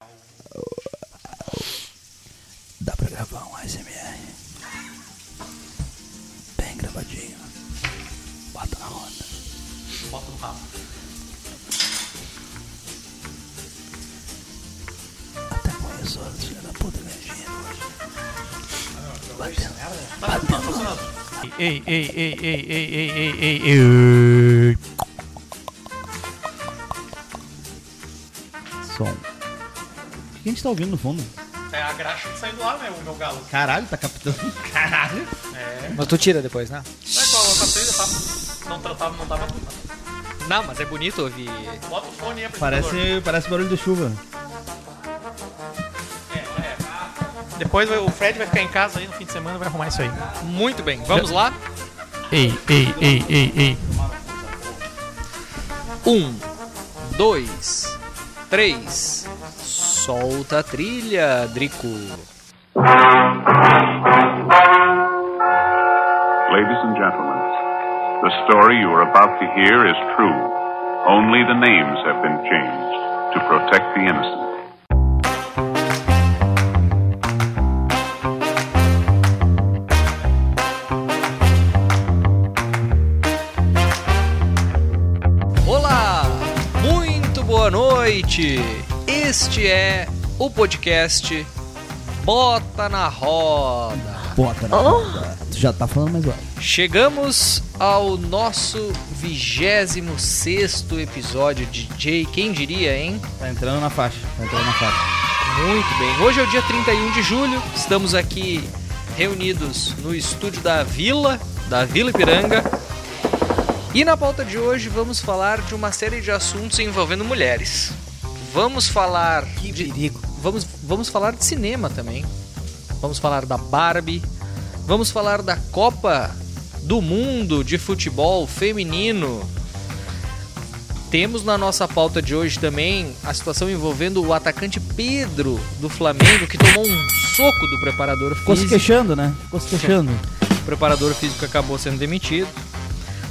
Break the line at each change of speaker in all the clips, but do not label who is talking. um Roda, roda.
Bota no rabo.
Até amanhã, só filha da puta, minha gente.
Ei, ei, ei, ei, ei, ei, ei, ei, ei, ei.
Som. O que a gente tá ouvindo no fundo?
É a graxa que saiu do ar, né? O meu galo.
Caralho, tá captando. Caralho.
É.
Mas tu tira depois, né?
Não é qual outra coisa, tá? Não tratava, não tava.
Não, mas é bonito ouvir.
Bota o fone aí, apresentador.
Parece, parece barulho de chuva.
É, é. Depois vai- o Fred vai ficar em casa aí no fim de semana e vai arrumar isso aí.
Muito bem, vamos lá?
Ei, ei, ei, ei, ei.
Um, dois, três. Solta a trilha, Drico.
Ladies and gentlemen, the story you are about to hear is true. Only the names have been changed to protect the innocent.
Olá, muito boa noite. Este é o podcast Bota na Roda.
Bota na roda. Tu já tá falando mais alto.
Chegamos ao nosso 26 episódio de Jay, quem diria, hein?
Tá entrando na faixa. Tá entrando na faixa.
Muito bem. Hoje é o dia 31 de julho. Estamos aqui reunidos no estúdio da Vila, da Vila Ipiranga. E na pauta de hoje vamos falar de uma série de assuntos envolvendo mulheres. Vamos falar de vamos vamos falar de cinema também. Vamos falar da Barbie. Vamos falar da Copa do Mundo de futebol feminino. Temos na nossa pauta de hoje também a situação envolvendo o atacante Pedro do Flamengo, que tomou um soco do preparador
Ficou se
físico.
queixando, né? Ficou se queixando.
O preparador físico acabou sendo demitido.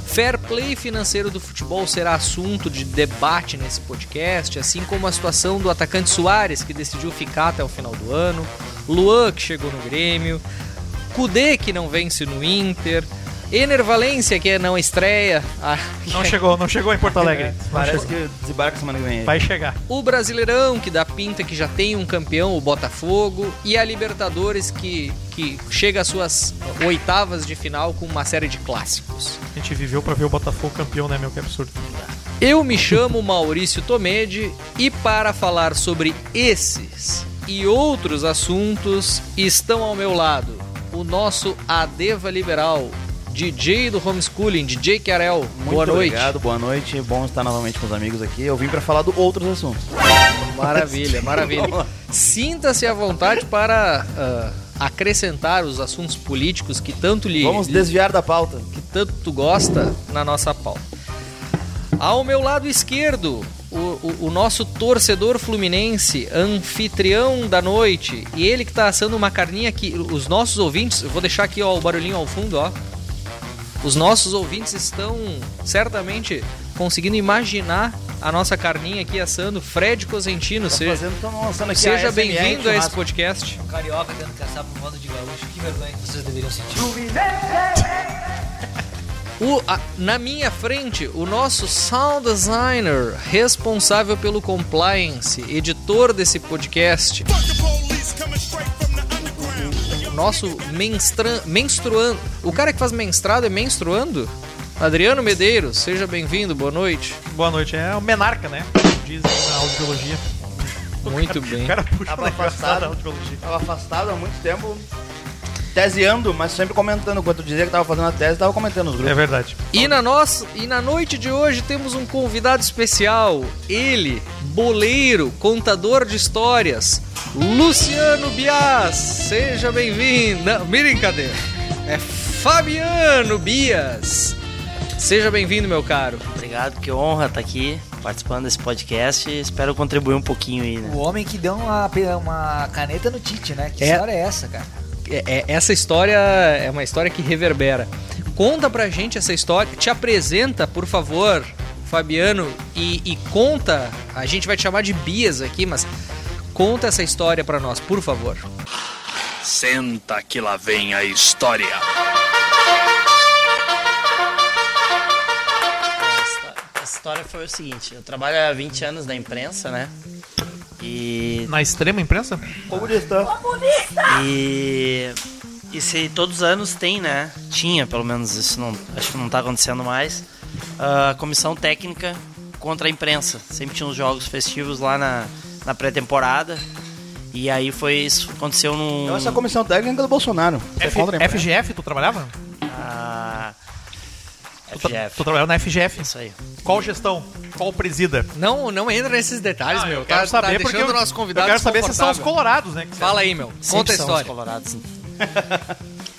Fair play financeiro do futebol será assunto de debate nesse podcast, assim como a situação do atacante Soares, que decidiu ficar até o final do ano, Luan, que chegou no Grêmio, Kudê, que não vence no Inter, Ener Valência, que não estreia, ah,
Não chegou, não chegou em
É.
Porto Alegre.
Parece que desembarca semana que vem.
Vai chegar.
o Brasileirão, que dá pinta que já tem um campeão, o Botafogo, e a Libertadores, que, que chega às suas oitavas de final com uma série de clássicos.
A gente viveu pra ver o Botafogo campeão, né, meu? Que absurdo.
Eu me chamo Maurício Tomedi e para falar sobre esses e outros assuntos estão ao meu lado o nosso Adeva Liberal, DJ do homeschooling, DJ Carel.
Muito
Boa noite.
obrigado, boa noite. Bom estar novamente com os amigos aqui. Eu vim pra falar de outros assuntos.
Maravilha, maravilha. Sinta-se à vontade para ah, acrescentar os assuntos políticos que tanto lhe
Vamos desviar da pauta.
que tanto tu gosta na nossa pauta. Ao meu lado esquerdo, o, o- o nosso torcedor fluminense, anfitrião da noite, e ele que tá assando uma carninha que os nossos ouvintes, eu vou deixar aqui ó, o barulhinho ao fundo, ó. Os nossos ouvintes estão certamente conseguindo imaginar a nossa carninha aqui assando. Fred Cosentino,
Tá
seja,
fazendo, tamo lançando aqui
é
seja
ASMR
bem-vindo a esse
churrasco.
podcast.
um carioca tendo que assar por modo de gaúcho. Que vergonha que vocês deveriam sentir.
O- a- na minha frente, o nosso sound designer, responsável pelo compliance, editor desse podcast, o nosso menstran, menstruando. O cara que faz menstrado é menstruando? Adriano Medeiros, seja bem-vindo, boa noite.
Boa noite. É o Menarca, né? Dizem na audiologia.
Muito bem.
O cara puxa
Tava
uma
afastado.
da audiologia.
Tava afastado há muito tempo, teseando, mas sempre comentando. Enquanto dizia que tava fazendo a tese, tava comentando nos
É
grupos.
verdade.
E na, nossa, e na noite de hoje temos um convidado especial. Ele, boleiro, contador de histórias, Luciano Bias. Seja bem-vindo. Não, Brincadeira. É Fabiano Bias. Seja bem-vindo, meu caro.
Obrigado, que honra estar aqui participando desse podcast. Espero contribuir um pouquinho aí, né?
O homem que deu uma, uma caneta no Tite, né? Que
É.
história é essa, cara?
É- é- essa história é uma história que reverbera. Conta pra gente essa história. Te apresenta, por favor, Fabiano, e, e conta. A gente vai te chamar de Bias aqui, mas conta essa história pra nós, por favor.
Senta que lá vem a história.
história foi o seguinte: eu trabalho há 20 anos na imprensa, né? E
Na extrema imprensa?
Um Comunista.
E. E se todos os anos tem, né? Tinha, pelo menos, isso não, acho que não tá acontecendo mais. A comissão técnica contra a imprensa. Sempre tinha os jogos festivos lá na, na pré-temporada. E aí foi isso. Aconteceu num.
Então essa é a comissão técnica do Bolsonaro. Você é
F-
contra a imprensa?
FGF, tu trabalhava?
Ah,
Tu, tra-
FGF.
tu trabalhava na FGF.
Isso aí.
Qual gestão? Qual presida?
Não, não entra nesses detalhes,
Ah,
meu.
eu quero
tá,
saber
tá
porque
deixando
eu-
o nosso convidado
eu quero saber se são os
desconfortável.
colorados, né? que
Fala aí, meu. Conta
Sempre
a
são os
história.
Colorados.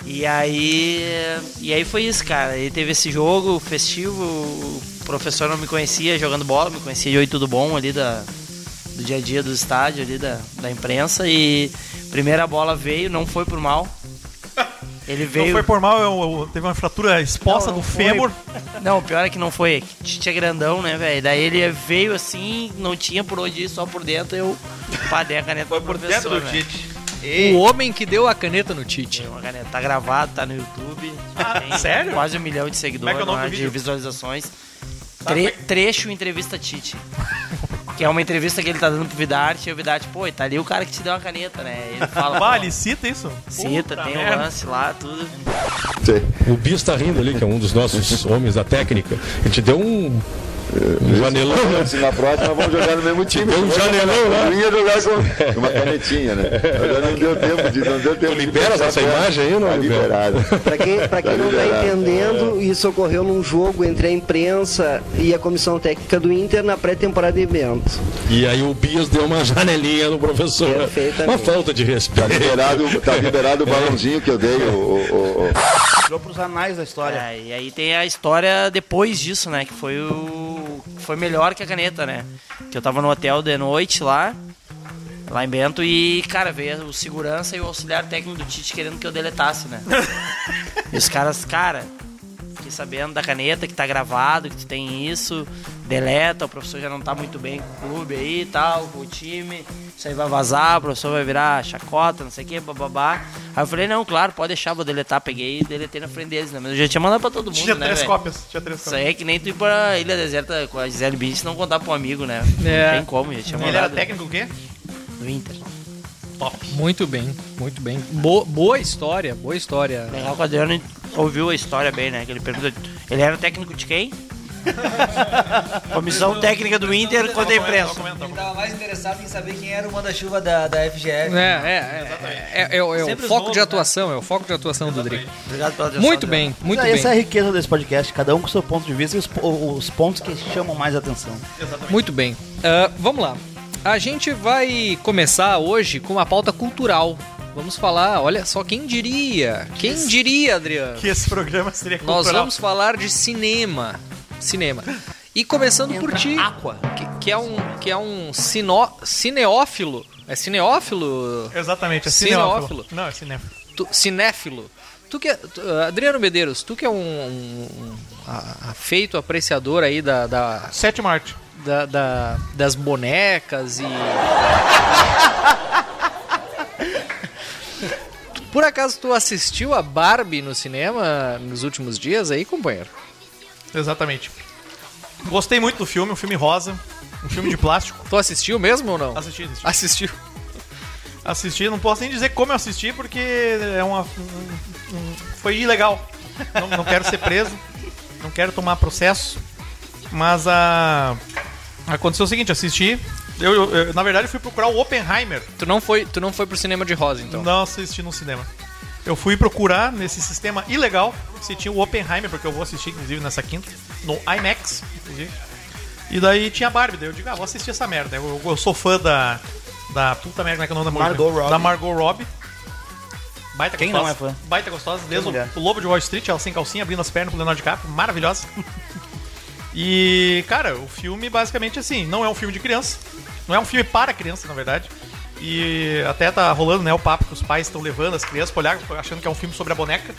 e aí. E aí foi isso, cara. E teve esse jogo festivo, o professor não me conhecia jogando bola, me conhecia de oi tudo bom ali da, do dia a dia do estádio, ali da, da imprensa. E primeira bola veio, não foi por mal. Ele
Não
veio.
foi por mal, eu, eu- teve uma fratura exposta
Não,
do
não foi.
fêmur.
Não, o pior é que não foi. Tite é grandão, né, velho? Daí ele veio assim, não tinha por onde ir, só por dentro. Eu padei a caneta
Foi
do
por
professor, né?
dentro do
velho.
Tite.
O
E...
homem que deu a caneta no Tite.
Tem uma caneta, tá gravado, tá no YouTube.
Ah,
Tem
sério?
Quase um milhão de
Como
seguidores,
é que é o nome
lá,
do
de
vídeo? Tá, é
visualizações. Tre- trecho entrevista Tite. Que é uma entrevista que ele tá dando pro Vidarte, e o Vidarte, pô, e tá ali o cara que te deu a caneta, né? Ele fala, pô,
Vale, cita isso.
cita,
Puta
tem um
merda.
lance lá, tudo.
O Bis tá rindo ali, que é um dos nossos homens da técnica. Ele te deu um. Um janelão.
Se na próxima vamos jogar no mesmo time.
Deu um janelão lá.
Eu vinha jogar com uma canetinha, né? Agora não deu tempo disso, não deu tempo.
Tu liberas essa imagem aí, não
Tá
libera?
liberado.
Pra quem, pra quem
Tá
não tá
liberado.
entendendo, isso ocorreu num jogo entre a imprensa e a comissão técnica do Inter na pré-temporada de evento.
E aí o Bias deu uma janelinha no professor. Uma
Perfeitamente.
falta de
Tá
respeito.
liberado, tá liberado o balãozinho que eu dei, o, o- o- o-
Entrou pros anais da história.
É, e aí tem a história depois disso, né? Que foi o. Foi melhor que a caneta, né? Que eu tava no hotel de noite lá, lá em Bento, e, cara, veio o segurança e o auxiliar técnico do Tite querendo que eu deletasse, né? e os caras, cara, fiquei sabendo da caneta que tá gravado, que tu tem isso, deleta, o professor já não tá muito bem com o clube aí e tal, com o time, isso aí vai vazar, o professor vai virar chacota, não sei o que, bababá. Aí eu falei, não, claro, pode deixar, vou deletar, peguei e deletei na frente deles, né? Mas eu já tinha mandado pra todo mundo,
Tinha
né,
três
velho?
cópias. Tinha três
Isso
cópias.
aí é que nem tu ir pra Ilha Deserta com a Gisele Bündchen e não contar pro amigo, né?
É.
Não tem como, já tinha
Ele era
mandado
técnico o quê?
do Inter.
Muito bem, muito bem. Bo- boa história, boa história.
Legal que o Adriano ouviu a história bem, né? Que ele perguntou. Ele era técnico de quem? Comissão técnica do Inter contra a imprensa.
um
Ele tava mais interessado em saber quem era o manda-chuva da, da
É,
FGF.
é, é, é, é, o- é o
Sempre os
foco
nomes,
de
né?
atuação, é o foco de atuação do Drico.
Obrigado pela atenção,
Muito
Adriano.
bem, muito
Essa é a
bem,
riqueza desse podcast, cada um com seu ponto de vista e os, po- os pontos que chamam mais atenção.
muito bem. Ah, vamos lá. A gente vai começar hoje com uma pauta cultural. Vamos falar, olha só, quem diria? Quem diria, Adriano?
Que esse programa seria
Nós
cultural.
vamos falar de cinema. Cinema. E começando por ti, que, que é um, que é um sino, cineófilo. É cineófilo?
Exatamente, é
Cineófilo.
cineófilo. Não, é cinéfilo.
Tu- cinéfilo. Tu que é, tu- ah, Adriano Medeiros, tu que é um, um- um a- afeito apreciador aí da, da,
Sétima arte.
da- da- das bonecas e. Por acaso tu assistiu a Barbie no cinema nos últimos dias aí, companheiro?
Exatamente. Gostei muito do filme, um filme rosa, um filme de plástico.
Tu assistiu mesmo ou não?
Assisti, assisti.
Assistiu.
Assisti, não posso nem dizer como eu assisti, porque é uma. um- um- foi ilegal. Não, não quero ser preso, não quero tomar processo. Mas a. Aconteceu o seguinte, assisti. Eu, eu- eu- na verdade, eu fui procurar o Oppenheimer.
Tu não foi, tu não foi pro cinema de rosa, então.
Não assisti no cinema. Eu fui procurar nesse sistema ilegal se tinha o Oppenheimer, porque eu vou assistir, inclusive, nessa quinta, no IMAX, inclusive. E daí tinha a Barbie, daí eu digo, ah, vou assistir essa merda. Eu, eu sou fã da. Da puta merda, como é que é o nome da mulher?
Margot Robbie.
Da Margot Robbie. Baita
Quem
gostosa.
não é fã?
Baita gostosa, desde
mulher.
o, o Lobo de Wall Street, ela sem calcinha, abrindo as pernas com o Leonardo DiCaprio, maravilhosa. E, cara, o filme basicamente assim, não é um filme de criança. Não é um filme para criança, na verdade. E até tá rolando, né, o papo que os pais estão levando as crianças pra olhar, achando que é um filme sobre a boneca.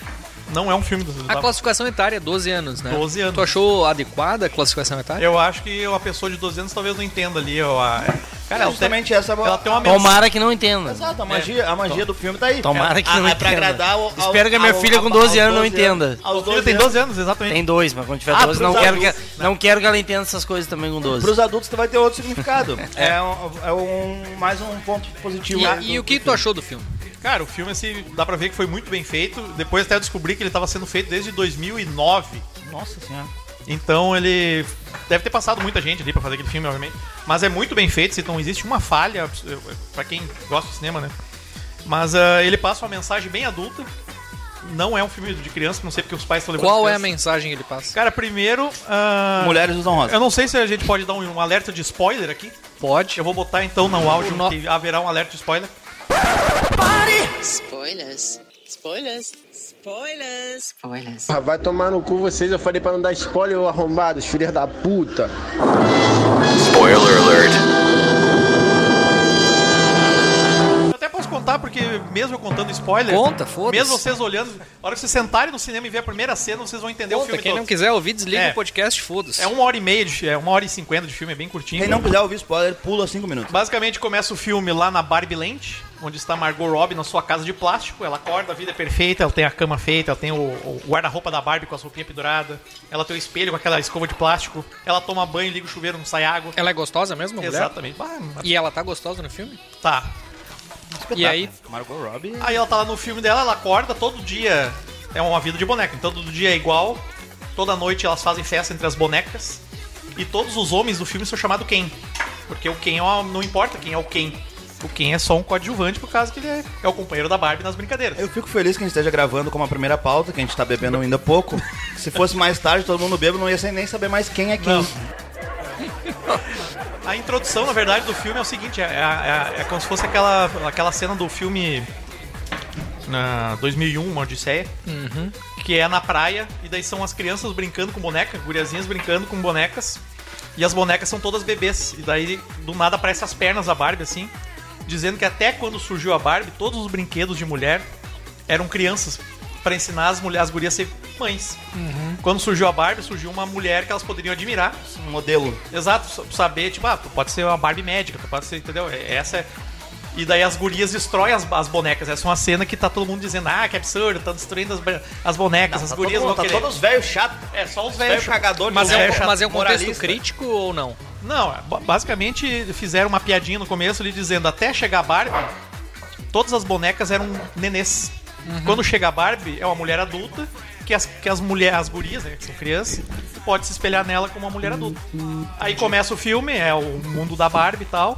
Não é um filme do,
A
da-
classificação etária é 12 anos, né?
12 anos.
Tu achou adequada a classificação etária?
Eu acho que uma pessoa de 12 anos talvez não entenda ali ó, a, Cara, ela
justamente
tem-
essa é a-
ela tem uma
Tomara que não entenda.
Exato, a magia, a magia do filme tá aí.
Tomara que
É-
não
é pra
entenda.
agradar ao, ao-
Espero que a minha
ao-
filha com
ao-
12
aos
anos não
12
entenda.
Aos
Filha tem 12 anos, exatamente.
Tem dois, mas quando tiver
Ah, pros
12, não quero, que,
adultos,
não quero que ela entenda essas coisas também com 12.
Pros adultos tu vai ter outro significado. é um, é um- mais um ponto positivo. né,
E, e
do-
o que tu achou do filme?
Cara, o filme, assim, dá pra ver que foi muito bem feito. Depois até eu descobri que ele tava sendo feito desde 2009.
Nossa senhora.
Então ele deve ter passado muita gente ali pra fazer aquele filme, obviamente. Mas é muito bem feito, então existe uma falha eu- eu- pra quem gosta de cinema, né? Mas ah, ele passa uma mensagem bem adulta. Não é um filme de criança, não sei porque os pais estão levando
Qual é a
criança.
mensagem que ele passa?
Cara, primeiro. ah,
Mulheres usam rosa.
Eu não sei se a gente pode dar um, um alerta de spoiler aqui.
Pode.
Eu vou botar então no áudio
No-
que haverá um alerta de spoiler.
Spoilers. Spoilers. Spoilers. Spoilers.
Ah, Vai tomar no cu vocês, eu falei pra não dar spoiler, ô arrombados, filha da puta.
Spoiler alert.
Eu até posso contar, porque mesmo eu contando spoiler.
Conta, foda-se.
Mesmo vocês olhando, a hora que vocês sentarem no cinema e ver a primeira cena, vocês vão entender o
Conta,
um filme.
quem
todo.
não quiser ouvir, desliga
É.
o podcast, foda-se.
É uma hora e meia, de, fi- é uma hora e cinquenta de filme, é bem curtinho.
Quem não quiser ouvir spoiler, pula 5 minutos.
Basicamente começa o filme lá na Barbie Land, onde está Margot Robbie na sua casa de plástico. Ela acorda, a vida é perfeita, ela tem a cama feita, ela tem o, o guarda-roupa da Barbie com a roupinha pendurada, ela tem o espelho com aquela escova de plástico, ela toma banho, liga o chuveiro, não sai água.
Ela é gostosa mesmo, a mulher?
Exatamente. Bah,
E ela tá gostosa no filme?
Tá.
E aí,
Margot Robbie.
Aí ela tá lá no filme dela, ela acorda todo dia. É uma vida de boneca, então todo dia é igual. Toda noite elas fazem festa entre as bonecas. E todos os homens do filme são chamados Ken. Porque o Ken é uma- não importa quem é o Ken. O Ken é só um coadjuvante por causa que ele é, é o companheiro da Barbie nas brincadeiras.
Eu fico feliz que a gente esteja gravando como a primeira pauta, que a gente tá bebendo ainda pouco. Se fosse mais tarde, todo mundo bebo, não ia sem- nem saber mais quem é quem.
A introdução, na verdade, do filme é o seguinte: é, é- é- é como se fosse aquela, aquela cena do filme na 2001, uma Odisseia,
Uhum.
que é na praia, e daí são as crianças brincando com boneca, guriazinhas brincando com bonecas, e as bonecas são todas bebês, e daí do nada aparecem as pernas da Barbie assim, dizendo que até quando surgiu a Barbie, todos os brinquedos de mulher eram crianças, pra ensinar as mulheres, as gurias a ser mães. Quando surgiu a Barbie, surgiu uma mulher que elas poderiam admirar.
Um modelo.
Exato, sa- saber, tipo, ah, tu pode ser uma Barbie médica, tu pode ser, entendeu? É- Essa é. E daí as gurias destroem as, as bonecas. Essa é uma cena que tá todo mundo dizendo, ah, que absurdo, tá destruindo as, bra- as bonecas, as
Tá
gurias
todo,
vão
tá
querer.
todos velhos chato.
É, só os
velhos
velhos
cagadores.
mas, é um,
chato,
mas é um contexto
moralista.
crítico ou não?
Não, é, ba- basicamente fizeram uma piadinha no começo ali dizendo, até chegar a Barbie, todas as bonecas eram nenês. Quando chega a Barbie, é uma mulher adulta, que as, que as mulheres, as gurias, né, que são crianças, pode se espelhar nela como uma mulher adulta. Aí começa o filme, é o mundo da Barbie e tal.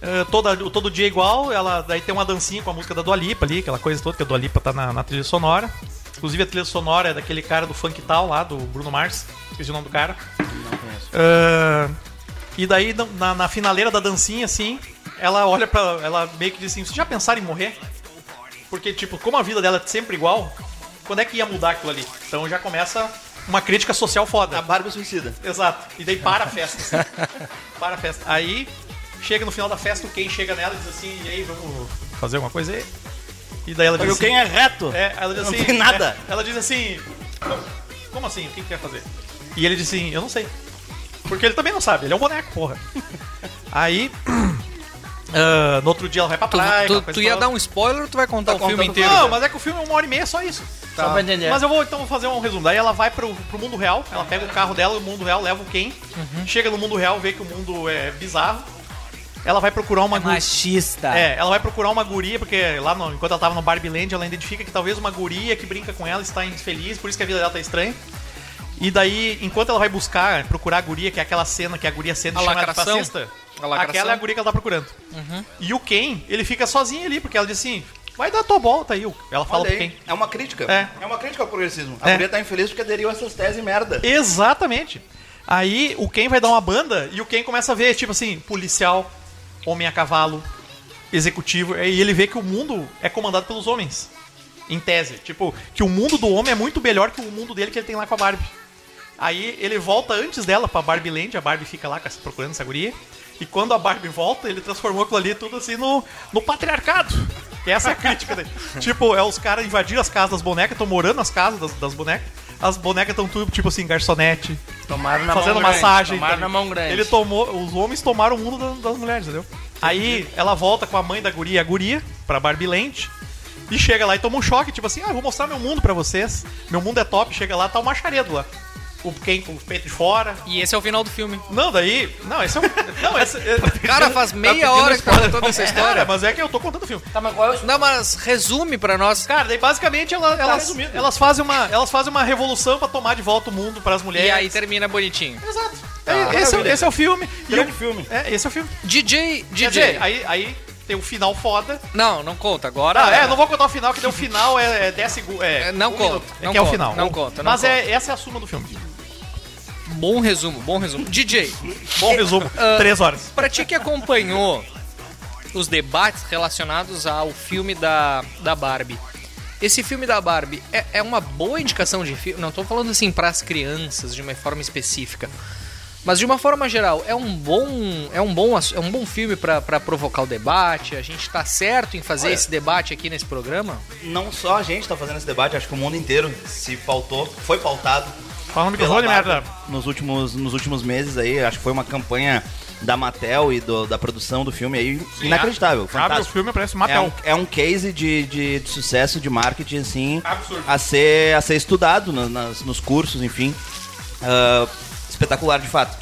É, toda, todo dia é igual, ela daí tem uma dancinha com a música da Dua Lipa ali, aquela coisa toda que a Dua Lipa tá na, na trilha sonora. Inclusive a trilha sonora é daquele cara do funk tal lá, do Bruno Mars, esqueci o nome do cara. É, e daí na- na, na finaleira da dancinha, assim, ela olha pra. Ela meio que diz assim, vocês já pensaram em morrer? Porque, tipo, como a vida dela é sempre igual, quando é que ia mudar aquilo ali? Então já começa uma crítica social foda.
A Barbie suicida.
Exato. E daí para a festa. assim. para a festa. Aí chega no final da festa, o Ken chega nela e diz assim, e aí, vamos fazer alguma coisa aí? E daí ela diz
Olha, o
assim.
Ken é reto.
É, ela diz
Não
assim.
tem nada.
é, ela diz assim. "Como- Como assim? O que que quer fazer? E ele diz assim, eu não sei. Porque ele também não sabe, ele é um boneco, porra. Aí. ah, no outro dia ela vai pra
Tu,
praia.
tu-
aquela Ah, é coisa
tu ia
toda.
dar um spoiler ou tu vai contar o filme
Contando-
inteiro? né?
Não, mas é que o filme é uma hora e meia, é só isso.
Tá. Só pra
entender.
Mas eu vou então fazer um resumo. Daí ela vai pro, pro mundo real, ela pega o carro dela, o mundo real leva o Ken.
Uhum.
Chega no mundo real, vê que o mundo é bizarro. Ela vai procurar
É
uma guri-
Tá.
Machista.
É, ela vai procurar uma guria, porque lá no- enquanto ela tava no Barbie Land, ela identifica que talvez uma guria que brinca com ela está infeliz, por isso que a vida dela tá estranha. E daí, enquanto ela vai buscar, procurar a guria, que é aquela cena que a guria sendo
A
chamada de
lacração?
fascista,
A lacração?
aquela é a guria que ela tá procurando.
Uhum.
E o Ken, ele fica sozinho ali, porque ela diz assim, vai dar tua volta aí. Ela fala
Olha
pro
aí,
Ken.
É uma crítica.
É.
uma crítica ao progressismo. A
É.
mulher tá infeliz porque aderiu a essas teses merda.
Exatamente. Aí o Ken vai dar uma banda e o Ken começa a ver, tipo assim, policial, homem a cavalo, executivo, e ele vê que o mundo é comandado pelos homens. Em tese. Tipo, que o mundo do homem é muito melhor que o mundo dele que ele tem lá com a Barbie. Aí ele volta antes dela pra Barbie Land, a Barbie fica lá com essa- procurando essa guria. E quando a Barbie volta, ele transformou aquilo ali tudo assim no, no patriarcado. E essa é a crítica dele. tipo, é os caras invadiram as casas das bonecas, estão morando nas casas das, das bonecas. as bonecas estão tudo, tipo assim, garçonete.
Tomaram na
fazendo
mão grande,
massagem.
tomaram
tá
na mão grande.
Ele tomou, os homens tomaram o mundo da- das mulheres, entendeu? Aí ela volta com a mãe da guria, e a guria, pra Barbie Land. E chega lá e toma um choque, tipo assim, ah, eu vou mostrar meu mundo pra vocês. Meu mundo é top. Chega lá, tá o macharedo lá. O quem com o peito de fora.
E esse é o final do filme.
Não, daí. Não, esse é o. Não, esse.
Cara, faz meia hora que tá
falando
contando essa história.
mas é que eu tô contando o filme.
Tá, mas qual é o
Não, mas resume pra nós.
Cara, daí basicamente ela-
Tá
elas,
resumido.
elas, fazem uma, elas fazem uma revolução pra tomar de volta o mundo pras mulheres.
E aí termina bonitinho.
Exato.
Tá,
É, esse, é, o-
maravilha.
esse é o filme.
Grande
o filme. É, esse é o filme.
DJ, DJ.
Quer dizer, aí, aí tem o final foda.
Não, não conta agora.
Ah, é, não vou contar o final, que deu o final é, é 10 segundos. É,
Não
um
conta,
minuto,
não
que é o
conta,
final.
não conta, não
Mas É,
conta.
essa é a suma do filme.
Bom resumo, bom resumo. DJ.
Bom resumo,
Ah,
três horas.
Pra ti que acompanhou os debates relacionados ao filme da, da Barbie. Esse filme da Barbie é, é uma boa indicação de filme. Não tô falando assim pras crianças de uma forma específica. Mas de uma forma geral, é um bom, é um bom, ass- é um bom filme pra pra provocar o debate. A gente tá certo em fazer
Olha.
esse debate aqui nesse programa?
Não só a gente tá fazendo esse debate, acho que o mundo inteiro se pautou, foi pautado.
Fala no
pela
microfone,
Barbie
merda.
Nos últimos, nos últimos meses aí, acho que foi uma campanha da Mattel e do- da produção do filme aí
Sim,
inacreditável.
abre
fantástico.
o filme, parece Mattel.
É um, é um case de, de, de sucesso de marketing, assim,
Absurdo.
a ser, a ser estudado na- nas- nos cursos, enfim. Ah, espetacular, de fato.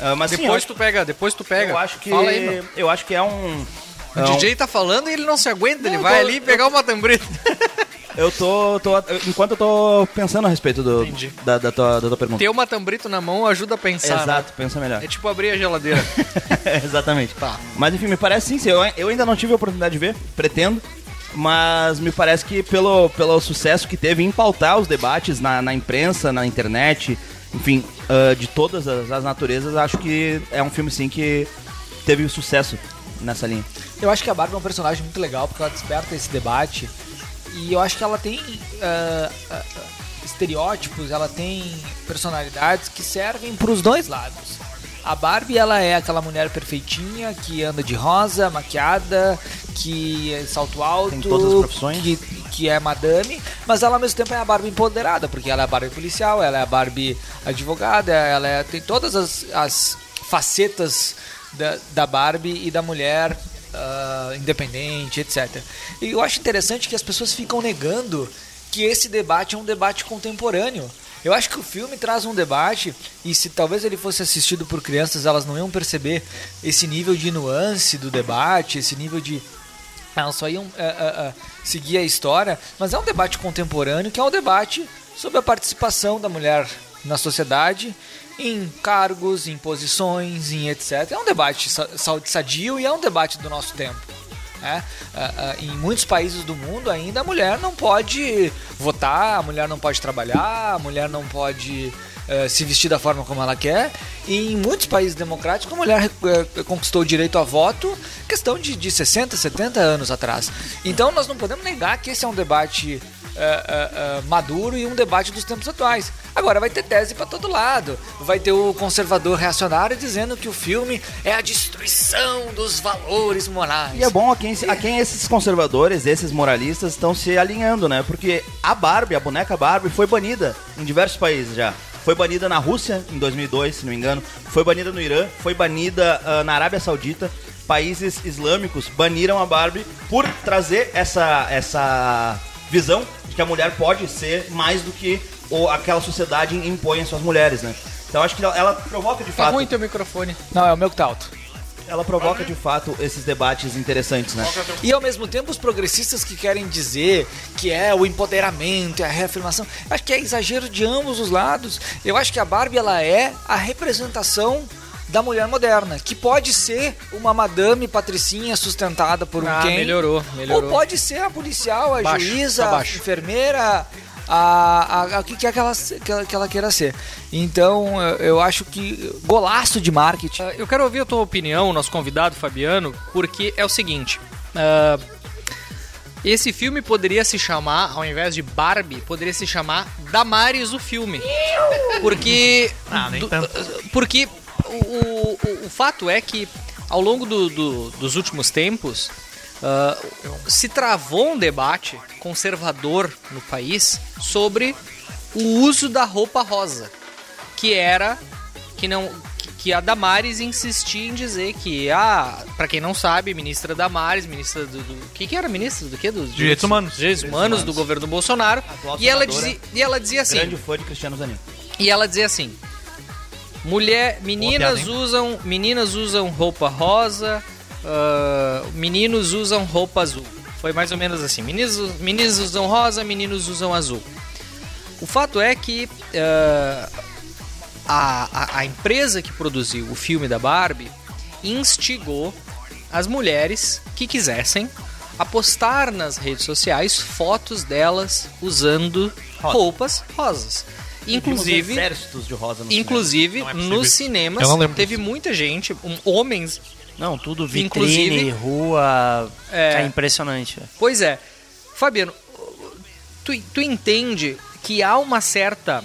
Ah, mas sim, eu
depois
acho-
tu pega, depois tu pega.
Eu acho que,
Fala aí, meu.
eu acho que é um...
O
é um-
DJ tá falando e ele não se aguenta, ele vai
tô-
ali pegar uma tambrita.
Eu tô, tô- Enquanto eu tô pensando a respeito do, da, da tua, da tua pergunta.
Ter uma tambrito na mão ajuda a pensar.
Exato, pensa melhor.
né? É tipo abrir a geladeira.
Exatamente.
Tá.
Mas enfim, me parece sim, sim, eu, eu ainda não tive a oportunidade de ver, pretendo. Mas me parece que pelo, pelo sucesso que teve em pautar os debates na, na imprensa, na internet, enfim, ah, de todas as, as naturezas, acho que é um filme sim que teve sucesso nessa linha.
Eu acho que a Barbie é um personagem muito legal porque ela desperta esse debate e eu acho que ela tem ah, ah, ah, estereótipos, ela tem personalidades que servem para os dois lados. A Barbie ela é aquela mulher perfeitinha que anda de rosa, maquiada, que é salto alto,
Tem todas as profissões.
que, que é madame, mas ela ao mesmo tempo é a Barbie empoderada porque ela é a Barbie policial, ela é a Barbie advogada, ela é- tem todas as, as facetas da, da Barbie e da mulher ah, independente, etc. E eu acho interessante que as pessoas ficam negando que esse debate é um debate contemporâneo. Eu acho que o filme traz um debate e se talvez ele fosse assistido por crianças, elas não iam perceber esse nível de nuance do debate, esse nível de elas só iam é, é, é, seguir a história, mas é um debate contemporâneo que é um debate sobre a participação da mulher na sociedade em cargos, em posições, em etc. É um debate sa- sa- sadio e é um debate do nosso tempo. né? Ah, ah, em muitos países do mundo ainda a mulher não pode votar, a mulher não pode trabalhar, a mulher não pode eh, se vestir da forma como ela quer. E em muitos países democráticos, a mulher eh, conquistou o direito a voto questão de, de 60, 70 anos atrás. Então nós não podemos negar que esse é um debate eh, eh, eh, maduro e um debate dos tempos atuais. Agora vai ter tese para todo lado. Vai ter o conservador reacionário dizendo que o filme é a destruição dos valores morais.
E é bom a quem, a quem esses conservadores, esses moralistas estão se alinhando, né? Porque a Barbie, a boneca Barbie, foi banida em diversos países já. Foi banida na Rússia em 2002, se não me engano. Foi banida no Irã. Foi banida ah, na Arábia Saudita. Países islâmicos baniram a Barbie por trazer essa, essa visão de que a mulher pode ser mais do que ou aquela sociedade impõe às suas mulheres, né? Então acho que ela- ela provoca de
Tá
fato
ruim teu microfone.
Não, é o meu que tá alto.
ela provoca de fato esses debates interessantes, né?
E ao mesmo tempo os progressistas que querem dizer que é o empoderamento, é a reafirmação, acho que é exagero de ambos os lados. Eu acho que a Barbie ela é a representação da mulher moderna, que pode ser uma madame patricinha sustentada por um
Ah,
quem.
melhorou, melhorou.
Ou pode ser a policial, a
Baixo,
juíza,
tá
a
baixo.
enfermeira, a, a- a- o que quer que ela, se- que ela- que ela queira ser. Então eu, eu acho que golaço de marketing.
Eu quero ouvir a tua opinião, nosso convidado Fabiano, porque é o seguinte. ah, esse filme poderia se chamar, ao invés de Barbie, poderia se chamar Damares o filme. Porque.
Ah, nem
do-
tanto.
Porque o, o, o fato é que ao longo do- do- dos últimos tempos ah, se travou um debate conservador no país sobre
o uso da roupa rosa, que era que não que- que a Damares insistia em dizer que ah, para quem não sabe, ministra Damares, ministra do, do que que era ministra do quê? Dos
Direitos humanos.
direitos humanos do governo Bolsonaro.
Atual
E ela
senadora,
dizia, e ela dizia assim,
Grande fã de Cristiano Zanin.
e ela dizia assim: Mulher,
piada,
meninas
hein?
usam, meninas usam roupa rosa, ah, meninos usam roupa azul. Foi mais ou menos assim. Meninas, meninas usam rosa, meninos usam azul. O fato é que ah, a, a- a empresa que produziu o filme da Barbie instigou as mulheres que quisessem a postar nas redes sociais fotos delas usando
Rosa.
roupas rosas. Inclusive,
Vimos exércitos de rosa no
Inclusive,
cinema. é
nos cinemas,
Eu não lembro
teve muita gente, um- homens.
Não, tudo vitrine,
Inclusive-
rua.
É.
É, impressionante. velho.
Pois é. Fabiano, tu, tu entende que há uma certa.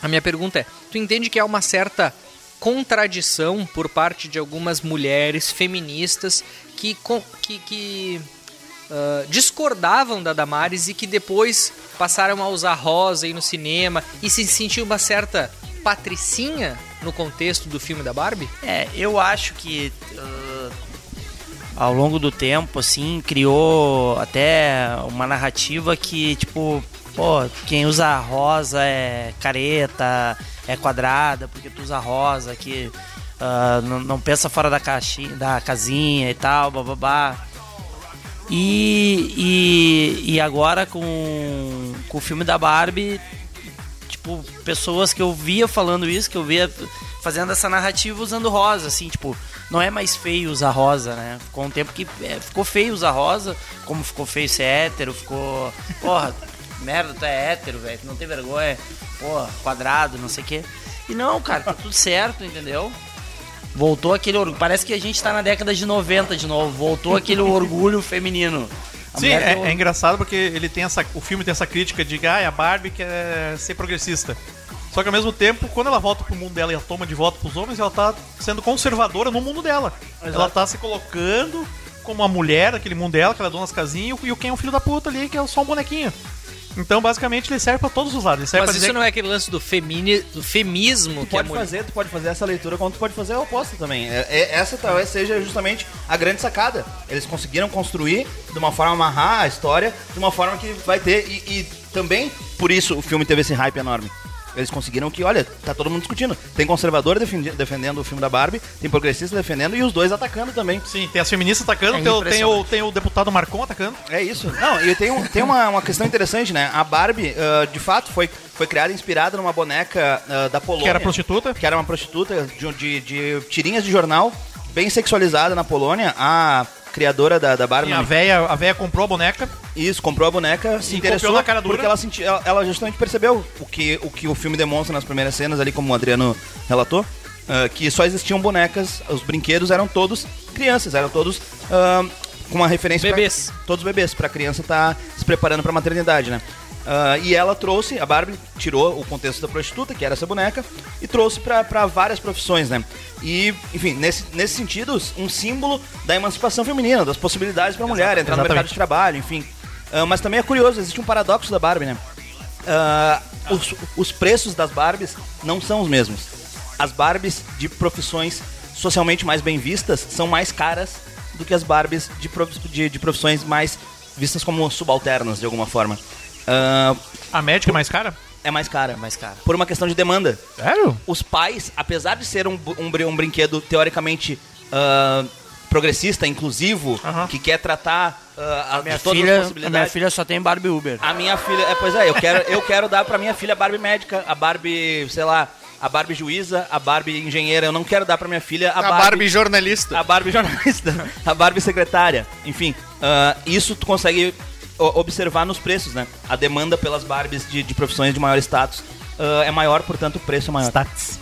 A minha pergunta é: tu entende que há uma certa contradição por parte de algumas mulheres feministas que. con- que, que, ah, discordavam da Damares e que depois passaram a usar rosa e no cinema e se sentiu uma certa patricinha no contexto do filme da Barbie?
É, eu acho que ah, ao longo do tempo, assim, criou até uma narrativa que, tipo, pô, quem usa rosa é careta, é quadrada, porque tu usa rosa, que ah, não, não pensa fora da, caixinha, da casinha e tal, bababá. E, e, e agora com, com o filme da Barbie, tipo, pessoas que eu via falando isso, que eu via fazendo essa narrativa usando rosa, assim, tipo, não é mais feio usar rosa, né? Ficou um tempo que é, ficou feio usar rosa, como ficou feio ser hétero, ficou. Porra, merda, tu é hétero, velho, tu não tem vergonha, porra, quadrado, não sei o quê. E não, cara, tá tudo certo, entendeu? Voltou aquele orgulho. Parece que a gente tá na década de 90 de novo. Voltou aquele orgulho feminino. A
Sim,
mulher
é,
tem o-
é engraçado porque ele tem essa, o filme tem essa crítica de ah, a Barbie quer ser progressista. Só que ao mesmo tempo, quando ela volta pro mundo dela e ela toma de volta pros homens, ela tá sendo conservadora no mundo dela. Ela tá se colocando como a mulher daquele mundo dela, que ela é dona das casinhas, e o Ken é um filho da puta ali, que é só um bonequinho. Então, basicamente, ele serve pra todos os lados. Ele serve
Mas
pra
isso
dizer
não é aquele lance do, femini, do femismo que é a
pode
mulher...
fazer, tu pode fazer essa leitura, como tu pode fazer a oposta também. É- é- essa talvez seja justamente a grande sacada. Eles conseguiram construir de uma forma amarrar a história, de uma forma que vai ter e, e também por isso o filme teve esse hype enorme. Eles conseguiram que, olha, tá todo mundo discutindo. Tem conservador defendi- defendendo o filme da Barbie, tem progressista defendendo e os dois atacando também.
Sim, tem as feministas atacando,
É
tem, o, tem, o,
impressionante.
tem o deputado Marcon atacando.
É isso. Não, e tem, um- tem uma, uma questão interessante, né? A Barbie, ah, de fato, foi, foi criada inspirada numa boneca ah, da Polônia.
Que era prostituta.
Que era uma prostituta de, de- de tirinhas de jornal, bem sexualizada na Polônia. A criadora da, da Barbie...
Sim, a véia, a véia comprou a boneca.
Isso, comprou a boneca, se
E
interessou
copiou na cara dura.
porque ela, senti, ela, ela justamente percebeu o que, o que o filme demonstra nas primeiras cenas ali, como o Adriano relatou, ah, que só existiam bonecas, os brinquedos eram todos crianças, eram todos ah, com uma referência bebês, todos bebês, pra criança estar se preparando pra maternidade, né? Ah, e ela trouxe, a Barbie tirou o contexto da prostituta, que era essa boneca, e trouxe pra- pra várias profissões, né? E, enfim, nesse, nesse sentido, um símbolo da emancipação feminina, das possibilidades pra mulher entrar no mercado
exatamente.
de trabalho, enfim. Ah, mas também é curioso, existe um paradoxo da Barbie, né? Ah, os, os preços das Barbies não são os mesmos. As Barbies de profissões socialmente mais bem vistas são mais caras do que as Barbies de, prof- de, de profissões mais vistas como subalternas, de alguma forma. Ah,
a médica é mais cara?
É mais cara. É
mais cara.
Por uma questão de demanda.
Sério?
Os pais, apesar de ser um, bu- um, brin- um brinquedo teoricamente ah, progressista, inclusivo, que quer tratar ah, a,
Minha
de todas as
filha, a
possibilidades...
minha filha só tem Barbie Uber.
A minha filha, é, pois é, eu quero, eu quero dar pra minha filha a Barbie médica, a Barbie, sei lá, a Barbie juíza, a Barbie engenheira. Eu não quero dar pra minha filha a,
A Barbie jornalista.
A Barbie jornalista, a Barbie secretária. Enfim, ah, isso tu consegue o- observar nos preços, né? A demanda pelas Barbies de, de profissões de maior status ah, é maior, portanto o preço é maior.
Status.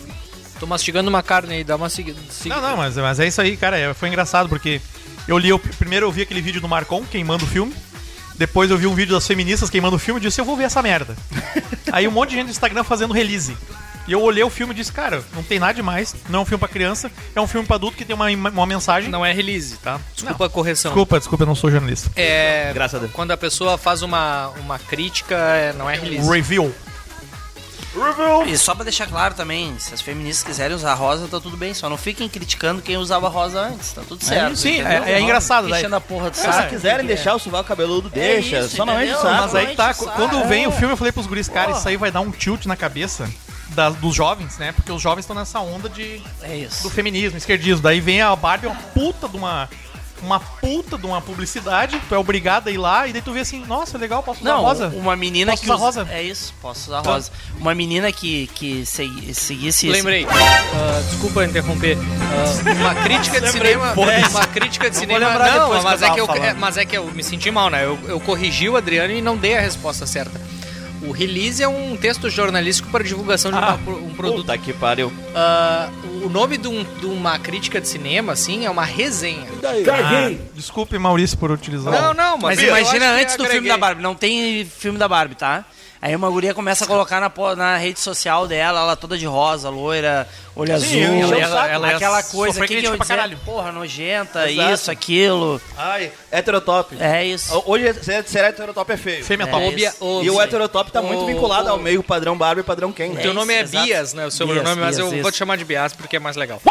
Tô mastigando uma carne aí, dá uma seguida.
Não, não, mas, mas é isso aí, cara. é- Foi engraçado porque eu li, eu, primeiro eu vi aquele vídeo do Marcon queimando o filme. Depois eu vi um vídeo das feministas queimando o filme e disse: Eu vou ver essa merda. aí um monte de gente do Instagram fazendo release. E eu olhei o filme e disse: Cara, não tem nada demais. Não é um filme pra criança. É um filme pra adulto que tem uma, uma mensagem.
Não é release, tá? Desculpa a correção.
Desculpa, desculpa, eu não sou jornalista.
É,
Graças a Deus.
Quando a pessoa faz uma, uma crítica, é, não é release.
Review.
E só pra deixar claro também, se as feministas quiserem usar rosa, tá tudo bem. Só não fiquem criticando quem usava rosa antes, tá tudo certo.
sim,
entendeu?
é- é
Não
engraçado É.
fiquem
daí.
enchendo a porra do
Cara,
saco.
se quiserem
porque-
deixar o sovaco cabeludo, deixa.
isso,
só não enche o
entendeu?
saco.
Mas aí tá,
saco.
quando vem
É.
o filme, eu falei pros guris, cara, isso aí vai dar um tilt na cabeça da- dos jovens, né? Porque os jovens estão nessa onda de
É
do feminismo, esquerdismo. Daí vem a Barbie, uma puta de uma uma puta de uma publicidade, tu é obrigado a ir lá e daí tu vê assim, nossa, legal, posso usar
Não,
rosa.
uma menina
Posso
que
usar
usa-
rosa.
É isso, posso usar
Tá.
rosa. Uma menina que, que segui- seguisse esse-
Lembrei. Ah, desculpa interromper. Ah, uma crítica de
Lembrei,
cinema.
porra.
Uma crítica de
Eu vou
cinema.
lembrar depois
Não, mas
que eu
é
tava
que eu,
falando.
é, mas é que eu me senti mal, né? Eu, eu corrigi o Adriano e não dei a resposta certa. O release é um texto jornalístico para divulgação de uma
Ah.
pro- um produto.
Puta que pariu.
Ah, o nome de, um- de uma crítica de cinema, assim, é uma resenha.
Ah, desculpe, Maurício, por utilizar.
Não, não,
Tá Mas
eu
imagina
acho que
antes do filme
agreguei.
da Barbie. Não tem filme da Barbie, tá? Aí uma guria começa a colocar na, po- na rede social dela, ela toda de rosa, loira, olho
Sim,
azul,
encheu o saco. Ela ia
aquela
sofrer
coisa que, que
crítica
eu
pra
dizer,
caralho.
porra, nojenta,
Exato.
isso, aquilo.
Ai, heterotop.
É isso.
Hoje ser, ser heterotop é feio.
Fêmea-top. É
isso.
e o heterotop tá muito
O-
vinculado ao
o-
meio padrão Barbie e padrão Ken.
O
né?
teu nome é
Exato.
Bias, né? O sobrenome,
Bias,
mas
Bias,
eu vou
isso.
te chamar de Bias porque é mais legal.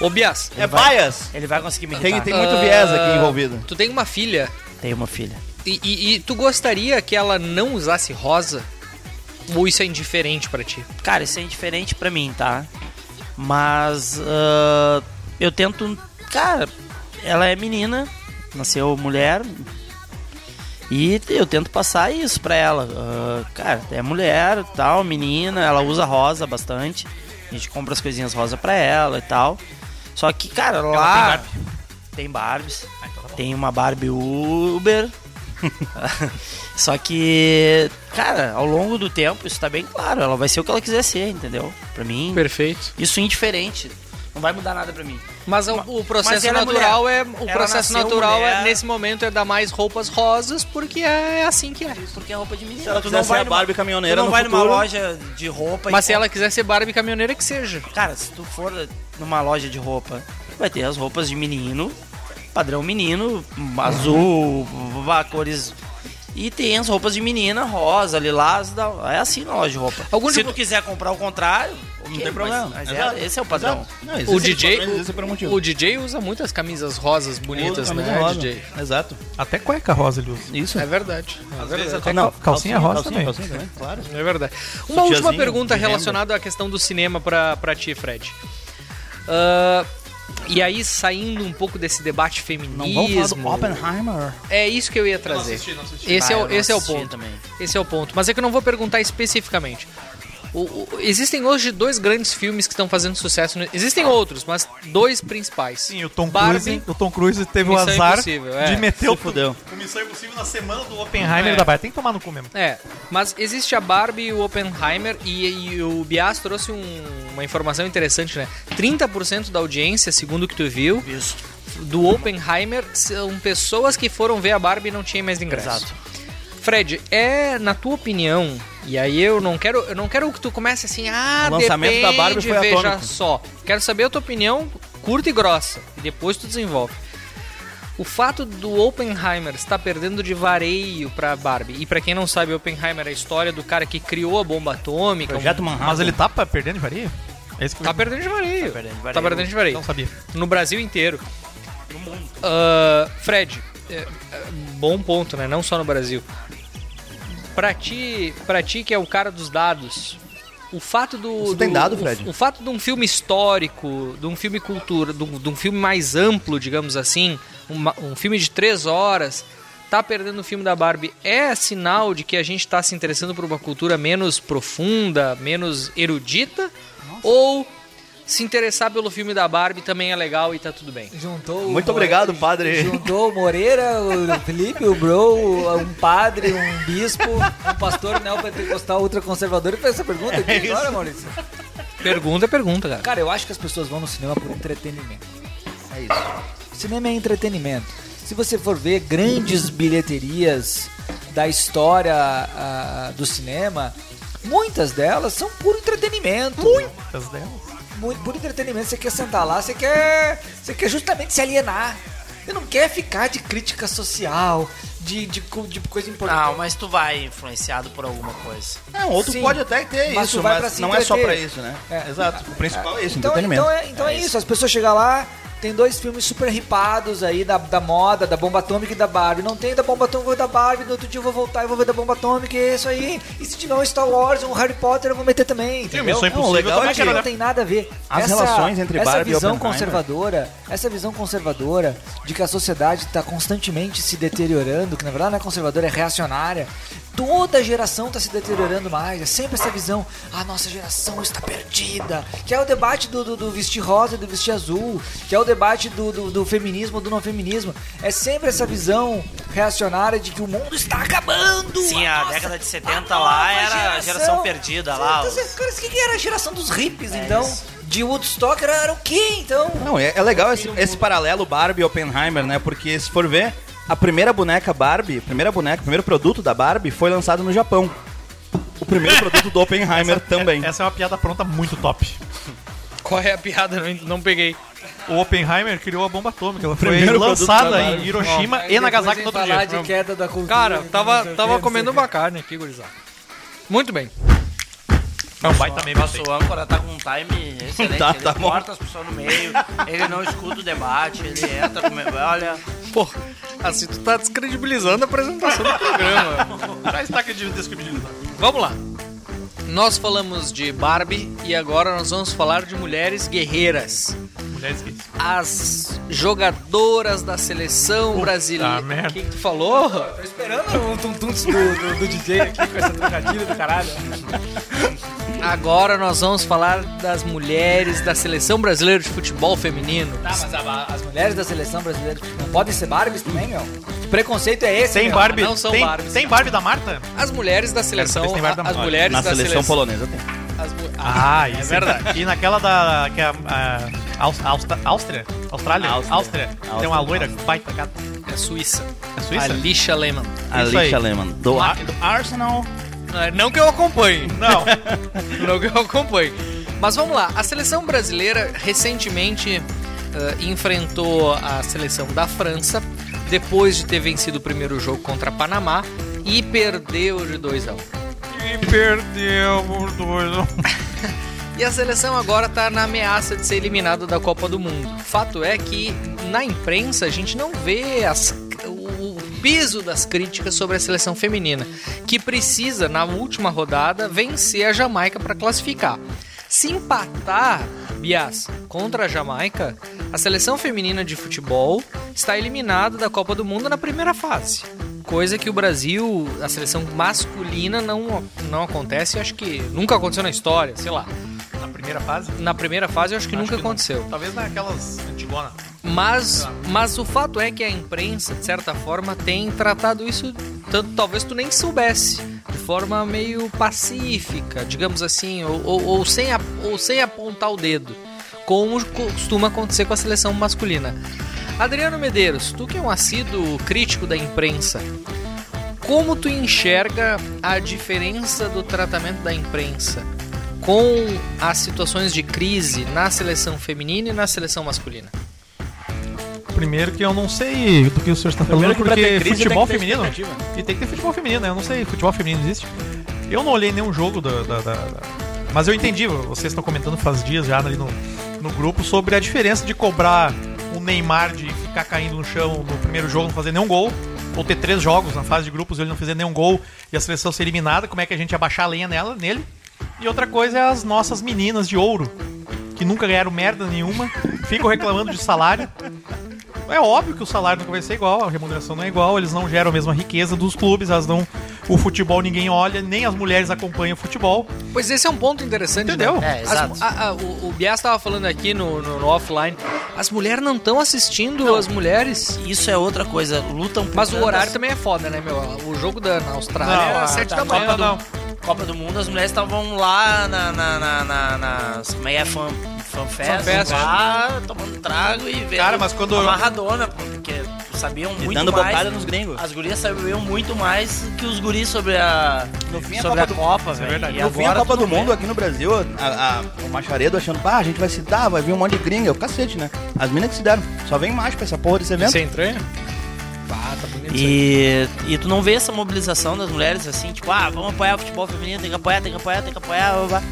Ô Bias.
É bias.
Ele vai conseguir me
Tem,
irritar.
tem muito viés aqui
Ah,
envolvido.
Tu tem uma filha
Tem uma filha.
e, e- e tu gostaria que ela não usasse rosa? Ou isso é indiferente pra ti?
Cara, isso é indiferente pra mim, tá? Mas ah, eu tento. Cara, ela é menina, nasceu mulher. E eu tento passar isso pra ela. Ah, cara, é mulher, tal, menina, ela usa rosa bastante. A gente compra as coisinhas rosa pra ela e tal. Só que, cara, lá.
tem
Tem Barbies. Tem uma Barbie Uber. Só que, cara, ao longo do tempo, isso tá bem claro. Ela vai ser o que ela quiser ser, entendeu? Pra mim.
Perfeito.
Isso é indiferente. Não vai mudar nada pra mim.
Mas o, o processo
mas ela é
natural é,
mulher.
o
Ela
processo
nasceu
natural é,
mulher.
nesse momento é dar mais roupas rosas porque é assim que é.
Porque é roupa de menina.
Se ela quiser ser a Barbie caminhoneira
tu não
no
vai
futuro...
numa loja de roupa
Mas se
e
ela quiser ser Barbie caminhoneira que seja.
Cara, se tu for numa loja de roupa, vai ter as roupas de menino, padrão menino, azul, vá, cores. E tem as roupas de menina, rosa, lilás, da- é assim na loja de roupa.
Algum
se
tipo-
tu quiser comprar o contrário, ok,
Não tem
mas-
problema.
Mas,
Exato.
é, esse é o padrão.
Exato. Não, existe
O
esse
DJ,
padrão, existe por um
o,
motivo.
DJ usa muitas camisas rosas bonitas,
Usa
né,
É,
camisa rosa.
DJ?
Exato.
Até cueca rosa ele usa.
Isso.
É verdade. É verdade.
até cal- calcinha rosa também.
claro.
É verdade. Uma
Sutiãzinho
última pergunta
de renda.
relacionada à questão do cinema pra pra ti, Fred. Ah, e aí, saindo um pouco desse debate feminismo.
Não vamos falar do
né?
Oppenheimer.
É isso que eu ia trazer. Esse, é,
Ah,
o-
eu não
esse é o
assisti
ponto.
também.
Esse é o ponto. Mas é que eu não vou perguntar especificamente. O- o- existem hoje dois grandes filmes que estão fazendo sucesso. no- Existem outros, mas dois principais.
Sim, o Tom
Barbie-
Cruise, o Tom Cruise teve o
Missão
azar
Impossível, é.
de meter
Se
o
fudeu.
o Missão Impossível na semana do Oppenheimer
É.
da Barbie. Tem que tomar no cu mesmo.
É, mas existe a Barbie e o Oppenheimer e, e o Bias trouxe um- uma informação interessante, né? 30% da audiência, segundo o que tu viu,
Isso.
do Oppenheimer são pessoas que foram ver a Barbie e não tinham mais ingresso.
Exato.
Fred, é na tua opinião, e aí eu não quero, eu não quero que tu comece assim, ah,
O lançamento
depende,
da Barbie foi
veja
atômico."
só. Quero saber a tua opinião curta e grossa, e depois tu desenvolve. O fato do Oppenheimer estar perdendo de vareio pra Barbie, e pra quem não sabe, Oppenheimer é a história do cara que criou a bomba atômica.
Projeto Manhattan.
Mas ele tá pra- perdendo de varia? É isso que eu-
Tá perdendo de vareio.
perdendo de
Tá
vareio.
perdendo de vareio
não sabia.
no Brasil inteiro. Ah, Fred, é, é, bom ponto, né? Não só no Brasil. Pra ti, pra ti que é o cara dos dados, o fato do.
Você tem
do-
dado,
o-
Fred?
O, fato de um filme histórico, de um filme cultura, de um, de um filme mais amplo, digamos assim, uma- um filme de três horas, tá perdendo o filme da Barbie, é sinal de que a gente tá se interessando por uma cultura menos profunda, menos erudita? Ou se interessar pelo filme da Barbie também é legal e tá tudo bem?
Juntou o
Muito
More-
obrigado, padre.
Juntou o Moreira, o Felipe, o Bro, o- um padre, um bispo, um pastor neopentecostal ultraconservador. E fez essa pergunta aqui agora, Maurício.
Pergunta é pergunta, cara.
Cara, eu acho que as pessoas vão no cinema por entretenimento.
É isso.
Cinema é entretenimento. Se você for ver grandes bilheterias da história ah, do cinema, muitas delas são puro entretenimento.
Muitas delas.
Muito por entretenimento, você quer sentar lá, você quer, você quer justamente se alienar. Ele não quer ficar de crítica social, de, de, co- de coisa importante.
Não, mas tu vai influenciado por alguma coisa.
Não, É, um outro
Sim.
pode até ter
Mas tu
isso,
vai
mas
pra se
não é só pra
entreter.
isso, né?
É.
Exato. O principal é isso,
Então,
entretenimento.
então, é, então é, isso. As pessoas chegam lá, tem dois filmes super ripados aí da, da moda, da bomba atômica e da Barbie. Não tem da bomba atômica, eu vou da Barbie, no outro dia eu vou voltar e vou ver da bomba atômica, e é isso aí. E se tiver um Star Wars, um Harry Potter, eu vou meter também. entendeu?
Missão Impossível
não, legal,
também
é que
era,
não
né?
tem nada a ver.
As relações entre
essa
Barbie e
visão
Oppenheimer. né?
conservadora, essa visão conservadora de que a sociedade está constantemente se deteriorando, que na verdade não é conservadora, é reacionária. Toda geração está se deteriorando mais. É sempre essa visão, a nossa geração está perdida. Que é o debate do, do, do vestir rosa e do vestir azul, que é o debate do, do, do feminismo do não feminismo. É sempre essa visão reacionária de que o mundo está acabando.
Sim, a
nossa-
década de 70
a
lá
nova
era a geração perdida lá.
tá
Então,
os- É
você- Cara, o que que era a geração dos hippies, então?
isso.
De Woodstock era, era o quê, então?
Não, é, é legal esse, esse paralelo Barbie e Oppenheimer, né? Porque se for ver, a primeira boneca Barbie, primeira boneca, primeiro produto da Barbie foi lançado no Japão. O primeiro produto do Oppenheimer também.
Essa é uma piada pronta muito top.
Qual é a piada? Não, não peguei.
O Oppenheimer criou a bomba atômica. Ela foi
Primeiro produto
lançada
da
em
Barbie.
Hiroshima e Nagasaki no outro dia.
queda da cultura. então,
Cara, tava, tava comendo uma carne aqui, gurizada. Muito bem.
Não, vai também,
Nosso âncora tá com um time excelente.
Tá,
ele
tá bom.
corta as pessoas no meio, ele não escuta o debate, ele entra com... Olha...
Pô, assim tu tá descredibilizando a apresentação do programa.
Já está descredibilizando.
Vamos lá. Nós falamos de Barbie e agora nós vamos falar de mulheres guerreiras.
Mulheres guerreiras.
As jogadoras da seleção brasileira. O que, que tu falou?
Tô esperando o tum-tum do, do, do DJ aqui com essa trocadilha do caralho.
Agora nós vamos falar das mulheres da seleção brasileira de futebol feminino.
Tá, mas a- a- as mulheres da seleção brasileira não podem ser Barbies também, meu? Que preconceito é esse,
Tem
meu?
Barbie,
Não são
tem,
Barbies.
tem Barbie da Marta?
As mulheres da seleção,
saber se tem Barbie da
as
Marta.
mulheres
Na
da
seleção
seleção
polonesa tem.
as mu-
Ah,
é
isso.
verdade.
E naquela da. Que é, a Aus- Austra- Áustria? Austrália?
Áustria.
Áustria. Tem uma loira baita gata.
É Suíça.
É Suíça?
Alicia Lehmann.
Isso aí.
Alicia Lehmann, do
Lá-
Arsenal.
Não, Não que eu acompanhe.
Não.
não que eu acompanhe. Mas vamos lá. A seleção brasileira recentemente eh, enfrentou a seleção da França depois de ter vencido o primeiro jogo contra Panamá e perdeu de 2 a 1.
E perdeu por dois.
E a seleção agora está na ameaça de ser eliminada da Copa do Mundo. Fato é que na imprensa a gente não vê as- o o peso das críticas sobre a seleção feminina, que precisa, na última rodada, vencer a Jamaica para classificar. Se empatar, Bias, contra a Jamaica, a seleção feminina de futebol está eliminada da Copa do Mundo na primeira fase. Coisa que o Brasil, a seleção masculina, não, não acontece, acho que nunca aconteceu na história, sei lá.
Na primeira fase?
Na primeira fase, eu acho que
Acho
nunca
que não.
aconteceu.
Talvez naquelas antigonas.
Mas, mas o fato é que a imprensa, de certa forma, tem tratado isso, tanto talvez tu nem soubesse, de forma meio pacífica, digamos assim, ou, ou- ou sem, a- ou sem apontar o dedo, como costuma acontecer com a seleção masculina. Adriano Medeiros, tu que é um assíduo crítico da imprensa, como tu enxerga a diferença do tratamento da imprensa com as situações de crise na seleção feminina e na seleção masculina?
Primeiro que eu não sei do que o senhor está falando,
Primeiro que pra ter
porque
crise
futebol
tem que ter
feminino. E tem que ter futebol feminino, né? Eu não sei, futebol feminino existe. Eu não olhei nenhum jogo da. da- da- da- Mas eu entendi, vocês estão comentando faz dias já ali no, no grupo sobre a diferença de cobrar o Neymar de ficar caindo no chão no primeiro jogo, não fazer nenhum gol, ou ter três jogos na fase de grupos e ele não fizer nenhum gol e a seleção ser eliminada, como é que a gente ia baixar a lenha nela, nele. E outra coisa é as nossas meninas de ouro, que nunca ganharam merda nenhuma, ficam reclamando de salário. É óbvio que o salário nunca vai ser igual, a remuneração não é igual, eles não geram a mesma riqueza dos clubes, elas não. O futebol ninguém olha, nem as mulheres acompanham o futebol.
Pois esse é um ponto interessante,
Entendeu?
né? As- a- a- o, o Bias estava falando aqui no, no- no offline, as mulheres não estão assistindo as mulheres.
Isso é outra coisa, lutam por
Mas o
tantas-
Ah,
horário também é foda, né, meu? O jogo da na Austrália
Não,
era
assim.
a-
às 7
a
da manhã.
Copa do-
não.
Copa do Mundo, as mulheres estavam lá na, na, na, na, nas- Como é que é? Fan, fanfest,
Fanfest.
Lá, tomando trago e vendo.
Cara, mas quando-
Amarradona, porque sabiam
é
muito
dando
mais.
bocada nos gringos.
As gurias sabiam muito mais que os guris sobre a. sobre a é Copa, velho. E
Eu vim a
agora
Copa
tudo
do
bem.
Mundo aqui no Brasil, a, a, o Macharedo achando, pá, a gente vai se dar, vai vir um monte de gringa. O cacete, né? As minas que se deram. Só vem mais pra essa porra desse evento.
Isso é
entranha?
Ah, tá
É
bonito.
E, e tu não vê essa mobilização das mulheres assim, tipo, ah, vamos apoiar o futebol feminino, tem que apoiar, tem que apoiar, tem que apoiar. blá, blá.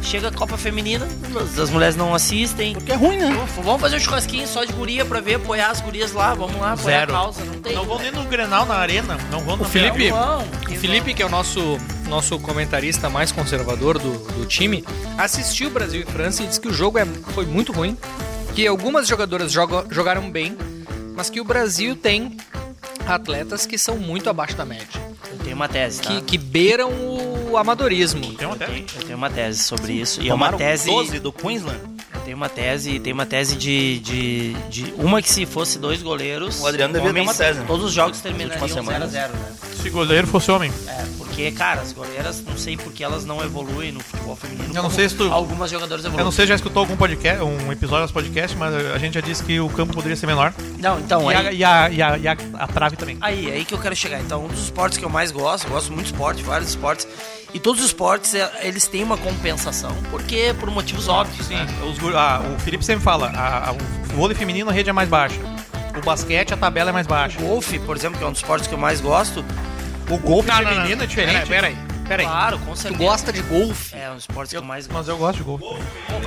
Chega a Copa Feminina, as, as mulheres não assistem.
Porque é ruim, né?
Vamos fazer um churrasquinho só de guria pra ver, apoiar as gurias lá, vamos lá, apoiar
Zero.
a causa. Não tem.
Não vão nem no Grenal na arena, não vão
O
no
Felipe,
Grenal.
o Felipe que é o nosso, nosso comentarista mais conservador do, do time, assistiu Brasil e França e disse que o jogo é, foi muito ruim, que algumas jogadoras joga- jogaram bem, mas que o Brasil tem atletas que são muito abaixo da média,
Eu tenho uma tese, tá?
que, que beiram o amadorismo.
Tem uma tese?
Eu tenho uma tese sobre isso. E é uma
Tomaram
tese.
12 do Queensland.
Tem uma tese, tem uma tese de, de, de- Uma que se fosse dois goleiros.
O Adriano devia ter
homens,
uma tese, né?
Todos os jogos
Nas
terminariam
últimas
0 a
semanas.
0 né?
Se goleiro fosse homem.
É, porque, cara, as goleiras, não sei porque elas não evoluem no futebol feminino.
Eu não
como
sei se tu-
Algumas jogadoras evoluem.
Eu não sei se já escutou algum podcast, um episódio nosso podcast, mas a gente já disse que o campo poderia ser menor.
Não,
Um
então,
e
aí-
a, e a, e a, e a, a trave também.
Aí, aí que eu quero chegar. Então, um dos esportes que eu mais gosto, eu gosto muito de esporte, vários esportes. E todos os esportes, é, eles têm uma compensação. Porque, por motivos óbvios,
Sim,
né?
os gu- ah, o Felipe sempre fala, a- a- o vôlei feminino a rede é mais baixa. O basquete a tabela é mais baixa. O
golfe, por exemplo, que é um dos esportes que eu mais gosto.
O golfe
Não, não, não,
feminino
não.
é diferente.
Peraí,
peraí.
Claro, com certeza.
gosta de golfe?
É, um dos esportes que eu mais gosto.
Mas eu gosto de golfe.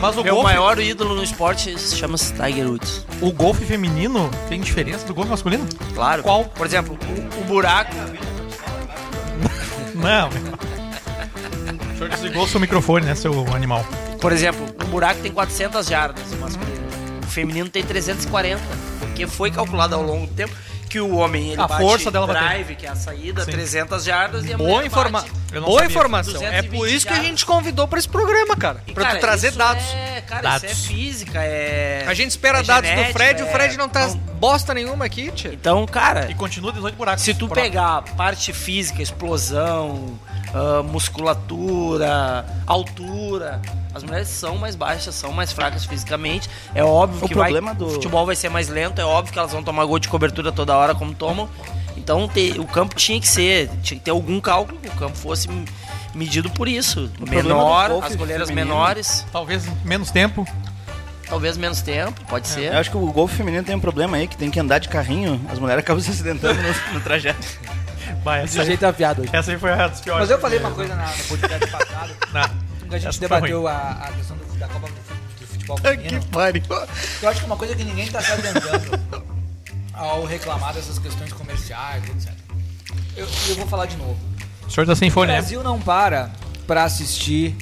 Mas o
Meu
golfe-
maior ídolo no esporte se chama Tiger Woods.
O golfe feminino tem diferença do golfe masculino?
Claro.
Qual?
Por exemplo, o, o buraco.
Não. O senhor desligou o seu microfone, né, seu animal?
Por exemplo, o buraco tem 400 jardas, o masculino. O feminino tem 340. Porque foi calculado ao longo do tempo que o homem ele
A
bate
força dela bater.
drive, que é a saída,
Sim.
300 jardas e a
Boa,
mulher
informa
bate
boa informação. É
220
por isso que a
jardas.
gente convidou pra esse programa, cara.
E,
pra
cara,
tu trazer
isso
dados.
É, cara,
Dados.
isso é física, é.
A gente espera
é
dados do
genética,
Fred, o
é-
Fred não tá bosta nenhuma aqui, tia.
Então, cara.
E continua 18 buracos.
Se tu
Buraco.
pegar a parte física, explosão, ah, musculatura, altura, as mulheres são mais baixas, são mais fracas fisicamente. É óbvio
O
que vai-
problema do-
o futebol vai ser mais lento, é óbvio que elas vão tomar gol de cobertura toda hora como tomam. Então te- o campo tinha que ser, tinha que ter algum cálculo que o campo fosse m- medido por isso.
problema do
Menor,
golfe
as goleiras
feminino-
menores,
Talvez menos tempo.
talvez menos tempo, pode ser.
É. Eu acho que o golfe feminino tem um problema aí, que tem que andar de carrinho, as mulheres acabam se acidentando no, no trajeto.
Vai,
Esse jeito é piada hoje.
Essa aí foi a dos piores.
Mas eu falei uma coisa na, no podcast passado, que a gente
essa foi
debateu
ruim.
a, a questão do- da Copa do, do Futebol
Ah,
Feminino.
que pariu.
Eu acho que uma coisa que ninguém tá se atentando ao reclamar dessas questões comerciais, etc. Eu, eu vou falar de novo.
O senhor tá sem
O
fone, né?
Brasil não para pra assistir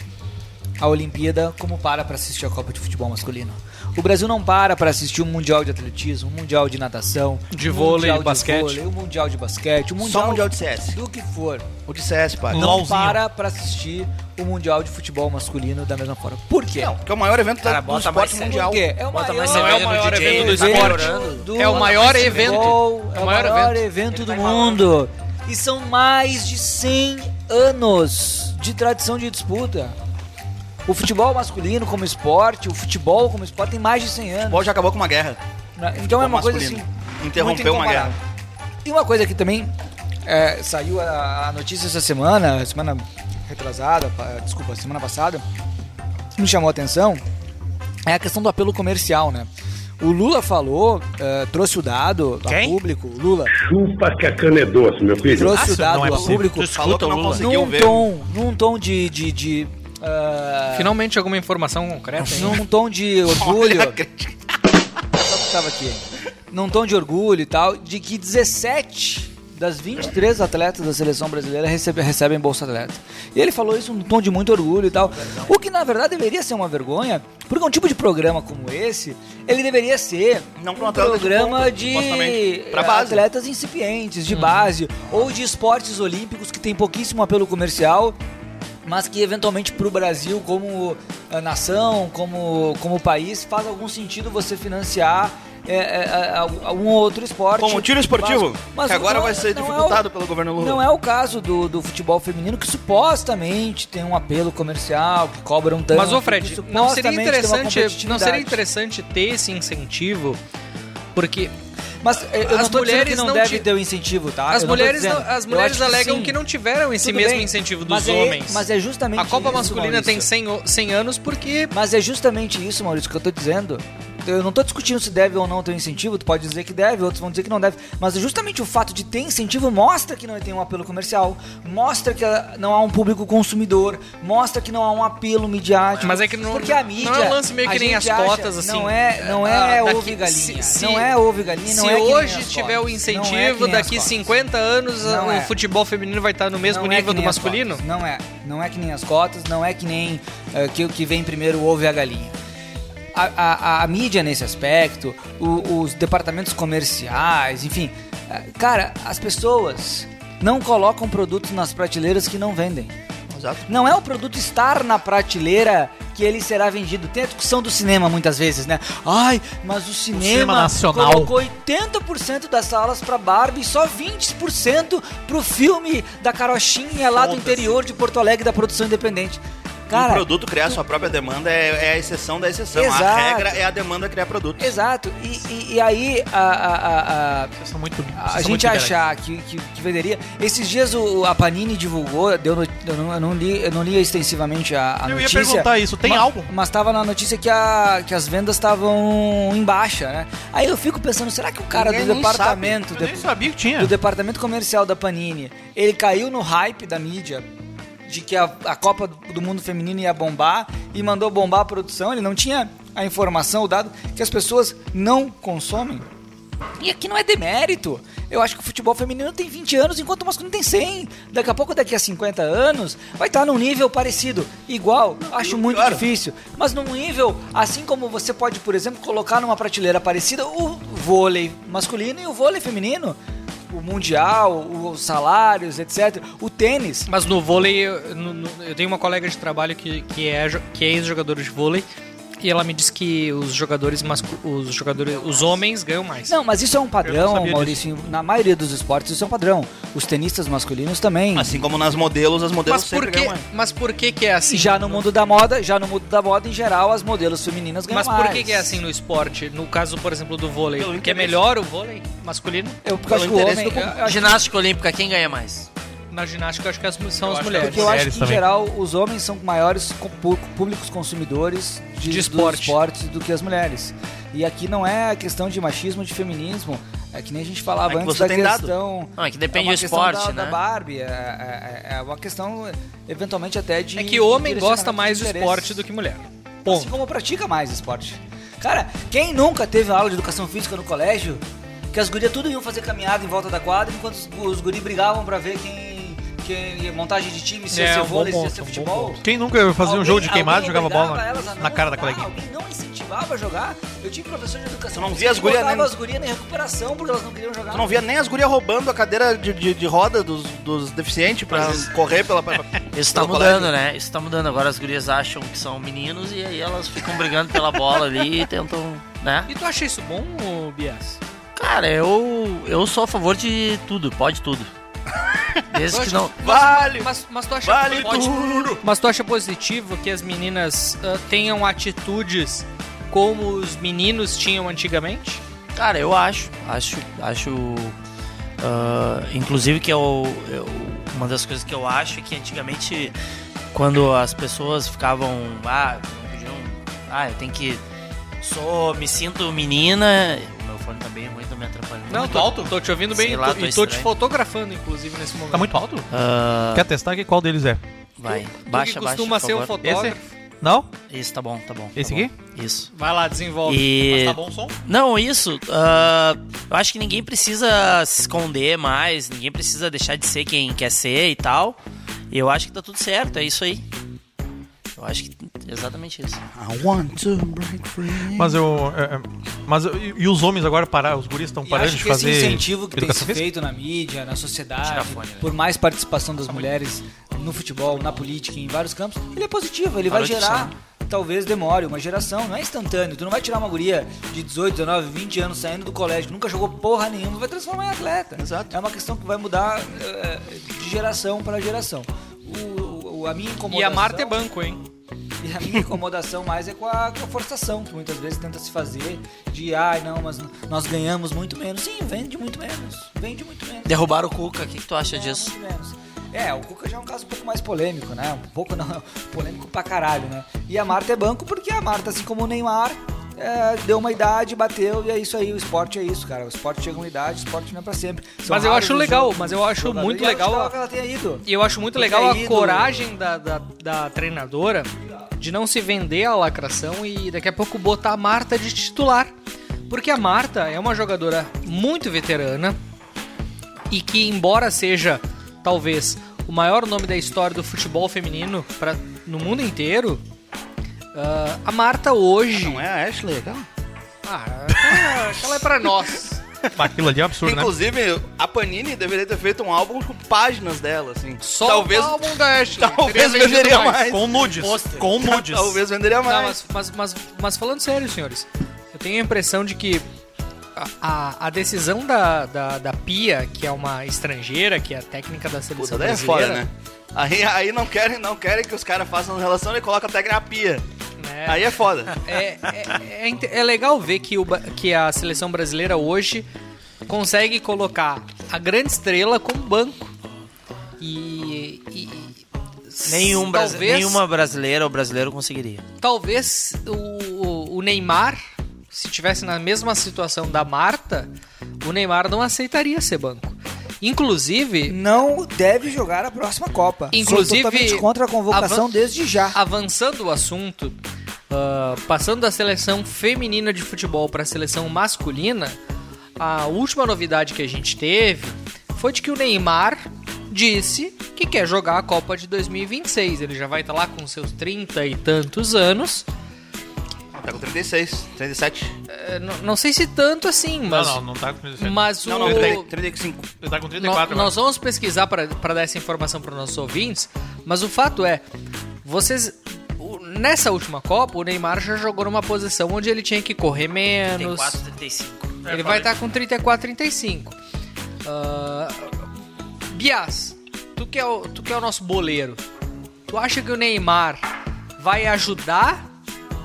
a Olimpíada como para pra assistir a Copa de Futebol Masculino. O Brasil não para pra assistir o Mundial de Atletismo, o Mundial de Natação,
De
o
vôlei,
mundial de
basquete.
vôlei, o Mundial de Basquete, o Mundial,
Só o Mundial de CS.
do que for.
O de CS, pá. Então,
Não para pra assistir o Mundial de Futebol Masculino da mesma forma. Por quê?
Não, porque é o maior evento da,
Cara,
do
bota
esporte
mais
mundial.
Por quê? É o
Bota
maior,
mais cerveja
é o
no
maior
DJ,
evento do
tá
esporte.
melhorando.
do-
É o maior evento.
futebol, É o maior, evento, do
Ele vai falando.
mundo. E são mais de 100 anos de tradição de disputa. O futebol masculino como esporte, o futebol como esporte tem mais de 100
O
anos.
futebol já acabou com uma guerra.
Na- Então é uma coisa assim.
masculino. Interrompeu uma guerra.
E uma coisa que também é, saiu a, a notícia essa semana, semana retrasada, pa- desculpa, semana passada, que me chamou a atenção é a questão do apelo comercial, né? O Lula falou, eh, trouxe o dado a público, o Lula
Chupa que a cana é doce, meu filho.
trouxe o
é
dado a público
Falou que não conseguiu
num
ver.
tom, num tom de, de, de ah,
Finalmente alguma informação concreta, hein?
num tom de orgulho. Só que tava aqui. Num tom de orgulho e tal, de que 17 das 23 atletas da seleção brasileira recebe- recebem Bolsa Atleta. E ele falou isso num tom de muito orgulho e tal. O que na verdade deveria ser uma vergonha, porque um tipo de programa como esse, ele deveria ser
pra um
um
atleta de
programa
ponta,
de,
supostamente, pra base. Uhum.
atletas incipientes, de base, ou de esportes olímpicos que tem pouquíssimo apelo comercial mas que eventualmente para o Brasil
eh,
como ah, nação, como, como país, faz algum sentido você financiar
é, é, a- a- um ou outro esporte.
Como o tiro esportivo, que agora
não é-
vai ser
não é o-
dificultado pelo governo Lula.
Não é o caso do, do futebol feminino, que supostamente tem um apelo comercial, que cobra um tanto.
Mas, ô
que
Fred, não seria,
supostamente tem uma
interessante, não
competitividade.
seria interessante ter esse incentivo? Porque
Mas eh, eu
as
não tô dizendo
mulheres
que não,
não
deve
ti-
ter o incentivo, tá?
as
Eu não tô
mulheres,
dizendo.
não- as
Eu
mulheres
acho que
alegam
sim.
que não tiveram esse
Tudo
mesmo
bem,
incentivo dos
mas é-
homens.
mas é justamente
A Copa
isso,
Masculina tem
Maurício.
100, o- 100 anos porque...
Mas é justamente isso, Maurício, que eu tô dizendo. Então, Eu não tô discutindo se deve ou não ter um incentivo, tu pode dizer que deve, outros vão dizer que não deve. Mas é justamente o fato de ter incentivo mostra que não tem um apelo comercial, mostra que ah, não há um público consumidor, mostra que não há um apelo midiático.
Mas é que não,
Porque a mídia,
não é um lance meio
a
que nem as
gente acha-
cotas, assim.
Não é, não é
Ah, daqui-
ovo e galinha.
se-
não é ovo e galinha, não
se
é que nem
hoje
as
tiver
cotas.
o
Não é que
incentivo,
nem as
daqui
cotas.
50 anos
Não
o
é.
futebol feminino vai estar no mesmo
Não é
nível
que
do
nem as
masculino?
cotas. Não é. Não é que nem as cotas, não é que nem eh, que o que vem primeiro o ovo e a galinha. A, a- a- a mídia nesse aspecto, o- os departamentos comerciais, enfim. eh, Cara, as pessoas não colocam produtos nas prateleiras que não vendem.
Exato.
Não é o produto estar na prateleira que ele será vendido. Tem a discussão do cinema muitas vezes, né? Ai, mas o cinema,
cinema nacional.
colocou 80% das salas pra Barbie e só 20% pro filme da carochinha lá do interior de Porto Alegre da produção independente.
o
Cara,
Um produto criar sua própria demanda é, é a exceção da exceção. A
Exato.
regra é a demanda criar produto.
exato. E, e- e aí a, a- a- a-
Vocês são muito.
a
vocês são muito
gente
liberais.
achar que, que, que venderia. Esses dias o, a Panini divulgou, deu no- eu, não, eu não li, eu não li extensivamente a, a
Eu ia
notícia.
perguntar isso, tem
ma-
álbum?
Mas tava na notícia que, a, que as vendas estavam em baixa, né? Aí eu fico pensando, será que o cara
Ninguém
do
nem sabe.
departamento.
Eu nem sabia que tinha.
do departamento comercial da Panini, ele caiu no hype da mídia de que a, a Copa do Mundo Feminino ia bombar e mandou bombar a produção. Ele não tinha a informação, o dado que as pessoas não consomem. E aqui não é demérito. Eu acho que o futebol feminino tem 20 anos, enquanto o masculino tem 100. Daqui a pouco, daqui a 50 anos, vai estar num nível parecido. Igual, acho muito difícil. Mas num nível, assim como você pode, por exemplo, colocar numa prateleira parecida o vôlei masculino e o vôlei feminino. O mundial, os salários, etc. O tênis.
Mas no vôlei, eu, no- no- eu tenho uma colega de trabalho que, que é, jo- que é ex-jogadora de vôlei e ela me disse que os jogadores, mascu- os jogadores, os homens ganham mais.
Não, mas isso é um
Eu não
padrão,
sabia
Maurício. Na maioria dos esportes, isso é um padrão. Os tenistas masculinos também.
Assim como nas modelos, as modelos
Mas por
sempre
que,
ganham mais.
mas por que que é assim?
Já no mundo da moda, já no mundo da moda, em geral, as modelos femininas ganham
Mas
mais.
por que que é assim no esporte? No caso, por exemplo, do vôlei,
Pelo
que é
interesse.
melhor o vôlei masculino?
Eu, porque eu acho que o homem... eu acho-
Ginástica olímpica, quem ganha mais?
Na ginástica, eu acho que as- são
Eu
as
acho
mulheres.
Porque eu acho que, em
também.
geral, os homens são maiores co- pu- públicos consumidores
De
de, dos
esporte.
esportes do que as mulheres. E aqui não é questão de machismo, de feminismo. É que nem a gente falava
É que
antes
você
da
tem dado.
questão...
Não, é que depende
uma
do
questão
esporte,
da, da
né?
Barbie. É, é- é uma questão, eventualmente, até de...
É que homem
de
gosta
direcionamento
mais
de
do
interesses.
esporte do que mulher. Ponto.
Assim como pratica mais esporte. Cara, quem nunca teve aula de educação física no colégio? Que as gurias tudo iam fazer caminhada em volta da quadra, enquanto os, os guris brigavam pra ver quem. quem ia montagem de time, se ia
É,
ser
um bom
vôlei, se ia
ponto,
ser
um bom
futebol.
Quem nunca fazia um
Alguém-
jogo de queimado,
alguém
jogava
obrigava
bola
elas né?
na,
a não
na cara da
jogar,
coleguinha?
Alguém não incentivava a jogar. Eu tive professor de educação.
Tu não
física
via as
que
gurias
botava
nem-
as gurias na recuperação porque elas não queriam jogar.
Tu não via nem as gurias roubando a cadeira de, de, de roda dos, dos deficientes pra correr pela... pela
Isso tá
pelo
mudando,
colégio.
né? Isso tá mudando. Agora as gurias acham que são meninos e aí elas ficam brigando pela bola ali e tentam, né?
E tu acha isso bom, ô, Bias?
Cara, eu, eu sou a favor de tudo, pode tudo. Desde que não.
Vale!
Mas, mas tu acha
Vale
pode-
tudo!
Mas tu acha positivo que as meninas ah, tenham atitudes como os meninos tinham antigamente?
Cara, eu acho. Acho. acho ah, inclusive que eu, eu- Uma das coisas que eu acho é que antigamente, quando as pessoas ficavam. Ah, não podiam, ah eu tenho que. Sou. Me sinto menina. O meu fone tá bem ruim, tá me atrapalhando.
Não,
muito.
tô, alto. tô te ouvindo bem
Sei
e
lá,
tô,
tô
e tô te
estranho.
fotografando, inclusive, nesse momento.
Tá muito alto?
Ah.
Quer testar aqui qual deles é?
Vai,
Tu
baixa,
que
baixa.
costuma
por
ser um
favor.
fotógrafo.
Não?
Esse tá bom, tá bom. tá
Esse
bom.
aqui?
Isso.
Vai lá, desenvolve. Mas
E-
tá bom o som?
Não, isso. ah, eu acho que ninguém precisa se esconder mais, ninguém precisa deixar de ser quem quer ser e tal. E eu acho que tá tudo certo, é isso aí. Eu acho que é exatamente isso.
I want to break free.
Mas eu. é, é, mas eu- e, e os homens agora pararam? Os guris estão
E
parando
acho
de
que
fazer.
esse incentivo que tem
educação
se
física?
feito na mídia, na sociedade,
Tira fone, né?
por mais participação das mulheres no futebol, na política, em vários campos, ele é positivo, ele vai
Parou de
gerar talvez demore uma geração, não é instantâneo. Tu não vai tirar uma guria de 18, 19, 20 anos saindo do colégio, nunca jogou porra nenhuma, vai transformar em atleta. Exato. É uma questão que vai mudar eh, de geração para geração. O, o- a minha
E
incomodação.
a Marta é banco, hein?
E a minha incomodação mais é com a, com a forçação que muitas vezes tenta se fazer de ai não, mas nós ganhamos muito menos. Sim, vende muito menos. Vende muito menos.
Derrubaram o Cuca, o que, que tu acha disso?
É, o Cuca já é um caso um pouco mais polêmico, né? Um pouco não, polêmico pra caralho, né? E a Marta é banco porque a Marta, assim como o Neymar, é, deu uma idade, bateu e é isso aí. O esporte é isso, cara. O esporte chega uma idade, o esporte não é pra sempre.
Mas eu
raros
acho
os
legal,
outros
mas eu acho
jogadores.
muito
E ela
legal
jogava
a-
que ela tenha ido.
E eu acho muito
Porque
legal
é
a
ídolo.
coragem da, da, da treinadora de não se vender à lacração e daqui a pouco botar a Marta de titular. Porque a Marta é uma jogadora muito veterana e que, embora seja talvez o maior nome da história do futebol feminino pra, no mundo inteiro, ah, a Marta hoje. Não
é a Ashley, aquela?
Ah, aquela- aquela é pra nós.
Aquilo ali é um absurdo, né?
Inclusive, a Panini deveria ter feito um álbum com páginas dela, assim.
Só
talvez,
o álbum da Ashley.
Talvez
Teria vendido
venderia mais.
Com nudes.
Pôster.
Com nudes.
Talvez venderia mais.
Não, mas, mas, mas, mas falando sério, senhores, eu tenho a impressão de que a, a, a decisão da, da, da Pia, que é uma estrangeira, que é a técnica da
Puta,
seleção
daí é
brasileira,
foda, né? Aí, aí não, querem, não querem que os caras façam relação e colocam até grapia. Aí é foda.
né? É, é, é inte- é legal ver que, o, ba- que a seleção brasileira hoje consegue colocar a grande estrela como banco. E. e- e-
Nenhum brasi-
talvez-
Nenhuma brasileira ou brasileiro conseguiria.
talvez o- o, o Neymar, se tivesse na mesma situação da Marta, o Neymar não aceitaria ser banco. Inclusive.
Não deve jogar a próxima Copa.
Inclusive.
Sou totalmente contra a convocação
avan-
desde já.
Avançando o assunto, ah, passando da seleção feminina de futebol para a seleção masculina, a última novidade que a gente teve foi de que o Neymar disse que quer jogar a Copa de 2026. Ele já vai estar lá com seus 30 e tantos anos.
Tá com 36, 37.
É, não, não sei se tanto assim, mas.
Não, não, não tá com 37.
Mas
Não,
o.
não, 30,
35.
Ele tá com 34
Nó-
agora.
Nós vamos pesquisar para dar essa informação para os nossos ouvintes, mas o fato é, vocês. o- Nessa última Copa, o Neymar já jogou numa posição onde ele tinha que correr menos.
34, 35.
Ele vai estar com 34, 35. Ah, Bias, tu que, é o, tu que é o nosso boleiro, tu acha que o Neymar vai ajudar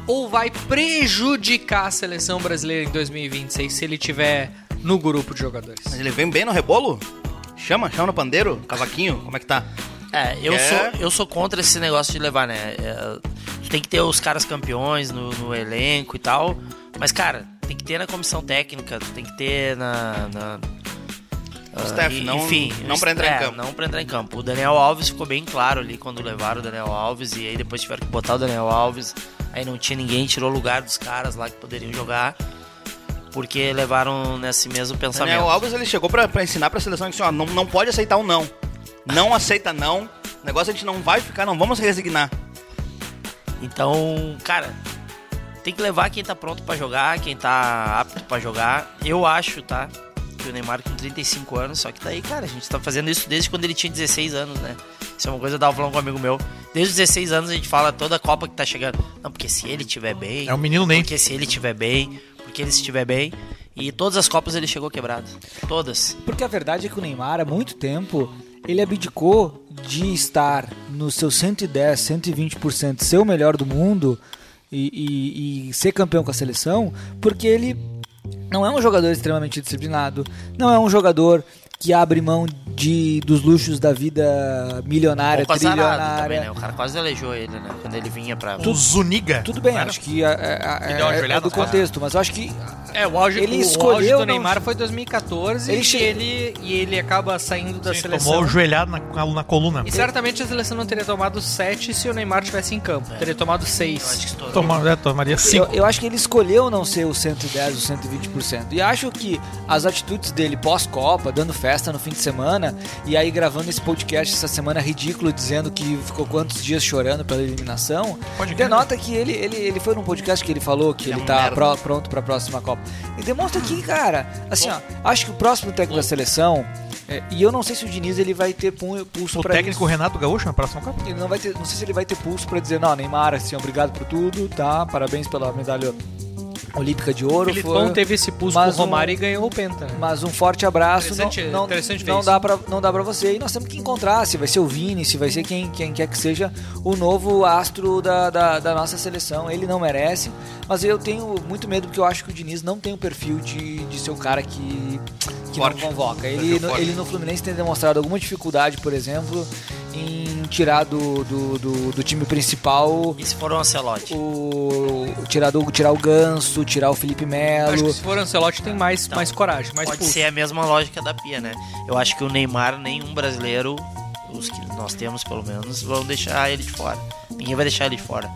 ou vai prejudicar a seleção brasileira em 2026 se ele tiver no grupo de jogadores?
Mas ele vem bem no rebolo? Chama, chama no pandeiro? Cavaquinho? Como é que tá?
É, eu,
É.
Sou, eu sou contra esse negócio de levar, né? É, tu tem que ter os caras campeões no, no elenco e tal. Mas, cara, tem que ter na comissão técnica, tu tem que ter na. na ah,
staff,
e-
não-
enfim,
não pra entrar em
é,
campo.
Não pra entrar em campo. O Daniel Alves ficou bem claro ali quando levaram o Daniel Alves e aí depois tiveram que botar o Daniel Alves. Aí não tinha ninguém, tirou o lugar dos caras lá que poderiam jogar. Porque levaram nesse mesmo pensamento.
Daniel Alves ele chegou pra, pra ensinar pra seleção que assim, ó, não, não pode aceitar o não. Não aceita não. O negócio é a gente não vai ficar, não vamos resignar.
Então, cara, tem que levar quem tá pronto pra jogar, quem tá apto pra jogar. Eu acho, tá? Que o Neymar com 35 anos, só que daí, cara, a gente tá fazendo isso desde quando ele tinha 16 anos, né? Isso é uma coisa da falando com um amigo meu. Desde os 16 anos a gente fala toda a Copa que tá chegando. Não, porque se ele tiver bem.
É um menino nem.
Porque se ele tiver bem, porque ele estiver bem. E todas as Copas ele chegou quebrado. Todas.
Porque a verdade é que o Neymar, há muito tempo, ele abdicou de estar no seu 110, 120%, ser o melhor do mundo e, e- e ser campeão com a seleção, porque ele não é um jogador extremamente disciplinado, não é um jogador que abre mão de, dos luxos da vida milionária,
Pouco azarado
trilionária.
também, né? O cara quase alejou ele, né? Quando ele vinha pra.
Tudo-
Zuniga.
Tudo bem, acho que é, é-
Ele deu uma
é- é
ajoelhada
do
na cara.
contexto, mas eu acho que
É, o auge,
Ele
o
escolheu
auge do
não-
Neymar foi 2014
Ele
e,
che-
ele, e ele acaba saindo da
Tomou
seleção.
o joelhado na, na coluna.
é
E certamente a seleção não teria tomado 7 se o Neymar tivesse em campo.
É.
Teria tomado 6.
Toma, é, tomaria
Eu,
5.
eu acho que ele escolheu não ser o 110 ou 120%. E acho que as atitudes dele pós-Copa, dando festa no fim de semana, e aí gravando esse podcast essa semana ridículo, dizendo que ficou quantos dias chorando pela eliminação, denota que ele, ele, ele foi num podcast que ele falou que ele,
é um
tá
merda.
pro- pronto pra próxima Copa. E demonstra que, cara, assim, ó, acho que o próximo técnico da seleção É, e eu não sei se o Diniz ele vai ter pu- pulso
O
pra
técnico
isso.
Renato Gaúcho na próxima Copa?
Ele não vai ter, não sei se ele vai ter pulso pra dizer, não, Neymar, assim, obrigado por tudo, tá? Parabéns pela medalha olímpica de ouro.
Filipão
foi-
teve esse pulso com o
mas
Romário
um-
e ganhou o Penta. né?
Mas um forte abraço.
Interessante-
não, não,
interessante ver
não
isso.
dá pra, não dá pra você. E nós temos que encontrar se vai ser o Vini, se vai ser quem, quem quer que seja o novo astro da, da, da nossa seleção. Ele não merece. Mas eu tenho muito medo porque eu acho que o Diniz não tem o perfil de, de ser o cara que, que não
Forte.
convoca. Ele,
Perfil
no-
forte.
ele no Fluminense tem demonstrado alguma dificuldade, por exemplo, em tirar do, do, do, do time principal.
E se for o Ancelotti?
O, tirar, do, tirar o Ganso, tirar o Felipe Melo.
Acho que se for Ancelotti tem mais, mais coragem, mais
Pode
pulso.
tipo,
ser a mesma lógica da Pia, né? Eu acho que o Neymar, nenhum brasileiro, os que nós temos pelo menos, vão deixar ele de fora. Ninguém vai deixar ele de fora.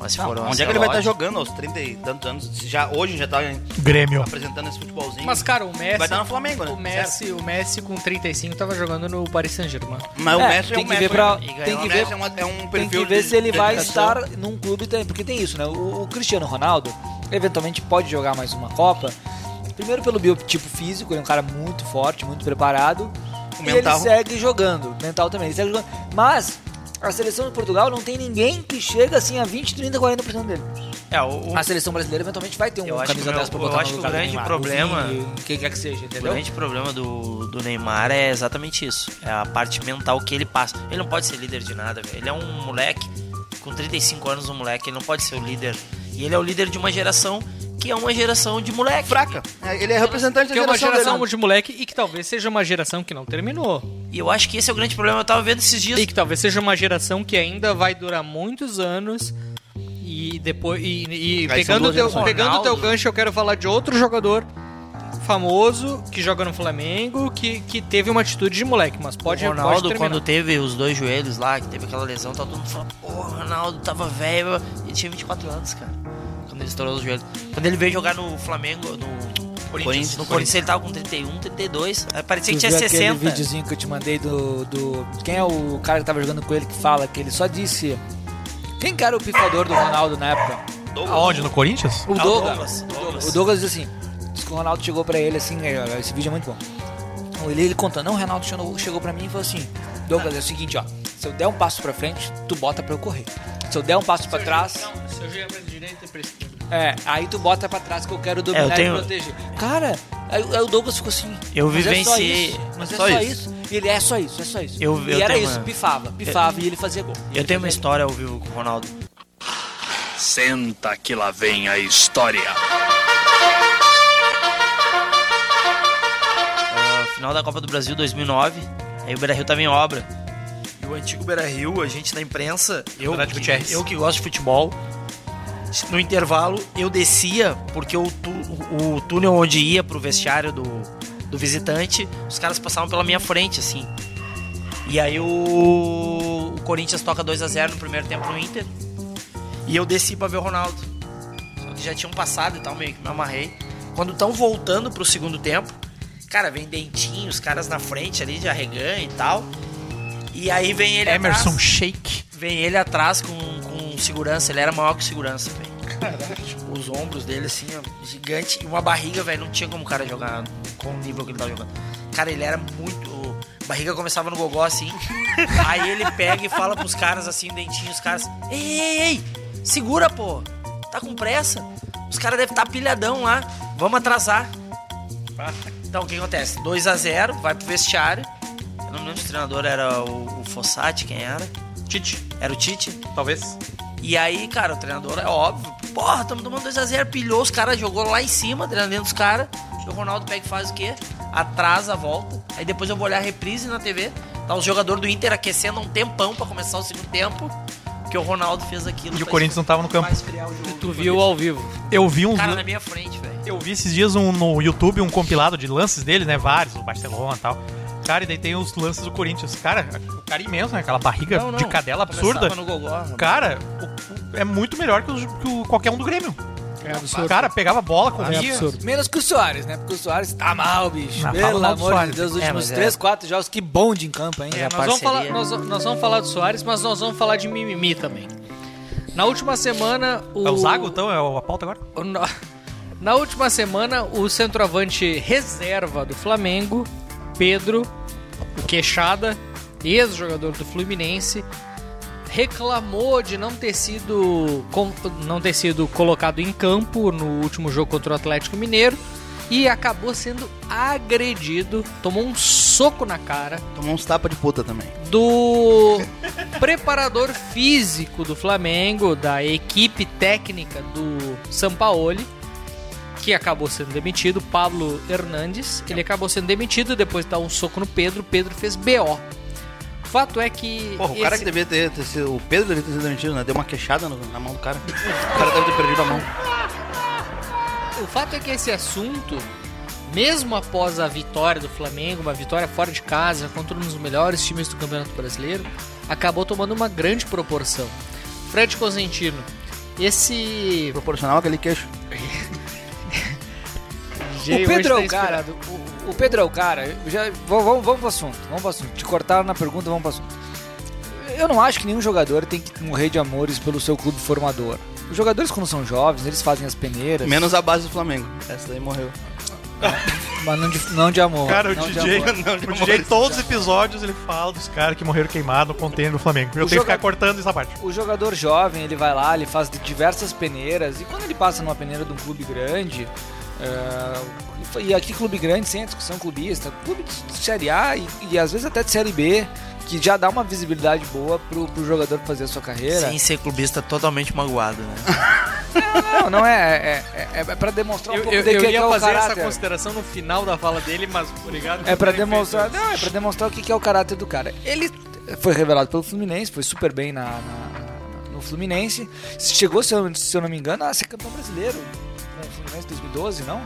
Mas se
Não,
for o
onde é que ele vai estar
Ancelotti-
jogando aos 30 e tantos anos? Se Já, hoje já tá em-
Grêmio.
apresentando esse futebolzinho.
Mas, cara, o Messi.
Vai estar no Flamengo, né?
O Messi, o Messi com 35 tava jogando no Paris Saint-Germain.
Mas o Messi é
tem
o
que
Messi.
ver pra,
E ganhar
tem
o
que
Messi
ver,
é uma- é um
tem que
perfil
ver
de-
se ele
de
vai
dedicação.
estar num clube também, porque tem isso, né? O, o Cristiano Ronaldo eventualmente pode jogar mais uma Copa. Primeiro pelo biotipo físico, ele é um cara muito forte, muito preparado.
O
E ele
mental.
segue jogando, mental também, ele segue jogando. Mas a seleção de Portugal não tem ninguém que chega assim a 20, 30, 40% dele.
É, o,
Assim,
A seleção brasileira eventualmente vai ter um
Eu acho que é
camisa
o
10 pra
meu- eu
botar no
acho que o
lugar do
grande
Neymar,
problema-
Vini, Quem quer que seja,
O
entendeu?
grande problema do, do Neymar é exatamente isso. É a parte mental que ele passa. Ele não pode ser líder de nada, velho. Ele é um moleque, com 35 anos um moleque, ele não pode ser o líder. E ele é o líder de uma geração que é uma geração de moleque.
Fraca. Ele é representante da
Que é uma
geração
geração
dele.
de moleque e que talvez seja uma geração que não terminou.
E eu acho que esse é o grande problema. Eu tava vendo esses dias.
E que talvez seja uma geração que ainda vai durar muitos anos. E depois. E, e
Aí são
pegando o
duas
teu,
gerações.
pegando o teu
Ronaldo.
gancho, eu quero falar de outro jogador famoso que joga no Flamengo, que, que teve uma atitude de moleque, mas Tipo, pode,
o
pode
Ronaldo,
terminar.
quando teve os dois joelhos lá, que teve aquela lesão, tá todo mundo falando, pô, o Ronaldo tava velho. Ele tinha 24 anos, cara. Quando ele estourou os joelhos. Quando ele veio jogar no Flamengo, no.
Corinthians.
No Corinthians ele tava com 31, 32. Aí parecia
Tu
que tinha
viu aquele
60.
videozinho que eu te mandei do, do. Quem é o cara que tava jogando com ele que fala que ele só disse. Quem que era o pifador do Ronaldo na época?
Aonde? No Corinthians?
O
Ah,
Douglas.
Douglas, Douglas.
O Douglas disse assim: disse que o Ronaldo chegou pra ele assim, é, esse vídeo é muito bom. Ele, ele conta, não, o Ronaldo chegou, chegou pra mim e falou assim: Douglas, é o seguinte, ó. Se eu der um passo pra frente, tu bota pra eu correr. Se eu der um passo pra trás.
Se eu jogar pra direita, pra esquerda.
É, aí tu bota pra trás que eu quero dominar
É, eu tenho-
e proteger. Cara, aí, aí o Douglas ficou assim.
Eu
"Mas é só
vivenciei-
isso, Mas é
só
só,
isso."
isso. E ele é só isso, é só isso.
Eu-
e
eu
era
tenho
isso,
uma-
pifava, pifava e ele fazia gol.
Eu tenho uma história ao vivo com o Ronaldo.
Senta que lá vem a história.
Ah, final da Copa do Brasil 2009. Aí o Beira Rio tava em obra. E o antigo Beira Rio, a gente na imprensa, eu,
Andrade Gutierrez.
que, eu que gosto de futebol, no intervalo eu descia, porque o, tu- o- o túnel onde ia pro vestiário do, do visitante, os caras passavam pela minha frente, assim. E aí o, o Corinthians toca 2 a 0 no primeiro tempo no Inter. E eu desci pra ver o Ronaldo. Só que já tinham passado e tal, meio que me amarrei. Quando estão voltando pro segundo tempo, cara, vem dentinho, os caras na frente ali de arreganha e tal. E aí vem ele
Emerson
atrás.
Shake.
Vem ele atrás com, com segurança, ele era maior que segurança, velho. Os ombros dele, assim, ó, gigante. E uma barriga, velho, não tinha como o cara jogar com o nível que ele tava jogando. Cara, ele era muito. A barriga começava no gogó, assim. Aí ele pega e fala pros caras, assim, dentinho, os caras. Ei, ei, ei, segura, pô. Tá com pressa? Os caras devem estar pilhadão lá. Vamos atrasar. Então, o que acontece? 2 a 0 vai pro vestiário. Eu não me lembro se o treinador era o, o Fossati, quem era? Tite. Era o Tite?
Talvez.
E aí, cara, o treinador é óbvio. Porra, tamo tomando 2x0, pilhou os caras, jogou lá em cima, treinando dentro dos caras. O Ronaldo pega e faz o quê? Atrasa a volta. Aí depois eu vou olhar a reprise na TV. Tá os jogadores do Inter aquecendo um tempão pra começar o segundo tempo. Que o Ronaldo fez aquilo.
E o
pra
Corinthians não tava no campo.
esfriar o jogo.
Tu viu né? ao vivo.
Eu vi uns.
Cara, na minha frente, velho.
Eu vi esses dias um, no YouTube um compilado de lances dele, né? Vários, o Barcelona e tal. Cara, e daí tem os lances do Corinthians. Cara, o cara é imenso, né? Aquela barriga
Não, não.
de cadela absurda.
Começava no gogó.
Cara, o- o- é muito melhor que, os- que o- qualquer um do Grêmio.
É absurdo.
Cara, pegava a bola, corria.
Menos que o Soares, né? Porque o Soares tá mal, bicho.
Ah, fala
Pelo
mal do
amor de
Suárez.
Deus, os
É,
últimos
mas é.
3, 4 jogos, que bonde em campo, hein?
É,
Nós vamos,
parceria.
falar, nós, nós vamos falar do Soares, mas nós vamos falar de mimimi também. Na última semana, o.
É o Zago, então? É a pauta agora?
o- na- Na última semana, o centroavante reserva do Flamengo Pedro, o Queixada, ex-jogador do Fluminense, reclamou de não ter sido com- não ter sido colocado em campo no último jogo contra o Atlético Mineiro e acabou sendo agredido, tomou um soco na cara.
Tomou uns tapas de puta também.
Do preparador físico do Flamengo, da equipe técnica do Sampaoli, que acabou sendo demitido, Pablo Hernandes. Ele acabou sendo demitido depois de dar um soco no Pedro. Pedro fez BO. Fato é que.
Porra, o cara
esse-
que devia ter, ter sido. O Pedro devia ter sido demitido, né? Deu uma queixada no- na mão do cara. O cara deve ter perdido a mão.
O fato é que esse assunto, mesmo após a vitória do Flamengo, uma vitória fora de casa contra um dos melhores times do Campeonato Brasileiro, acabou tomando uma grande proporção. Fred Cosentino, esse.
Proporcional aquele queixo.
O
tá
Pedro é o cara. do- o, o Pedro é o cara. Eu já- vou- vamos, vamos pro assunto. Vamos pro assunto. Te cortaram na pergunta, vamos pro assunto. Eu não acho que nenhum jogador tem que morrer de amores pelo seu clube formador. Os jogadores, quando são jovens, eles fazem as peneiras.
Menos a base do Flamengo. Essa daí morreu.
Mas não de, não de amor.
Cara, o
não de
DJ,
amor.
o DJ todos os episódios ele fala dos caras que morreram queimados no container do Flamengo. Eu
O
tenho
joga-
que ficar cortando essa parte.
O jogador jovem, ele vai lá, ele faz diversas peneiras, e quando ele passa numa peneira de um clube grande, eh, e aqui clube grande sem a discussão clubista, clube de de Série A e, e às vezes até de Série B, que já dá uma visibilidade boa pro, pro jogador fazer a sua carreira.
Sem ser clubista totalmente magoado, né?
Não, não é, é, é, é pra demonstrar um
Eu,
pouco
eu,
de
eu
que,
ia
é o
fazer essa
caráter.
consideração no final da fala dele, mas obrigado.
É
por
pra
terem
demonstrar,
feito isso.
não, é pra demonstrar o que que é o caráter do cara. Ele foi revelado pelo Fluminense, foi super bem na, na- na- no Fluminense. Chegou, se eu, se eu não me engano, a ser campeão brasileiro com o Fluminense em 2012, não?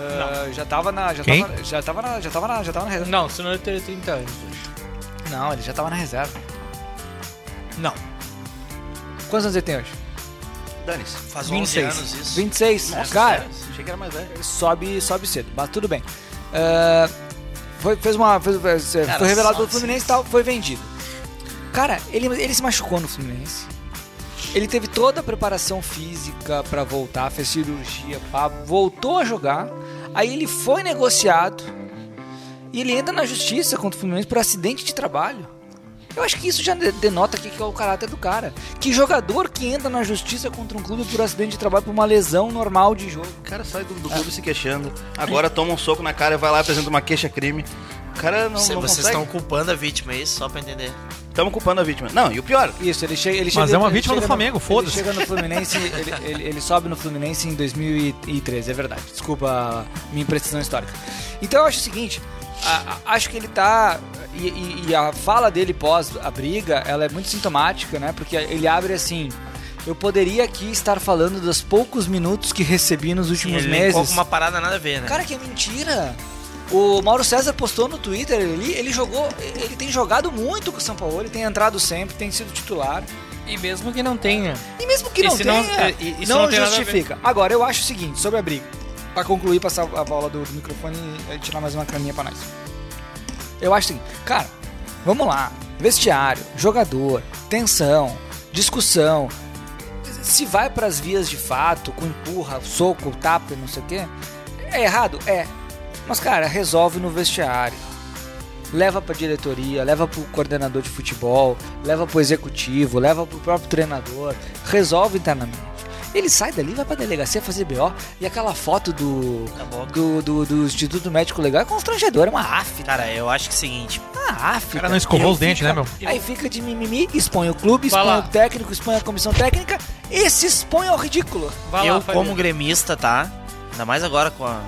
Ah, Já tava na. Já
Quem?
tava, já tava na. Já tava na. Já tava na reserva.
Não, senão ele teria 30 anos hoje.
Não, ele já tava na reserva.
Não.
Quantos anos ele tem hoje?
Dane-se.
Faz 11
26.
anos isso.
26.
Nossa,
cara,
sério? Achei que era mais velho.
sobe, sobe cedo, mas tudo bem. Ah, foi, fez uma, fez- fez-
Cara,
foi revelado pelo
sobe
Fluminense e tal, foi vendido. Cara, ele, ele se machucou no Fluminense. Ele teve toda a preparação física pra voltar, fez cirurgia, pá, voltou a jogar. Aí ele foi negociado e ele entra na justiça contra o Fluminense por acidente de trabalho. Eu acho que isso já de- denota o que que é o caráter do cara. Que jogador que entra na justiça contra um clube por acidente de trabalho, por uma lesão normal de jogo.
O cara sai do, do clube se queixando. Agora toma um soco na cara e vai lá e apresenta uma queixa-crime. O cara não,
Cê-
não
Vocês
consegue.
estão culpando a vítima, é isso? Só pra entender.
Estamos culpando a vítima. Não, e o pior.
Isso, ele chega. Ele
Mas é uma
ele
vítima do
chega
Flamengo,
no-
foda-se.
Ele chega no Fluminense, ele, ele- ele sobe no Fluminense em 2013, é verdade. Desculpa a minha imprecisão histórica. Então eu acho o seguinte, a- a- acho que ele tá. E, e- e a fala dele pós a briga, ela é muito sintomática, né? Porque ele abre assim. Eu poderia aqui estar falando dos poucos minutos que recebi nos últimos
Ele
meses.
limpou com uma parada nada a ver, né?
Cara, que é mentira! O Mauro César postou no Twitter ali, ele jogou, ele tem jogado muito com o São Paulo, ele tem entrado sempre, tem sido titular.
E mesmo que não tenha.
E mesmo que
E
não
se
tenha,
não- é,
não,
e- e- isso não tem nada a ver.
justifica. Agora, eu acho o seguinte, sobre a briga, pra concluir, passar a bola do, do microfone e eh, tirar mais uma caninha pra nós. Eu acho o seguinte, cara, vamos lá, vestiário, jogador, tensão, discussão, se vai pras vias de fato, com empurra, soco, tapa e não sei o quê, é errado? É. Mas, cara, resolve no vestiário. Leva pra diretoria, leva pro coordenador de futebol, leva pro executivo, leva pro próprio treinador. Resolve internamente. Ele sai dali, vai pra delegacia fazer BO. E aquela foto do, do, do, do Instituto Médico Legal é constrangedora, é uma AF.
Cara, eu acho que é o seguinte.
Ah, AF. O
cara não escovou os dentes, né, meu?
Aí fica de mimimi, expõe o clube, expõe o técnico, expõe a comissão técnica e se expõe ao ridículo.
eu, como gremista, tá? Ainda mais agora com a,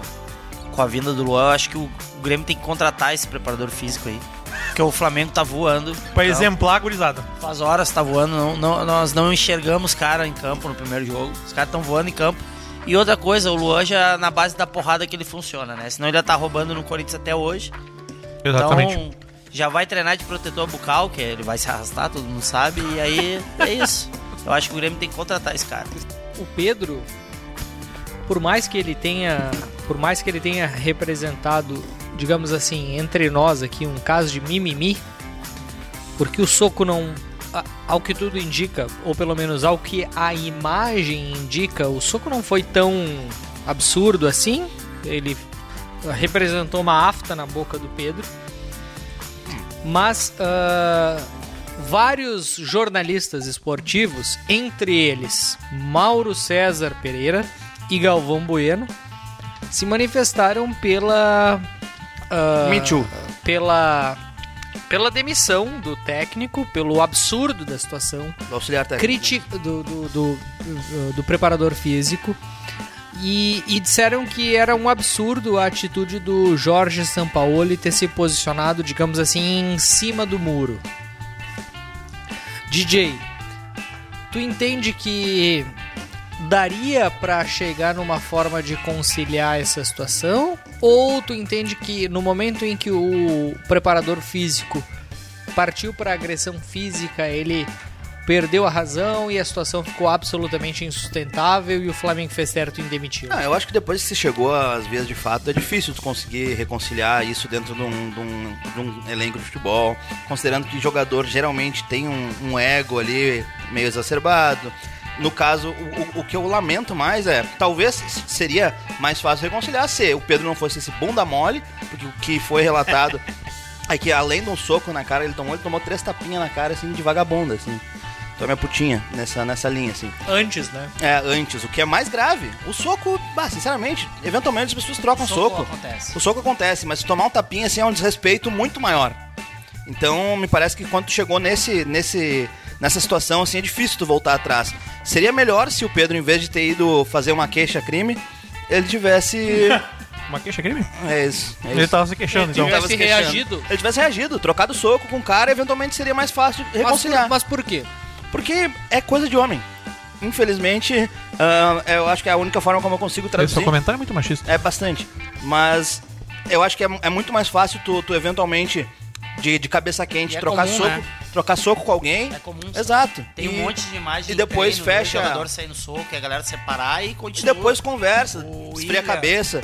com a vinda do Luan, eu acho que o, o Grêmio tem que contratar esse preparador físico aí. Porque o Flamengo tá voando.
Pra exemplar a gurizada.
Faz horas tá voando, não- não- nós não enxergamos cara em campo no primeiro jogo. Os caras estão voando em campo. E outra coisa, o Luan já na base da porrada que ele funciona, né? Senão ele já tá roubando no Corinthians até hoje.
Exatamente.
Então, já vai treinar de protetor bucal, que ele vai se arrastar, todo mundo sabe, e aí é isso. Eu acho que o Grêmio tem que contratar esse cara.
o Pedro, por mais que ele tenha, por mais que ele tenha representado, digamos assim, entre nós aqui um caso de mimimi, porque o soco não, a- ao que tudo indica, ou pelo menos ao que a imagem indica, o soco não foi tão absurdo assim. Ele representou uma afta na boca do Pedro. Mas ah, vários jornalistas esportivos, entre eles Mauro César Pereira e Galvão Bueno, se manifestaram pela. ah,
Me Too.
Pela. Pela demissão do técnico, pelo absurdo da situação.
Do auxiliar técnico.
Criti do, do, do, do- do preparador físico. E, e disseram que era um absurdo a atitude do Jorge Sampaoli ter se posicionado, digamos assim, em cima do muro. DJ, tu entende que daria pra chegar numa forma de conciliar essa situação? Ou tu entende que no momento em que o preparador físico partiu pra agressão física, ele perdeu a razão e a situação ficou absolutamente insustentável e o Flamengo fez certo em demitir?
Ah, eu acho que depois que você chegou às vias de fato, é difícil tu conseguir reconciliar isso dentro de um, de um- de um elenco de futebol, considerando que jogador geralmente tem um, um ego ali meio exacerbado. No caso, o, o- o que eu lamento mais é, talvez s- seria mais fácil reconciliar se o Pedro não fosse esse bunda mole, porque o que foi relatado é que além de um soco na cara que ele tomou, ele tomou três tapinhas na cara, assim, de vagabunda, assim. Então é minha putinha nessa, nessa linha, assim.
Antes, né?
É, antes, o que é mais grave. O soco, bah, sinceramente, eventualmente as pessoas trocam o soco.
Soco acontece.
O soco acontece, mas tomar um tapinha assim é um desrespeito muito maior. Então, me parece que quando tu chegou nesse, nesse, nessa situação, assim, é difícil tu voltar atrás. Seria melhor se o Pedro, em vez de ter ido fazer uma queixa-crime, ele tivesse...
Uma queixa-crime?
É isso. é
Ele
isso.
tava se queixando, Ele então.
tava
tivesse
se queixando.
reagido.
Ele tivesse reagido, trocado soco com o cara, eventualmente seria mais fácil reconciliar.
Mas por, quê?
Porque é coisa de homem. Infelizmente, ah, eu acho que é a única forma como eu consigo
Esse
traduzir.
seu comentário é muito machista.
É bastante. Mas eu acho que é, é muito mais fácil tu, tu eventualmente, de, de cabeça quente,
E é
trocar
comum,
soco.
né?
Trocar soco com alguém. É
comum.
Exato.
Tem um
E-
monte de imagem
E depois
do treino, do
fecha.
jogador saindo soco, e a galera separar e
E
continua.
depois conversa, esfria a
Willian.
cabeça.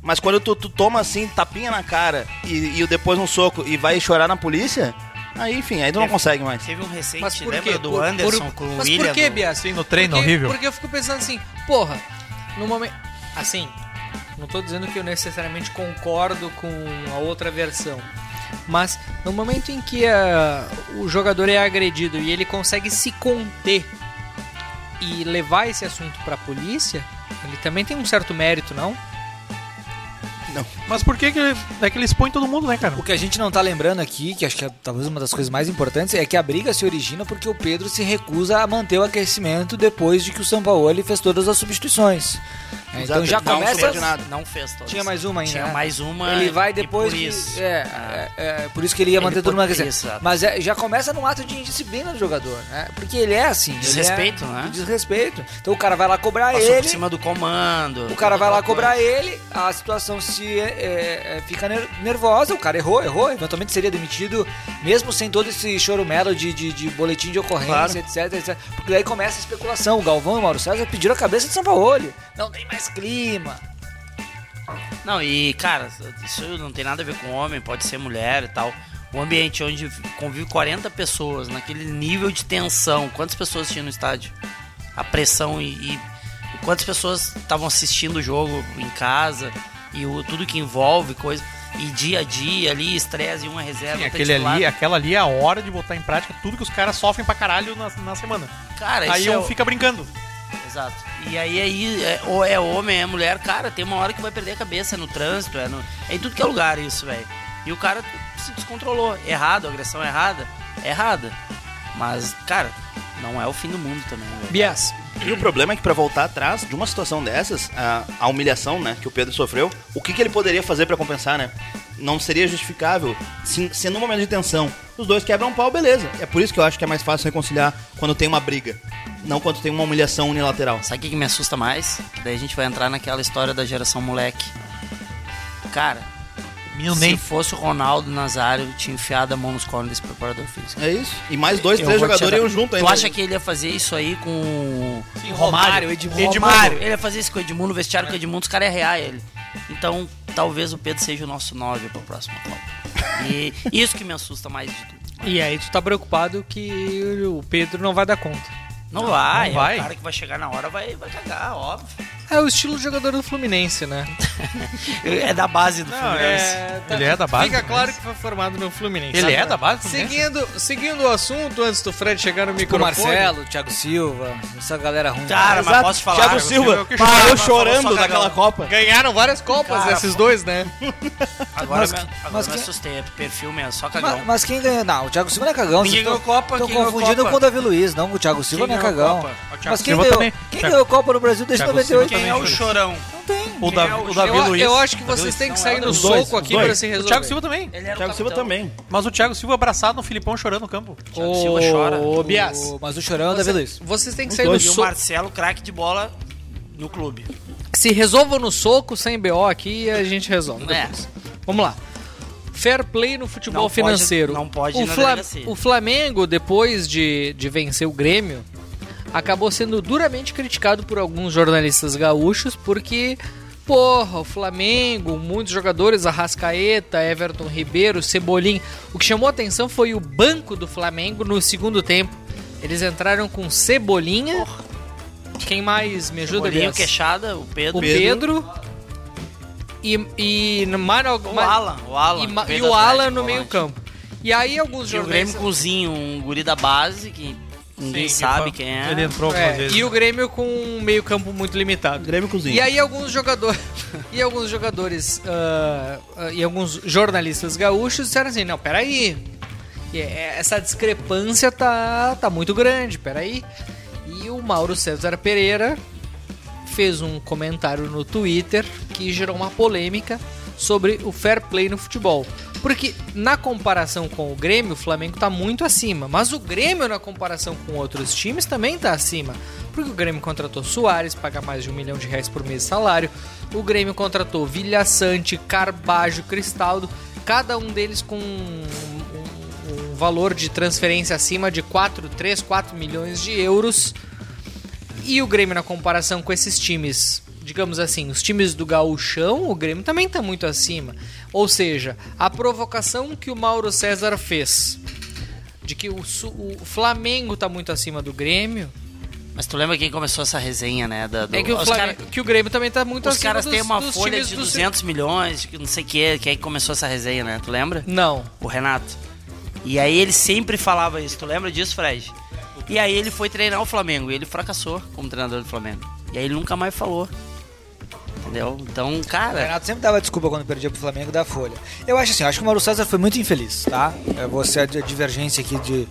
Mas quando tu, tu toma assim, tapinha na cara e, e depois um soco e vai chorar na polícia, aí enfim, aí tu não consegue mais.
Teve um recente,
Mas por
lembra
quê?
do
Por-
Anderson
por-
com o
Mas
Willian?
por que,
do-
Bias?
Sim, Assim, no treino,
porque,
horrível.
Porque eu fico pensando assim, porra, no momento... Assim, não tô dizendo que eu necessariamente concordo com a outra versão. Mas no momento em que ah, o jogador é agredido e ele consegue se conter e levar esse assunto pra polícia, ele também tem um certo mérito, não?
Não.
Mas por que, que ele, é que ele expõe todo mundo, né, cara?
O que a gente não tá lembrando aqui, que acho que é talvez uma das coisas mais importantes, é que a briga se origina porque o Pedro se recusa a manter o aquecimento depois de que o Sampaoli fez todas as substituições. É, Então já
não
começa.
Fez, nada. Não fez todos.
Tinha mais uma ainda.
Tinha
né?
mais uma.
Ele vai
e
depois.
Por
de-
isso.
é, é, é, por isso que ele ia
Ele
manter todo
por-
mundo aquecendo.
isso, exato.
Mas é, já começa num ato de indisciplina do jogador, né? Porque ele é assim. ele é-
Desrespeito, né?
Desrespeito. Então o cara vai lá cobrar
Passou
ele.
por cima do comando.
O cara vai lá cobrar
ele.
ele, a situação se é, é, fica ner- nervosa, o cara errou, errou, eventualmente seria demitido, mesmo sem todo esse chorumelo de, de, de boletim de ocorrência, etc, etc. Porque daí começa a especulação. O Galvão e o Mauro César pediram a cabeça de São Paulo. Não tem mais clima.
Não, e cara, isso não tem nada a ver com homem, pode ser mulher e tal. O ambiente onde convive 40 pessoas, naquele nível de tensão, quantas pessoas tinha no estádio? A pressão e, e quantas pessoas estavam assistindo o jogo em casa e o, tudo que envolve coisa. E dia a dia ali, estresse, uma reserva. tá
Sim,
outra
aquele
titular.
ali, aquela ali é a hora de botar em prática tudo que os caras sofrem pra caralho na, na semana.
Cara, isso
Aí
é
um
o-
fica brincando.
Exato. E aí, aí é, ou é homem, é mulher, cara, tem uma hora que vai perder a cabeça, é no trânsito, é, no, é em tudo que é lugar isso, velho. E o cara se descontrolou. Errado, agressão é errada, errada. Mas, cara, não é o fim do mundo também, velho.
Bias.
E o problema é que pra voltar atrás de uma situação dessas, a, a humilhação, né, que o Pedro sofreu, o que, que ele poderia fazer pra compensar, né? Não seria justificável se, se num momento de tensão os dois quebram um pau, beleza. É por isso que eu acho que é mais fácil reconciliar quando tem uma briga, não quando tem uma humilhação unilateral.
Sabe o que que me assusta mais? Que daí a gente vai entrar naquela história da geração moleque. Cara, se fosse o Ronaldo Nazário, tinha enfiado a mão nos cornos desse preparador físico.
É isso. E mais dois,
Eu
três
vou te
jogadores
dar-
iam junto
tu
ainda.
Tu acha que ele ia fazer isso aí com.
Sim, Romário,
Edmundo.
Edmundo.
Romário. Ele ia fazer isso com o Edmundo no vestiário, com o Edmundo, os caras iam rear ele. Então, talvez o Pedro seja o nosso 9 pra próxima Copa. E isso que me assusta mais de tudo.
E aí tu tá preocupado que o Pedro não vai dar conta.
Não, vai, é o cara que vai chegar na hora vai, vai cagar, óbvio.
É o estilo de jogador do Fluminense, né?
é da base do Fluminense.
Ele é da base
Fica
do
claro que foi formado no Fluminense.
Ele é da base do Fluminense?
Seguindo, seguindo o assunto, antes do Fred chegar no
O
microfone...
Marcelo, Thiago Silva, essa galera ruim. Tá,
Cara, mas posso falar, Thiago Silva,
Ah,
parou chorando daquela Copa. é Ganharam várias Copas,
Cara,
esses dois, né?
Agora,
Mas
me,
que-
agora
mas
me
que-
assustei. É perfil mesmo, só cagão.
Mas, mas quem ganhou? Não, o Thiago Silva não é cagão.
Ninguém
vocês tão-
ganhou Copa,
tão
quem ganhou
confundindo
Copa?
com o Davi Luiz. Não, o Thiago Silva
Quem
não é
ganhou
cagão.
Copa? O Thiago
Mas quem
Silva
ganhou,
também.
quem
Thiago-
ganhou a Copa no Brasil desde
Thiago
98?
Silva
Quem é o chorão? É
O Davi, o Davi
eu,
Luiz.
eu acho que
Davi
vocês
Luiz.
têm que
Não,
sair
é
no
dos
soco
dois,
aqui
dos dois.
pra se resolver.
O Thiago Silva também.
Ele era o
Thiago Silva
capitão.
também.
Mas o Thiago Silva abraçado no Filipão chorando no campo.
Ô,
Silva chora.
ô, Bias,
Mas o chorão é o Davi Luiz.
vocês, vocês têm que sair no
E o
soco.
Marcelo, craque de bola no clube.
Se resolvam no soco, sem BO aqui, e a gente resolve.
É.
depois. Vamos lá. Fair play no futebol
Não pode-
financeiro.
não pode ir
o,
na
Fla-
delegacia.
o Flamengo, depois de, de vencer o Grêmio, acabou sendo duramente criticado por alguns jornalistas gaúchos, porque, porra, o Flamengo, muitos jogadores, Arrascaeta, Everton Ribeiro, Cebolinha. O que chamou atenção foi o banco do Flamengo no segundo tempo. Eles entraram com Cebolinha. Quem mais me ajuda,
Bolinho
Elias?
queixada, o Pedro.
o Pedro e, e no Mano,
O
Ma-
Alan, o Alan.
e, Ma-
veio
e
do
o
Atlético,
Alan no meio
volante.
campo. E aí alguns
E o Grêmio
jornalistas...
com o Zinho, um guri da base, que ninguém
que
sabe
foi-
quem é.
Ele entrou algumas
É,
vezes.
e o Grêmio com um meio campo muito limitado.
Grêmio cozinha.
E aí alguns jogadores e alguns jogadores ah, ah, e alguns jornalistas gaúchos disseram assim, não, peraí, E é- essa discrepância tá, tá muito grande, peraí. E o Mauro César Pereira fez um comentário no Twitter que gerou uma polêmica sobre o fair play no futebol. Porque na comparação com o Grêmio, o Flamengo tá muito acima, mas o Grêmio na comparação com outros times também tá acima. Porque o Grêmio contratou Soares, paga mais de um milhão de reais por mês de salário. O Grêmio contratou Vilha Sante, Carbajo, Cristaldo, cada um deles com um, um valor de transferência acima de 4, 3, 4 milhões de euros. E o Grêmio, na comparação com esses times, digamos assim, os times do Gauchão, o Grêmio também está muito acima. Ou seja, a provocação que o Mauro César fez de que o, Su- o Flamengo está muito acima do Grêmio
Mas tu lembra quem começou essa resenha, né? Da, do-
é que o,
os
Flamengo-
cara-
que o Grêmio também está muito
os
acima
caras
dos,
têm uma
dos
folha
times
de
do-
200 milhões, que não sei o que, que aí começou essa resenha, né? Tu lembra?
Não.
O Renato. E aí ele sempre falava isso. Tu lembra disso, Fred? E aí ele foi treinar o Flamengo e ele fracassou como treinador do Flamengo. E aí ele nunca mais falou. Entendeu? Então,
O
cara,
Renato sempre dava desculpa quando perdia pro Flamengo da Folha. Eu acho assim, eu acho que o Mauro César foi muito infeliz, tá? É você a di- divergência aqui de.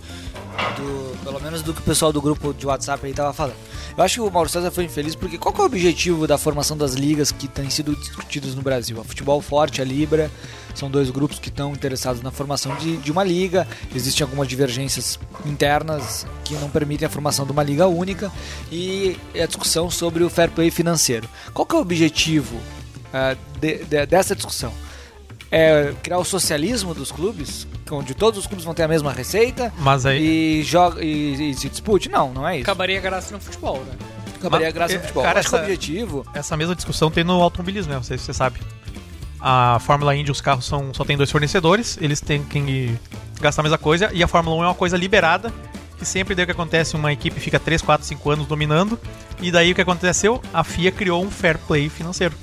do- pelo menos do que o pessoal do grupo de WhatsApp aí tava falando. Eu acho que o Mauro César foi infeliz porque qual que é o objetivo da formação das ligas que têm sido discutidas no Brasil? A Futebol Forte, a Libra, são dois grupos que estão interessados na formação de, de uma liga. Existem algumas divergências internas que não permitem a formação de uma liga única. E é a discussão sobre o fair play financeiro. Qual que é o objetivo ah, de- de- dessa discussão. É criar o socialismo dos clubes, onde todos os clubes vão ter a mesma receita
Mas aí-
e, joga, e, e se dispute? Não, não é isso.
Acabaria a graça no futebol, né?
Acabaria a
Mas,
graça
eh,
do futebol.
cara,
Acho que é o
essa-
objetivo
Essa mesma discussão tem no automobilismo, né? Não sei se você sabe. A Fórmula Indy, os carros são, só tem dois fornecedores, eles têm que gastar a mesma coisa, e a Fórmula 1 é uma coisa liberada, que sempre daí o que acontece, uma equipe fica 3, 4, 5 anos dominando, e daí o que aconteceu? A FIA criou um fair play financeiro.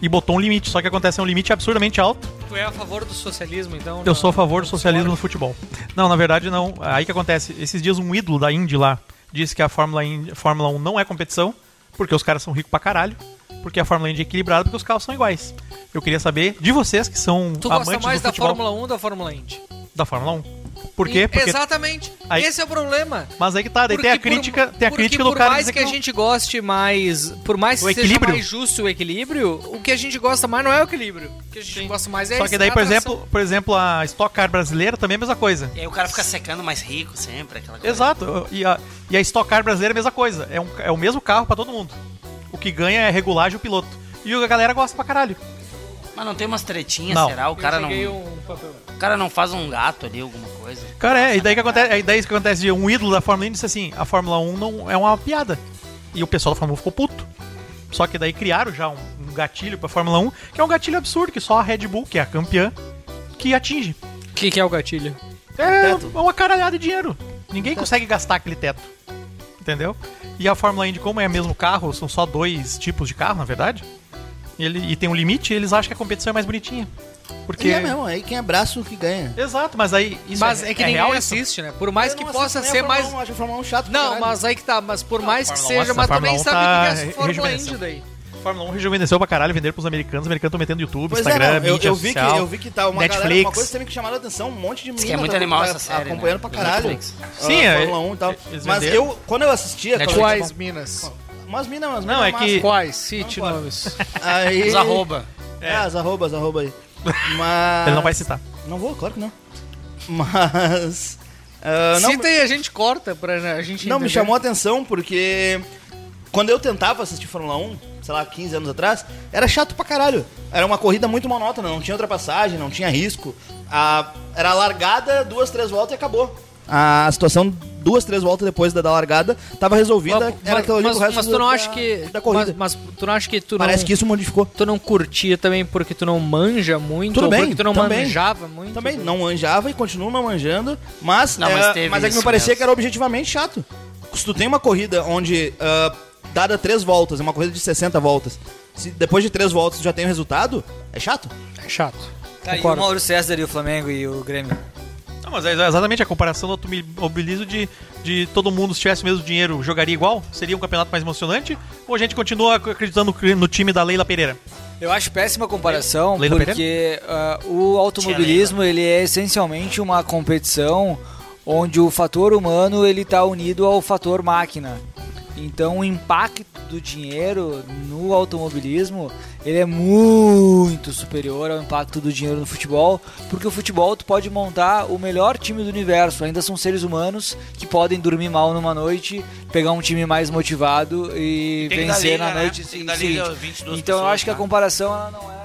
E botou um limite, só que acontece é um limite absurdamente alto,
Tu é a favor do socialismo, então?
eu sou a favor do socialismo no futebol. Não, na verdade não. Aí que acontece, esses dias um ídolo da Indy lá disse que a Fórmula, Indy, Fórmula 1 não é competição, porque os caras são ricos pra caralho, porque a Fórmula Indy é equilibrada, porque os carros são iguais. Eu queria saber de vocês que são
Tu
amantes
gosta mais
do
da
futebol,
Fórmula 1 ou da Fórmula Indy?
da Fórmula 1. Por quê? Porque
Exatamente.
Aí-
Esse é o problema.
mas aí que tá, daí tem a
Porque por-
crítica, tem a
porque
crítica
por
do cara
mais
dizer
que,
que
a
não-
gente goste mais, por mais
O
que seja
equilíbrio.
mais justo o equilíbrio, o que a gente gosta mais não é o equilíbrio. O que a gente gosta mais é
Só
a
que daí, por
atração.
exemplo, por exemplo, a Stock Car brasileira também é a mesma coisa.
e aí o cara fica secando mais rico sempre, aquela coisa.
Exato. E a, e a Stock Car brasileira é a mesma coisa. É, um- é o mesmo carro pra todo mundo. O que ganha é regulagem e o piloto. E a galera gosta pra caralho.
Mas não tem umas tretinhas,
Não.
será? O cara
eu
não,
joguei um papel.
o cara não faz um gato ali, alguma coisa.
Cara, é, e daí que acontece, é, e daí que acontece de um ídolo da Fórmula 1 disse assim, a Fórmula 1 não é uma piada. E o pessoal da Fórmula 1 ficou puto. Só que daí criaram já um, um gatilho pra Fórmula 1, que é um gatilho absurdo, que só a Red Bull, que é a campeã, que atinge.
O que, que é o gatilho?
É uma caralhada de dinheiro. Ninguém consegue gastar aquele teto. Entendeu? E a Fórmula Indy, como é o mesmo carro, são só dois tipos de carro, na verdade, ele, e tem um limite, eles acham que a competição é mais bonitinha. Porque...
E é mesmo, aí quem abraça o que ganha.
Exato, mas aí isso
mas é, que ninguém
real isso?
assiste, né? Por mais
Eu
que
não
possa
assisto
ser
nem a Fórmula
um,
mais.
1, acho a Fórmula 1 chato pra
Não,
caralho.
mas aí que tá. Mas por mais que
Fórmula 1,
seja, mas
essa
também
Fórmula 1
sabe
tá
o que é a Fórmula
rejuvenescendo.
Indy daí.
Fórmula 1 rejuvenesceu pra caralho, venderam pros americanos, os americanos estão metendo YouTube,
Pois
Instagram,
é, não, eu,
mídia
eu vi que,
social,
eu vi que tá uma
Netflix.
galera, uma coisa também que chamaram a atenção, um monte de
Diz
menina
que é muito
tá-
animal
tá
essa série,
acompanhando
né?
pra
Do
caralho.
Netflix.
ah,
Sim, é,
Fórmula 1 e tal.
eles
Mas
venderam.
eu, quando eu assistia, quando eu
Netflix.
Quais Minas?
umas minas, umas
Não,
minas
é
massa.
que-
Quais? Cite nomes.
Aí...
Os arroba.
É, as arrobas, as arroba aí. Mas...
Ele não vai citar.
Não vou, claro que não. Mas... ah, não,
Cita e a gente corta pra a gente.
não, me
entender.
chamou a atenção porque... Quando eu tentava assistir Fórmula 1, sei lá, 15 anos atrás, era chato pra caralho. Era uma corrida muito monótona, não tinha ultrapassagem, não tinha risco. A- era largada, duas, três voltas e acabou. A situação, duas, três voltas depois da, da largada, tava resolvida. era aquilo ali
mas,
pro resto
mas tu não
da-
acha que.
da corrida.
Mas, mas tu não acha que tu não.
Parece que isso modificou.
Tu não curtia também porque tu não manja muito?
Tudo
ou
bem,
porque tu não
também.
manjava muito?
Também não manjava e continua não manjando, mas,
Não,
é,
mas
mas,
teve
é que me
isso
parecia
mesmo.
que era objetivamente chato. Se tu tem uma corrida onde, ah, dada três voltas, é uma corrida de 60 voltas, se depois de três voltas tu já tem o resultado, é chato.
É chato.
Tá, e o
Concordo.
Mauro César e o Flamengo e o Grêmio.
Não, mas é exatamente a comparação do automobilismo de, de todo mundo, se tivesse o mesmo dinheiro, jogaria igual? Seria um campeonato mais emocionante? Ou a gente continua acreditando no- no time da Leila Pereira?
Eu acho péssima a comparação,
Leila
porque ah, o automobilismo ele é essencialmente uma competição onde o fator humano ele está unido ao fator máquina. Então o impacto do dinheiro no automobilismo ele é muito superior ao impacto do dinheiro no futebol, porque o futebol tu pode montar o melhor time do universo, ainda são seres humanos que podem dormir mal numa noite, pegar um time mais motivado e
Tem que dar
vencer
liga,
na
né?
noite
Tem que dar
seguinte.
liga 22
Então eu
pessoas,
acho que a
né?
comparação ela não é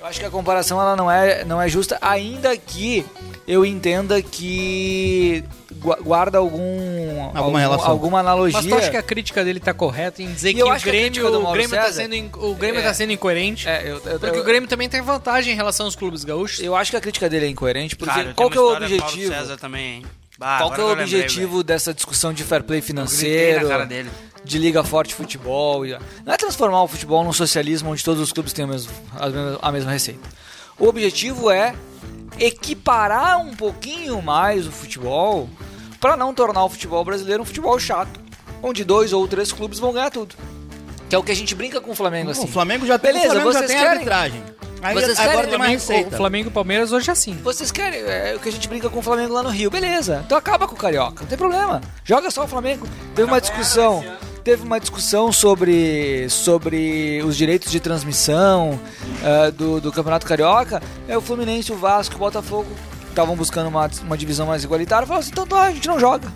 eu acho que a comparação ela não é, não é justa, ainda que eu entenda que gua- guarda algum
Alguma
algum-
relação.
alguma analogia.
Mas tu acha que a crítica dele tá correta em dizer
E
que
eu
o
acho que a crítica
Grêmio,
do
o
Mauro
Grêmio, tá
César-
sendo, in- o Grêmio
É.
tá sendo incoerente?
É, eu, eu,
Porque
eu-
o Grêmio também tem vantagem em relação aos clubes gaúchos.
eu acho que a crítica dele é incoerente, porque
Cara,
qual que
tem
é o
uma história do Paulo
objetivo?
César também, hein? Bah, Ah,
qual
agora
que é o
eu lembrei,
objetivo dessa discussão de fair play
gritei
financeiro?
na cara dele.
De liga forte futebol. e- Não é transformar o futebol num socialismo onde todos os clubes têm o mesmo- a mesma, a mesma receita. O objetivo é equiparar um pouquinho mais o futebol para não tornar o futebol brasileiro um futebol chato, onde dois ou três clubes vão ganhar tudo. Que é o que a gente brinca com o Flamengo assim.
O Flamengo já tem,
Beleza,
o Flamengo já
vocês
tem
querem?
arbitragem. Aí
Vocês
agora
querem
tem uma
também
receita.
O Flamengo e o Palmeiras hoje é assim.
Vocês querem é, o que a gente brinca com o Flamengo lá no Rio, beleza? Então acaba com o carioca, não tem problema. Joga só o Flamengo. Teve uma discussão, teve uma discussão sobre sobre os direitos de transmissão ah, do, do Campeonato Carioca. É o Fluminense, o Vasco, o Botafogo estavam buscando uma, uma divisão mais igualitária. Falaram assim, então tá, a gente não joga,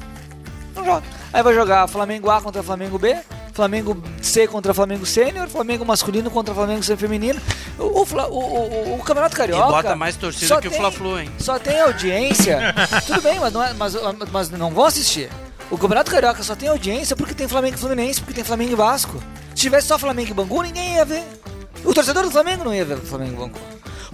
não joga. Aí vai jogar Flamengo A contra Flamengo B. Flamengo C contra Flamengo Sênior, Flamengo masculino contra Flamengo sem feminino. O, o, Fla- o- o- o Campeonato
E
Carioca.
bota mais torcida
só
que o
tem-
Fla-Flu, hein?
só tem audiência. Tudo bem, mas não, é- mas- mas não vão assistir. O Campeonato Carioca só tem audiência porque tem Flamengo e Fluminense, porque tem Flamengo e Vasco. Se tivesse só Flamengo e Bangu, ninguém ia ver. O torcedor do Flamengo não ia ver Flamengo e Bangu.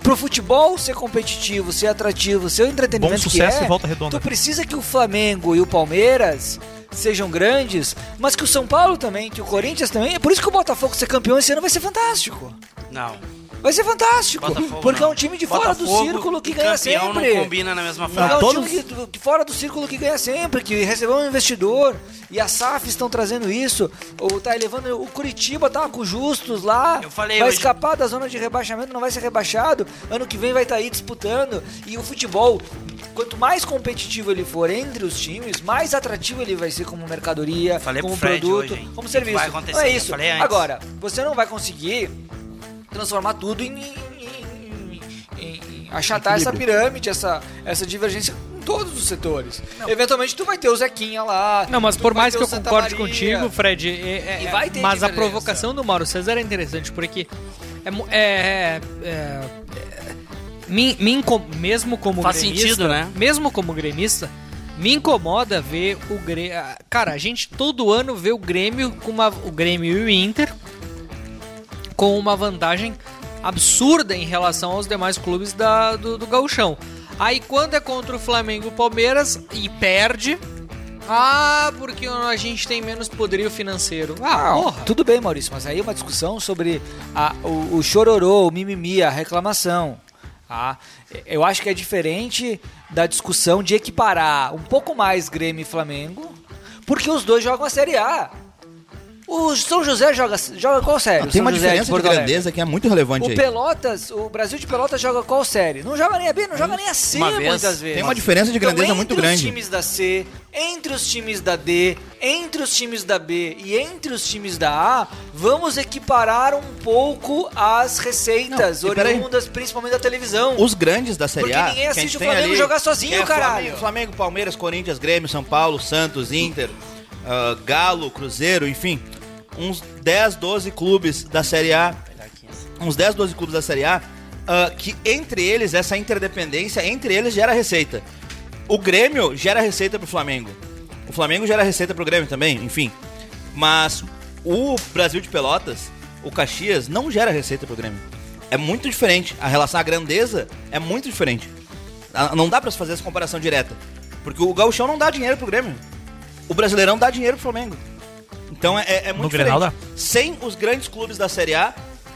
Pro futebol ser competitivo, ser atrativo, ser o entretenimento
Bom sucesso
que é,
e volta redonda.
tu precisa que o Flamengo e o Palmeiras sejam grandes, mas que o São Paulo também, que o Corinthians também. É por isso que o Botafogo ser campeão esse ano vai ser fantástico.
Não.
Vai ser fantástico,
Botafogo,
porque é
não.
um time de fora
Botafogo
do círculo que
e
ganha
campeão
sempre.
não combina na mesma
Não,
frase.
é um time que- que fora do círculo que ganha sempre, que recebeu um investidor e a SAF estão trazendo isso, ou tá elevando o Curitiba tá com justos lá,
Eu falei
vai
hoje.
escapar da zona de rebaixamento, não vai ser rebaixado, ano que vem vai estar aí disputando e o futebol Quanto mais competitivo ele for entre os times, mais atrativo ele vai ser como mercadoria,
Falei pro
como
Fred
produto,
hoje, hein?
como serviço.
Vai acontecer,
não é
eu
isso.
falei antes.
Agora, você não vai conseguir transformar tudo em, em- em- em- em achatar essa pirâmide, essa, essa divergência em todos os setores. Eventualmente tu vai ter o Zequinha lá.
Não, mas
tu
por
vai
mais
ter
que eu
o Santa
concorde
Maria.
contigo, Fred, é- é-
E vai ter
mas a
diferença.
provocação do Mauro César é interessante, porque é, mu- é- é- é- é- me, me inco- mesmo como
Faz
gremista,
sentido, né?
Mesmo como gremista, me incomoda ver o Grêmio... Cara, a gente todo ano vê o Grêmio com uma, o Grêmio e o Inter com uma vantagem absurda em relação aos demais clubes da- do, do gauchão. Aí quando é contra o Flamengo e o Palmeiras e perde,
Ah, porque a gente tem menos poderio financeiro. Ah,
Não,
porra.
Tudo bem, Maurício, mas aí é uma discussão sobre a- o, o chororô, o mimimi, a reclamação. tá? Eu acho que é diferente da discussão de equiparar um pouco mais Grêmio e Flamengo, porque os dois jogam a Série A. O São José joga, joga qual série?
Ah,
O
tem
São
uma
José de
diferença de
Porto Alegre.
grandeza que é muito relevante
O
aí.
Pelotas, o Brasil de Pelotas joga qual série? Não joga nem a B, não joga nem a C
Uma vez.
muitas vezes.
Tem uma diferença de grandeza
então,
muito
entre
grande.
Os times da C, entre os times da D, entre os times da B e entre os times da A, vamos equiparar um pouco as receitas
Não, e peraí.
oriundas principalmente da televisão.
Os grandes da Série
Então, Porque
A.
ninguém
que a
assiste
gente
o
tem
Flamengo
ali,
jogar
que
sozinho,
é
caralho.
Flamengo, Flamengo, Palmeiras, Corinthians, Grêmio, São Paulo, Santos, Inter, ah, Galo, Cruzeiro, enfim. Uns 10, 12 clubes da Série A. Uns 10, 12 clubes da Série A. ah, que entre eles, essa interdependência, entre eles gera receita. O Grêmio gera receita pro Flamengo. O Flamengo gera receita pro Grêmio também, enfim. Mas o Brasil de Pelotas, o Caxias, não gera receita pro Grêmio. É muito diferente. A relação à grandeza é muito diferente. Ah, Não dá pra se fazer essa comparação direta. Porque o Gauchão não dá dinheiro pro Grêmio. O Brasileirão dá dinheiro pro Flamengo. Então é, é- é muito
No
diferente.
Grenal dá?
Sem os grandes clubes da Série A,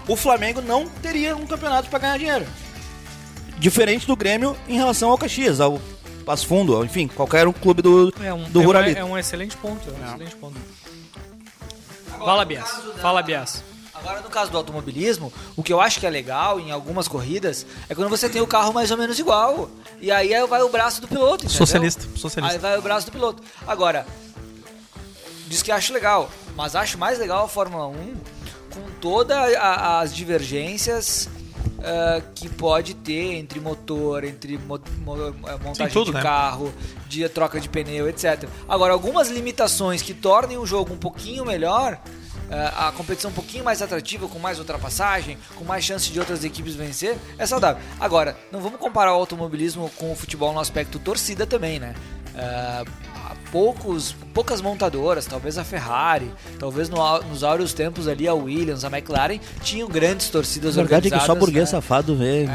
o Flamengo não teria um campeonato pra ganhar dinheiro. Diferente do Grêmio em relação ao Caxias, ao Passo Fundo, ao- enfim, qualquer um clube do, do
é, um,
Ruralito.
é um excelente ponto. É um excelente ponto. Fala, Bias. Fala, Bias.
Agora, no caso do automobilismo, o que eu acho que é legal em algumas corridas é quando você tem o carro mais ou menos igual. E aí vai o braço do piloto, entendeu?
Socialista, socialista.
Aí vai o braço do piloto. Agora, diz que acho legal, mas acho mais legal a Fórmula 1 com todas as divergências ah, que pode ter entre motor, entre mo- mo- eh, montagem
tudo,
de
né?
carro, de troca de pneu, etc. Agora, algumas limitações que tornem o jogo um pouquinho melhor, ah, a competição um pouquinho mais atrativa, com mais ultrapassagem, com mais chance de outras equipes vencer, é saudável. Agora, não vamos comparar o automobilismo com o futebol no aspecto torcida também, né? Ah, há poucos, poucas montadoras, talvez a Ferrari, talvez no au- nos áureos tempos ali a Williams, a McLaren, tinham grandes torcidas
A verdade é que só
organizadas,
burguês
né?
safado vê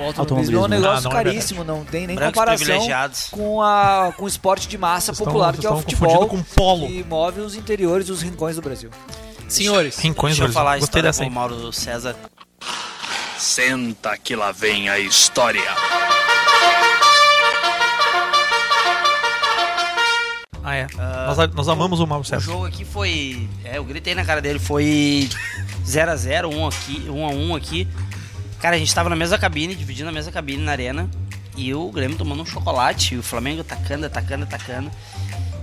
O automobilismo é um negócio
Ah, não é
caríssimo, não tem nem
Brancos
comparação
privilegiados.
com, a, com o esporte de massa
Vocês
popular
estão-
que é o
vocês estão
futebol
confundindo com polo.
que move os interiores e os rincões do Brasil.
Senhores,
Deixa eu falar a
Gostei
história
dessa,
com o
hein?
Mauro César.
Senta que lá vem a história.
Ah, é. nós, nós amamos o Mauro
O
César.
jogo aqui foi. É, eu gritei na cara dele, foi 0x0, 1 aqui, 1x1 aqui. Cara, a gente tava na mesma cabine, dividindo a mesma cabine na arena. E o Grêmio tomando um chocolate, e o Flamengo atacando, atacando, atacando.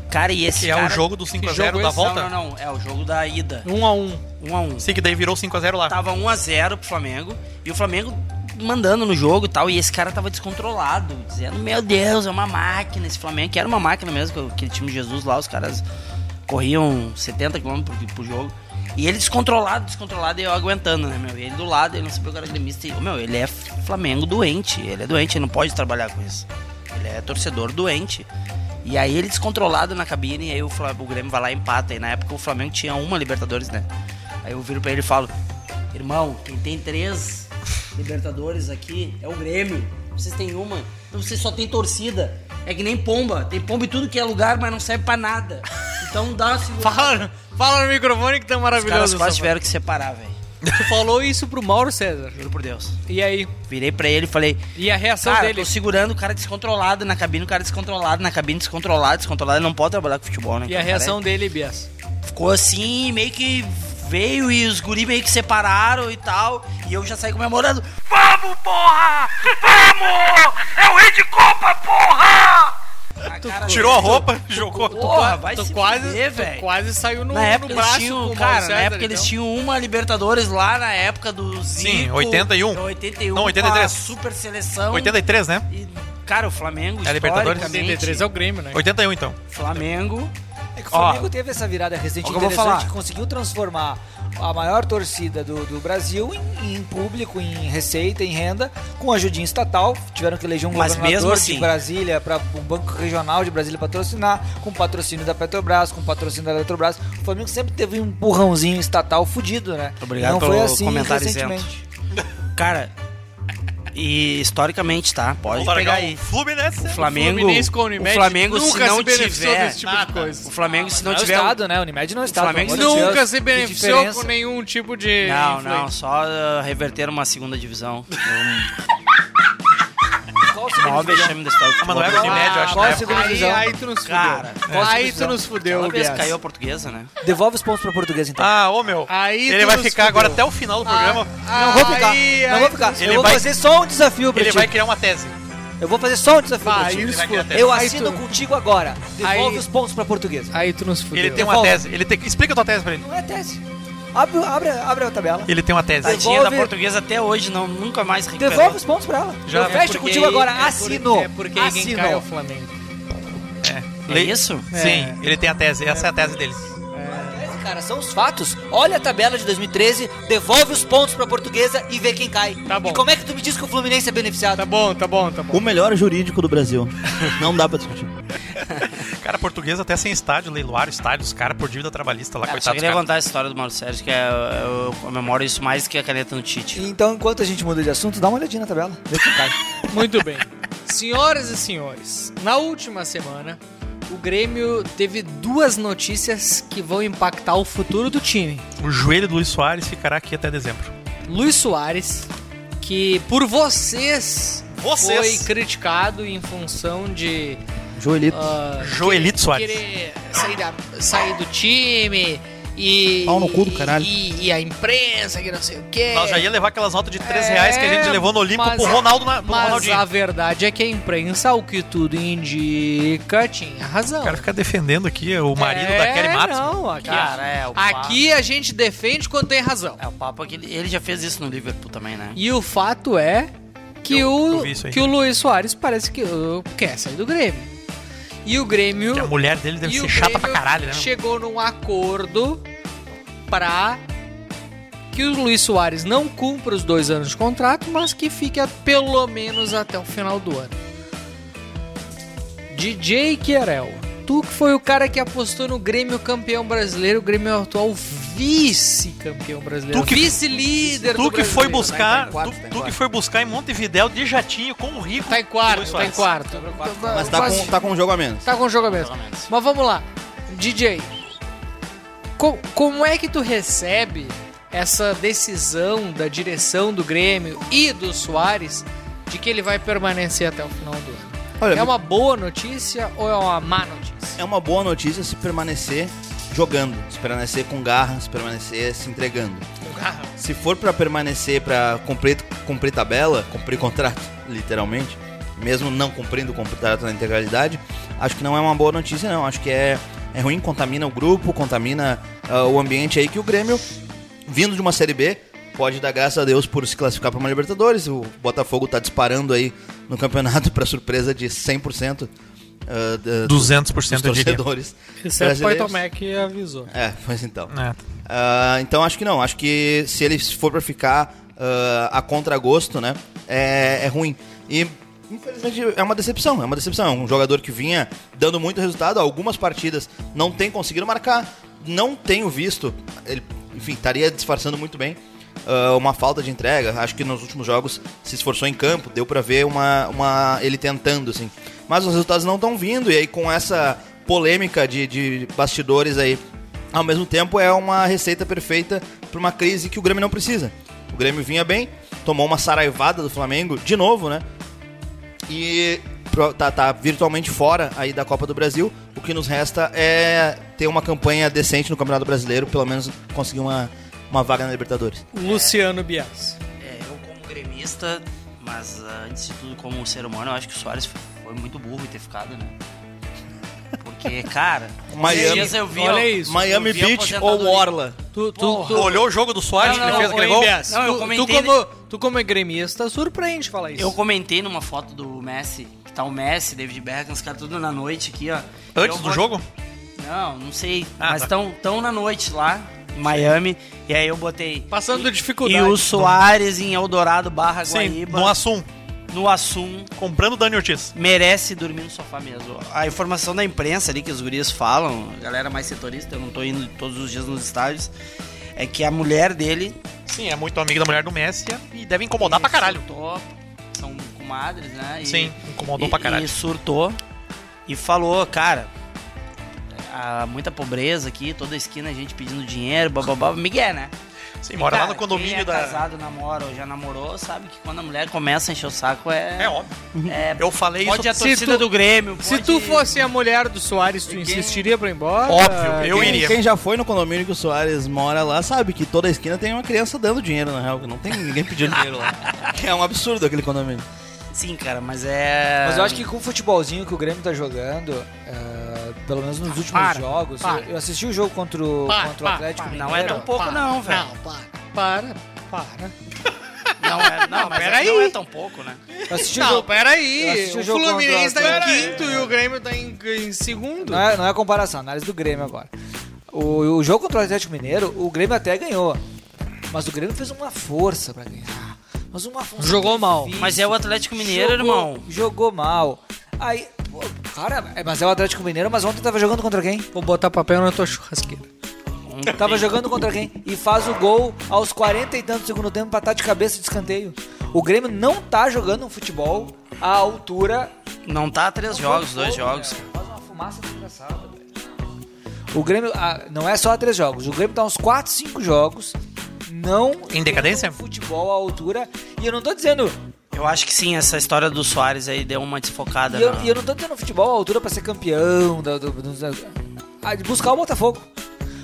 Cara, e esse
Que é o
cara...
jogo do 5 a 0
Que jogo
da
esse?
volta?
Não, não, não. É o jogo da ida.
1x1.
1x1.
Sim, que daí virou 5x0 lá.
Tava 1x0 pro Flamengo. E o Flamengo mandando no jogo e tal. E esse cara tava descontrolado, dizendo: Meu Deus, é uma máquina esse Flamengo. Que era uma máquina mesmo, aquele time Jesus lá, os caras corriam 70 km por, por jogo. E ele descontrolado, descontrolado, e eu aguentando, né, meu? E ele do lado, ele não sabia o cara gremista. E, meu, ele é Flamengo doente. Ele é doente, ele não pode trabalhar com isso. Ele é torcedor doente. E aí ele descontrolado na cabine, e aí o, Fla- o Grêmio vai lá e empata. E na época o Flamengo tinha uma Libertadores, né? Aí eu viro pra ele e falo, irmão, quem tem três Libertadores aqui é o Grêmio. Vocês têm uma, então vocês só tem torcida. É que nem pomba, tem pomba em tudo que é lugar, mas não serve pra nada. Então dá uma segurada.
Fala, fala no microfone que tá maravilhoso.
Os caras quase
essa
tiveram que separar, velho.
Tu falou isso pro Mauro César.
Juro por Deus.
E aí?
Virei pra ele e falei.
E a reação
cara,
dele?
Tô segurando o cara descontrolado na cabine, o cara descontrolado na cabine, descontrolado, descontrolado. Ele não pode trabalhar com futebol, né?
E
cara?
a reação
Cara,
dele, Bias?
Ficou assim, meio que veio e os guri meio que separaram e tal. E eu já saí comemorando. Vamos, porra! Vamos! É o rei de Copa, porra!
Tirou a roupa, jogou.
Ah, Porra, vai
tu
se
quase,
fuder,
tu
velho.
quase saiu no,
é na época
no
eles
braço
tinham,
com o Mauro
cara,
César,
na época eles
então.
tinham uma Libertadores lá na época do Zico.
Sim, 81.
É, 81.
Não, 83.
com a Super seleção.
83, né?
Cara, o Flamengo,
É a Libertadores?
83
historicamente,
é o Grêmio, né?
81, então.
Flamengo.
É que o
Ó,
Flamengo teve essa virada recente
ó que eu vou
interessante
falar.
que conseguiu transformar a maior torcida do, do Brasil em, em público, em receita, em renda, com ajudinha estatal. Tiveram que eleger um
Mas
governador
mesmo assim-
de Brasília para um banco regional de Brasília patrocinar, com patrocínio da Petrobras, com patrocínio da Eletrobras. O Flamengo sempre teve um empurrãozinho estatal fudido, né?
Obrigado
Não
pelo
foi assim
comentário
recentemente.
isento. Cara, e historicamente, tá? Pode
Vamos
pegar
largar
aí.
o Fluminense.
O Flamengo,
Fluminense com a
o
Unimed
Flamengo se
nunca
não
se beneficiou
tiver,
desse tipo
Ah, tá.
de coisa.
o Flamengo se
não
não,
é o
tiver, um
Estado, né? Unimed não é
o
Estado,
Flamengo
pelo amor de
não-
Deus.
Nunca se beneficiou
diferença?
com nenhum tipo de.
Não,
influência.
não, só uh, reverter uma segunda divisão.
segunda
Maior
divisão?
vexame da história do
Ah, mas não É, era
futebol.
Unimed, eu acho, Qual né? a segunda
Aí,
divisão?
aí tu nos fudeu.
Cara, qual a segunda
aí tu
divisão?
nos fudeu,
Aquela vez
Bias.
caiu a portuguesa, né?
Devolve os pontos pra português, então.
Ah, ô meu.
Aí
ele
tu
vai
nos
ficar agora até o final do programa.
não vou ficar.
aí,
não
aí
vou ficar.
Ele
eu vou
vai-
fazer só um desafio pra
ele
ti.
vai criar uma tese.
Eu vou fazer só um desafio
Ah,
pra ti.
aí nos fudeu.
Eu
Aí
assino
tu-
contigo agora. Devolve
Aí-
os pontos pra portuguesa.
Aí tu nos fudeu.
Ele tem uma
Devolve.
tese. Ele tem... Explica a tua tese pra ele.
Não é tese. Abre, abre, abre a tabela.
Ele tem uma tese.
Tadinha da
Devolve-
portuguesa até hoje, não, nunca mais recuperou.
Devolve os pontos pra ela.
Já
eu fecho
porque
contigo
aí-
agora.
é por-
assino.
é porque
quem
assino.
cai é o Flamengo.
É isso?
Sim, ele tem a tese. Essa é a tese dele.
Mas, Cara, são os fatos. Olha a tabela de 2013, devolve os pontos pra portuguesa e vê quem cai.
Tá bom.
E como é que tu me diz que o Fluminense é beneficiado?
Tá bom, tá bom, tá bom.
O melhor jurídico do Brasil. Não dá pra discutir.
Cara, português até sem estádio, leiloar estádio, os caras por dívida trabalhista lá,
Cara, Ah, só
coitados.
queria
cara.
contar a história do Mauro Sérgio, que é, eu comemoro isso mais que a caneta no Tite.
Então, enquanto a gente muda de assunto, dá uma olhadinha na tabela. Vê quem cai.
Muito bem. Senhoras e senhores, na última semana, o Grêmio teve duas notícias que vão impactar o futuro do time.
O joelho do Luiz Soares ficará aqui até dezembro.
Luiz Soares, que por vocês,
Vocês.
foi criticado em função de
Joelito.
ah,
Joelito Soares.
querer sair, da- sair do time e.
Pau no cu do caralho.
E, e a imprensa, que não sei o quê.
Nós já ia levar aquelas notas de 3
É,
reais que a gente levou no Olimpo
mas-
pro Ronaldo na, pro
Mas
Ronaldinho.
a verdade é que a imprensa, o que tudo indica, tinha razão. É,
O cara fica defendendo aqui o marido da Kelly Matos.
Não, aqui,
Cara, é, o
aqui a gente defende quando tem razão.
um
É, o papo é que ele, ele já fez isso no Liverpool também, né?
E o fato é que,
Eu-
o,
eu vi isso aí.
que o Luiz Soares parece que uh, quer sair do Grêmio. E o Grêmio.
Que a mulher dele deve
e o
ser chata pra
Grêmio
caralho, né?
Chegou num acordo pra que o Luiz Soares não cumpra os dois anos de contrato, mas que fique a- pelo menos até o final do ano. DJ Querel, tu que foi o cara que apostou no Grêmio campeão brasileiro, o Grêmio é o atual vice-campeão brasileiro,
Tu que-
vice-líder do
Tu que foi
brasileiro.
buscar,
Tá em quarto,
tu,
tá em
tu que
quarto.
foi buscar em Montevidéu de jatinho com o rico.
Tá em
Luiz
quarto, tá em
Soares.
quarto.
Mas tá com, tá com um jogo a menos.
Tá com o jogo mesmo. Mas vamos lá. DJ, co- como é que tu recebe essa decisão da direção do Grêmio e do Soares de que ele vai permanecer até o final do ano?
Olha,
é uma boa notícia ou é uma má notícia?
é uma boa notícia se permanecer jogando, se permanecer com garra, se permanecer se entregando. Se for pra permanecer pra cumprir, cumprir tabela, cumprir contrato, literalmente, mesmo não cumprindo o contrato na integralidade, acho que não é uma boa notícia não, acho que é é ruim, contamina o grupo, contamina ah, o ambiente aí que o Grêmio vindo de uma série B pode dar graças a Deus por se classificar para uma Libertadores. O Botafogo tá disparando aí no campeonato pra surpresa de 100% ah, da-
200%
dos
eu diria.
torcedores.
Exceto o
brasileiros.
Poitomé que avisou.
É, pois então.
É.
Ah, então acho que não. Acho que se ele for pra ficar ah, a contragosto, né? É, é ruim. E infelizmente é uma decepção. É uma decepção. É Um jogador que vinha dando muito resultado, algumas partidas não tem conseguido marcar. Não tenho visto. Ele, enfim, estaria disfarçando muito bem. ah, uma falta de entrega, acho que nos últimos jogos se esforçou em campo, deu pra ver uma, uma ele tentando, assim. Mas os resultados não estão vindo, e aí com essa polêmica de, de bastidores aí ao mesmo tempo é uma receita perfeita para uma crise que o Grêmio não precisa. O Grêmio vinha bem, tomou uma saraivada do Flamengo de novo, né? E pro- tá, tá virtualmente fora aí da Copa do Brasil. O que nos resta é ter uma campanha decente no Campeonato Brasileiro, pelo menos conseguir uma, uma vaga na Libertadores.
É.
Luciano Bias.
É, eu como gremista, mas ah, antes de tudo como um ser humano, eu acho que o Soares foi, foi muito burro em ter ficado, né? Porque, cara,
Miami.
esses dias eu vi,
Olha
ó,
isso.
Miami
eu vi a
Beach ou
aposentadoria.
Orla?
Tu, tu,
Porra.
tu-
Olhou o jogo do Soares que ele fez
ô,
aquele
ô,
gol?
Bias,
Não, eu
tu- tu,
comentei-
como, tu como é gremista, surpreende falar isso.
Eu comentei numa foto do Messi, que tá o Messi, David Beckham, os caras tudo na noite aqui, ó.
Antes
Eu
do
bot-
jogo?
Não, não sei.
Ah,
mas
tá.
estão tão na noite lá, em Miami, e aí eu botei...
Passando
E
dificuldade.
o Soares em Eldorado barra
Sim,
Guaíba,
no Assum.
no Assum,
Comprando o Dani Ortiz.
merece dormir no sofá mesmo. A informação da imprensa ali que os gurias falam, a galera mais setorista, eu não tô indo todos os dias nos estádios, é que a mulher dele
Sim, é muito amigo da mulher do Messi e deve incomodar pra caralho.
Soltou, comadres, né? E-
Sim, incomodou pra caralho.
E surtou e falou, cara, há muita pobreza aqui, toda esquina a gente pedindo dinheiro, bababá, Miguel, né?
Sim,
E,
mora lá
cara,
no condomínio
quem é
da-
casado, namora ou já namorou, sabe que quando a mulher começa a encher o saco é...
É óbvio.
É,
Eu falei
pode
isso-
a
Se
torcida
tu-
do Grêmio,
Se tu fosse a mulher do Soares, tu insistiria pra ir embora?
quem,
Ah, Quem-
Quem já foi no condomínio que o Soares mora lá sabe que toda esquina tem uma criança dando dinheiro, na real. que Não tem ninguém pedindo dinheiro lá. É um absurdo aquele condomínio.
Sim, cara, mas é...
Mas eu acho que com o futebolzinho que o Grêmio tá jogando, é, pelo menos nos últimos
para,
jogos,
para.
eu assisti o jogo contra o,
Para,
contra o
para,
Atlético
para.
Mineiro.
Não é tão pouco não, velho.
Não, para, para, para.
Não, é, não, mas é,
peraí.
não é tão pouco, né?
Eu assisti o
Não,
jogo- eu
peraí.
assisti
O
jogo contra
Fluminense tá em
Atlético.
quinto e o Grêmio tá em, em segundo.
Não é, não é comparação, análise do Grêmio agora. O, o jogo contra o Atlético Mineiro, o Grêmio até ganhou. Mas o Grêmio fez uma força pra ganhar. Mas uma força
Jogou mal.
Mas é o Atlético Mineiro,
Jogou-
irmão.
Jogou mal. Aí, pô, cara, é- mas é o Atlético Mineiro, mas ontem tava jogando contra quem?
Vou botar papel na tua churrasqueira.
tá-
Tava jogando contra quem? E faz o gol aos 40 e tanto do segundo tempo pra estar de cabeça de escanteio. O Grêmio não tá jogando um futebol à altura. É,
Não tá três jogos, dois jogos.
Faz uma fumaça desgraçada, velho. O Grêmio ah, não é só há três jogos. O Grêmio tá uns 4, 5 jogos. Não. um
Em decadência?
Futebol à altura. E eu não tô dizendo.
Eu acho que sim, essa história do Soares aí deu uma desfocada.
E eu,
na-
e eu não tô dizendo futebol à altura pra ser campeão. Da, do- do- da- ah, de buscar o Botafogo.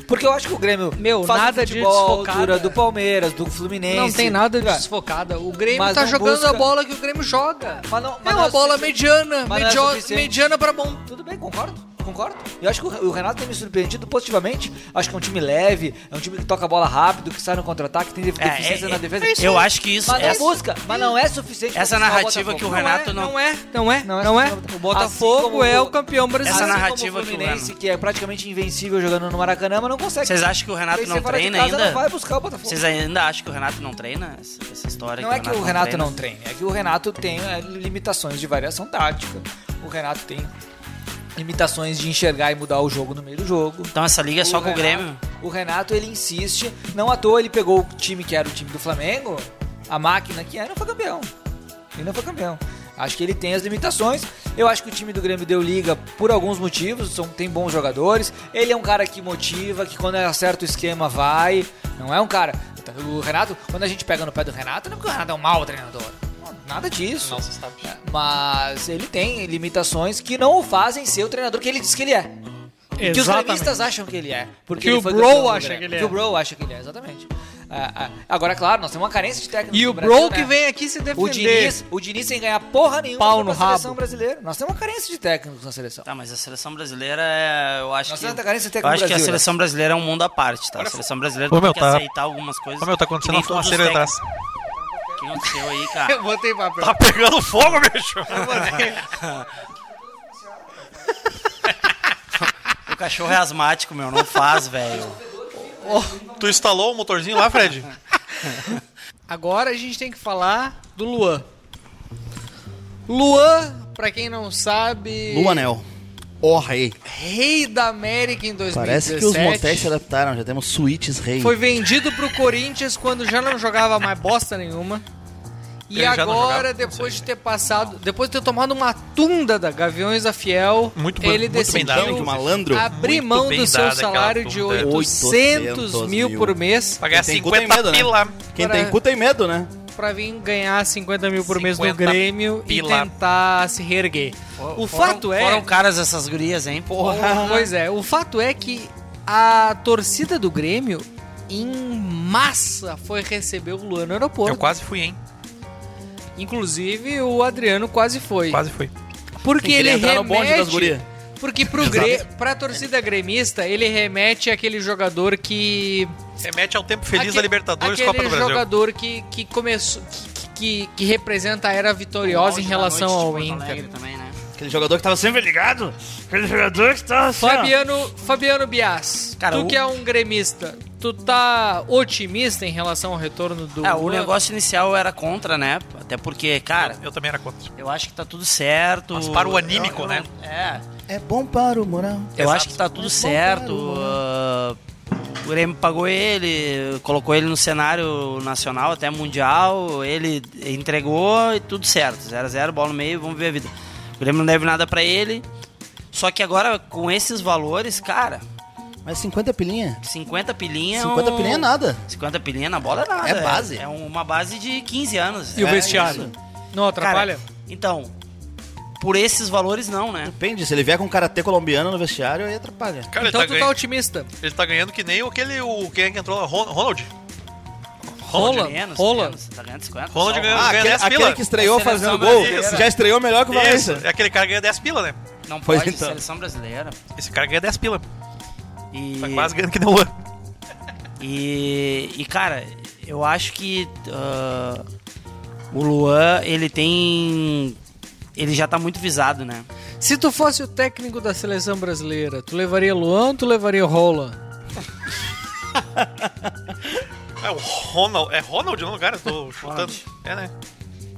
Porque eu acho que o Grêmio.
Meu,
faz um
nada de
futebol à
desfocada.
altura do Palmeiras, do Fluminense.
Não tem nada de
Cara,
desfocada. O Grêmio
Mas
tá
não
jogando
busca-
a bola que o Grêmio joga.
Mas não- mas
é
não
uma bola
sufici-
mediana,
mas não é
medio-
suficiente.
mediana pra bom.
Tudo bem, concordo. Concordo. Eu acho que o o Renato tem me surpreendido positivamente. Acho que é um time leve, é um time que toca a bola rápido, que sai no contra-ataque, tem
É,
deficiência
é,
na
é,
defesa.
é isso. Eu acho que isso-
Mas não
essa-
busca, mas não é suficiente. pra
Essa
buscar o
narrativa
Botafogo.
que o Renato não.
Não é, não é, não é. O
Assim
Botafogo
como
é
o-
o campeão brasileiro.
Essa
Assim
narrativa
como o
que o
Fluminense,
Renato-
que é praticamente invencível jogando no Maracanã, mas não consegue.
Vocês acham que o Renato
Aí você
não
fora de
treina
casa,
ainda?
Não vai buscar o Botafogo.
Vocês ainda acham que o Renato não treina? Essa, essa história
é Não é que o Renato não
treina.
treine, é que o Renato tem é, limitações de variação tática. O Renato tem limitações de enxergar e mudar o jogo no meio do jogo.
Então essa liga é só com o
Renato-
Grêmio?
O Renato, ele insiste. Não à toa ele pegou o time que era o time do Flamengo, a máquina que era, e não foi campeão. Ele não foi campeão. Acho que ele tem as limitações. Eu acho que o time do Grêmio deu liga por alguns motivos. São, tem bons jogadores. Ele é um cara que motiva, que quando acerta o esquema vai. Não é um cara. O Renato, quando a gente pega no pé do Renato, não é porque o Renato é um mau treinador. Nada disso.
Não, você sabe.
Mas ele tem limitações que não o fazem ser o treinador que ele diz que ele é. E que os
Exatamente.
gremistas acham que ele é. Porque
Que
ele
o
foi
Bro
campeão do
acha
Grêmio.
que ele é.
Que o Bro acha que ele é, exatamente. Ah, ah, agora, claro, nós temos uma carência de técnico.
E
no
o
Brasil,
Bro
né?
que vem aqui se defender.
O Diniz, o Diniz sem ganhar porra nenhuma
Pau
foi pra
no rabo.
seleção brasileira. Nós temos uma carência de técnicos na seleção.
Tá, mas a seleção brasileira, é- eu acho
Nós
que.
temos a carência
Eu
técnica
acho
no
que a
tá Brasil, né?
seleção brasileira é um mundo à parte, tá? A seleção brasileira
Ô,
tem
meu,
que
tá-
aceitar algumas coisas.
Ô, meu, tá acontecendo
que nem
uma
todos os
fumaceira
técnicos-
atrás.
Que aconteceu aí,
Eu
cara?
botei papel.
Tá pegando fogo, bicho!
O cachorro é asmático, meu, não faz, velho.
tu instalou o motorzinho lá, Fred?
É, Agora a gente tem que falar do Luan. Luan, pra quem não sabe.
Luanel. Oh, rei.
Rei da América em 2017.
Parece que os motéis
é
se adaptaram, já temos suítes rei.
Foi vendido pro Corinthians quando já não jogava mais bosta nenhuma. E
Ele já não
agora,
jogava?
depois de ter passado, depois de ter tomado uma tunda da Gaviões da Fiel,
Muito bom-
ele
muito bem
decidiu
dado,
Que malandro.
abrir
Muito
mão
bem
do seu
dada aquela
salário de
tunda.
800 mil por mês
Pra ganhar
Quem tem cu
50
tem medo, né?
pila.
Quem
Para-
tem cu tem medo, né?
pra vir ganhar 50 mil por mês no
50
Grêmio
pila.
e tentar se reerguer. o
Foram-
fato é.
Foram caras essas gurias, hein?
Pois é, o fato é que a torcida do Grêmio, em massa, foi receber o Luan no aeroporto.
Eu quase fui, hein?
Inclusive, o Adriano quase foi.
Quase fui.
Porque
Sim, queria
ele
entrar
remete...
no bonde das gurias.
Porque pro Gre... pra torcida gremista, ele remete àquele jogador que...
Remete ao tempo feliz
Aque-
da Libertadores
aquele
Copa do Brasil.
jogador que, que começou... Que, que, que representa a era vitoriosa em relação ao Inter.
Também, né?
Aquele jogador que tava sempre ligado. Aquele jogador que tava assim, ó.
Fabiano, Fabiano Bias,
Cara,
tu
o-
que é um gremista, tu tá otimista em relação ao retorno do
É, o
Luan?
negócio inicial era contra, né? Até porque, cara,
Eu também era contra.
eu acho que tá tudo certo.
Mas para o anímico,
Eu- eu-
né?
É.
É bom né? para o moral.
Eu acho que tá tudo certo. ah, o Grêmio pagou ele, colocou ele no cenário nacional, até mundial, ele entregou e tudo certo. 0 a 0 bola no meio, vamos ver a vida. O Grêmio não deve nada pra ele. Só que agora, com esses valores, cara,
Mas 50 pilinha?
50 pilinha.
50
um-
pilinha é nada.
50 pilinha na bola é nada.
É base.
É, uma base de 15 anos.
E o
É
vestiário?
isso.
Não
atrapalha? então, por esses valores não, né?
Depende, se ele vier com um karatê colombiano no vestiário, aí atrapalha.
Cara,
Então
ele tá ganhando-
otimista.
Ele tá ganhando que nem aquele. O, quem é que entrou? lá? Ron- Ronald?
Rola,
menos,
rola.
menos, tá ganhando 50.
Ronald
só.
ganha,
Ah,
ganha
aquele-
10 pila.
aquele que estreou
Da seleção
fazendo gol.
brasileira.
Já estreou melhor que o Valencia.
Isso, é aquele cara que ganha 10 pila, né?
Ah, Não
Pois
pode,
então.
seleção brasileira.
Esse cara ganha 10 pila.
E...
Tá quase ganhando que nem o Luan.
E, e, cara, eu acho que ah, o Luan, ele tem... Ele já tá muito visado, né?
Se tu fosse o técnico da seleção brasileira, tu levaria Luan ou tu levaria Rola?
É o Ronald. É Ronald o nome do cara? Tô chutando. É, né?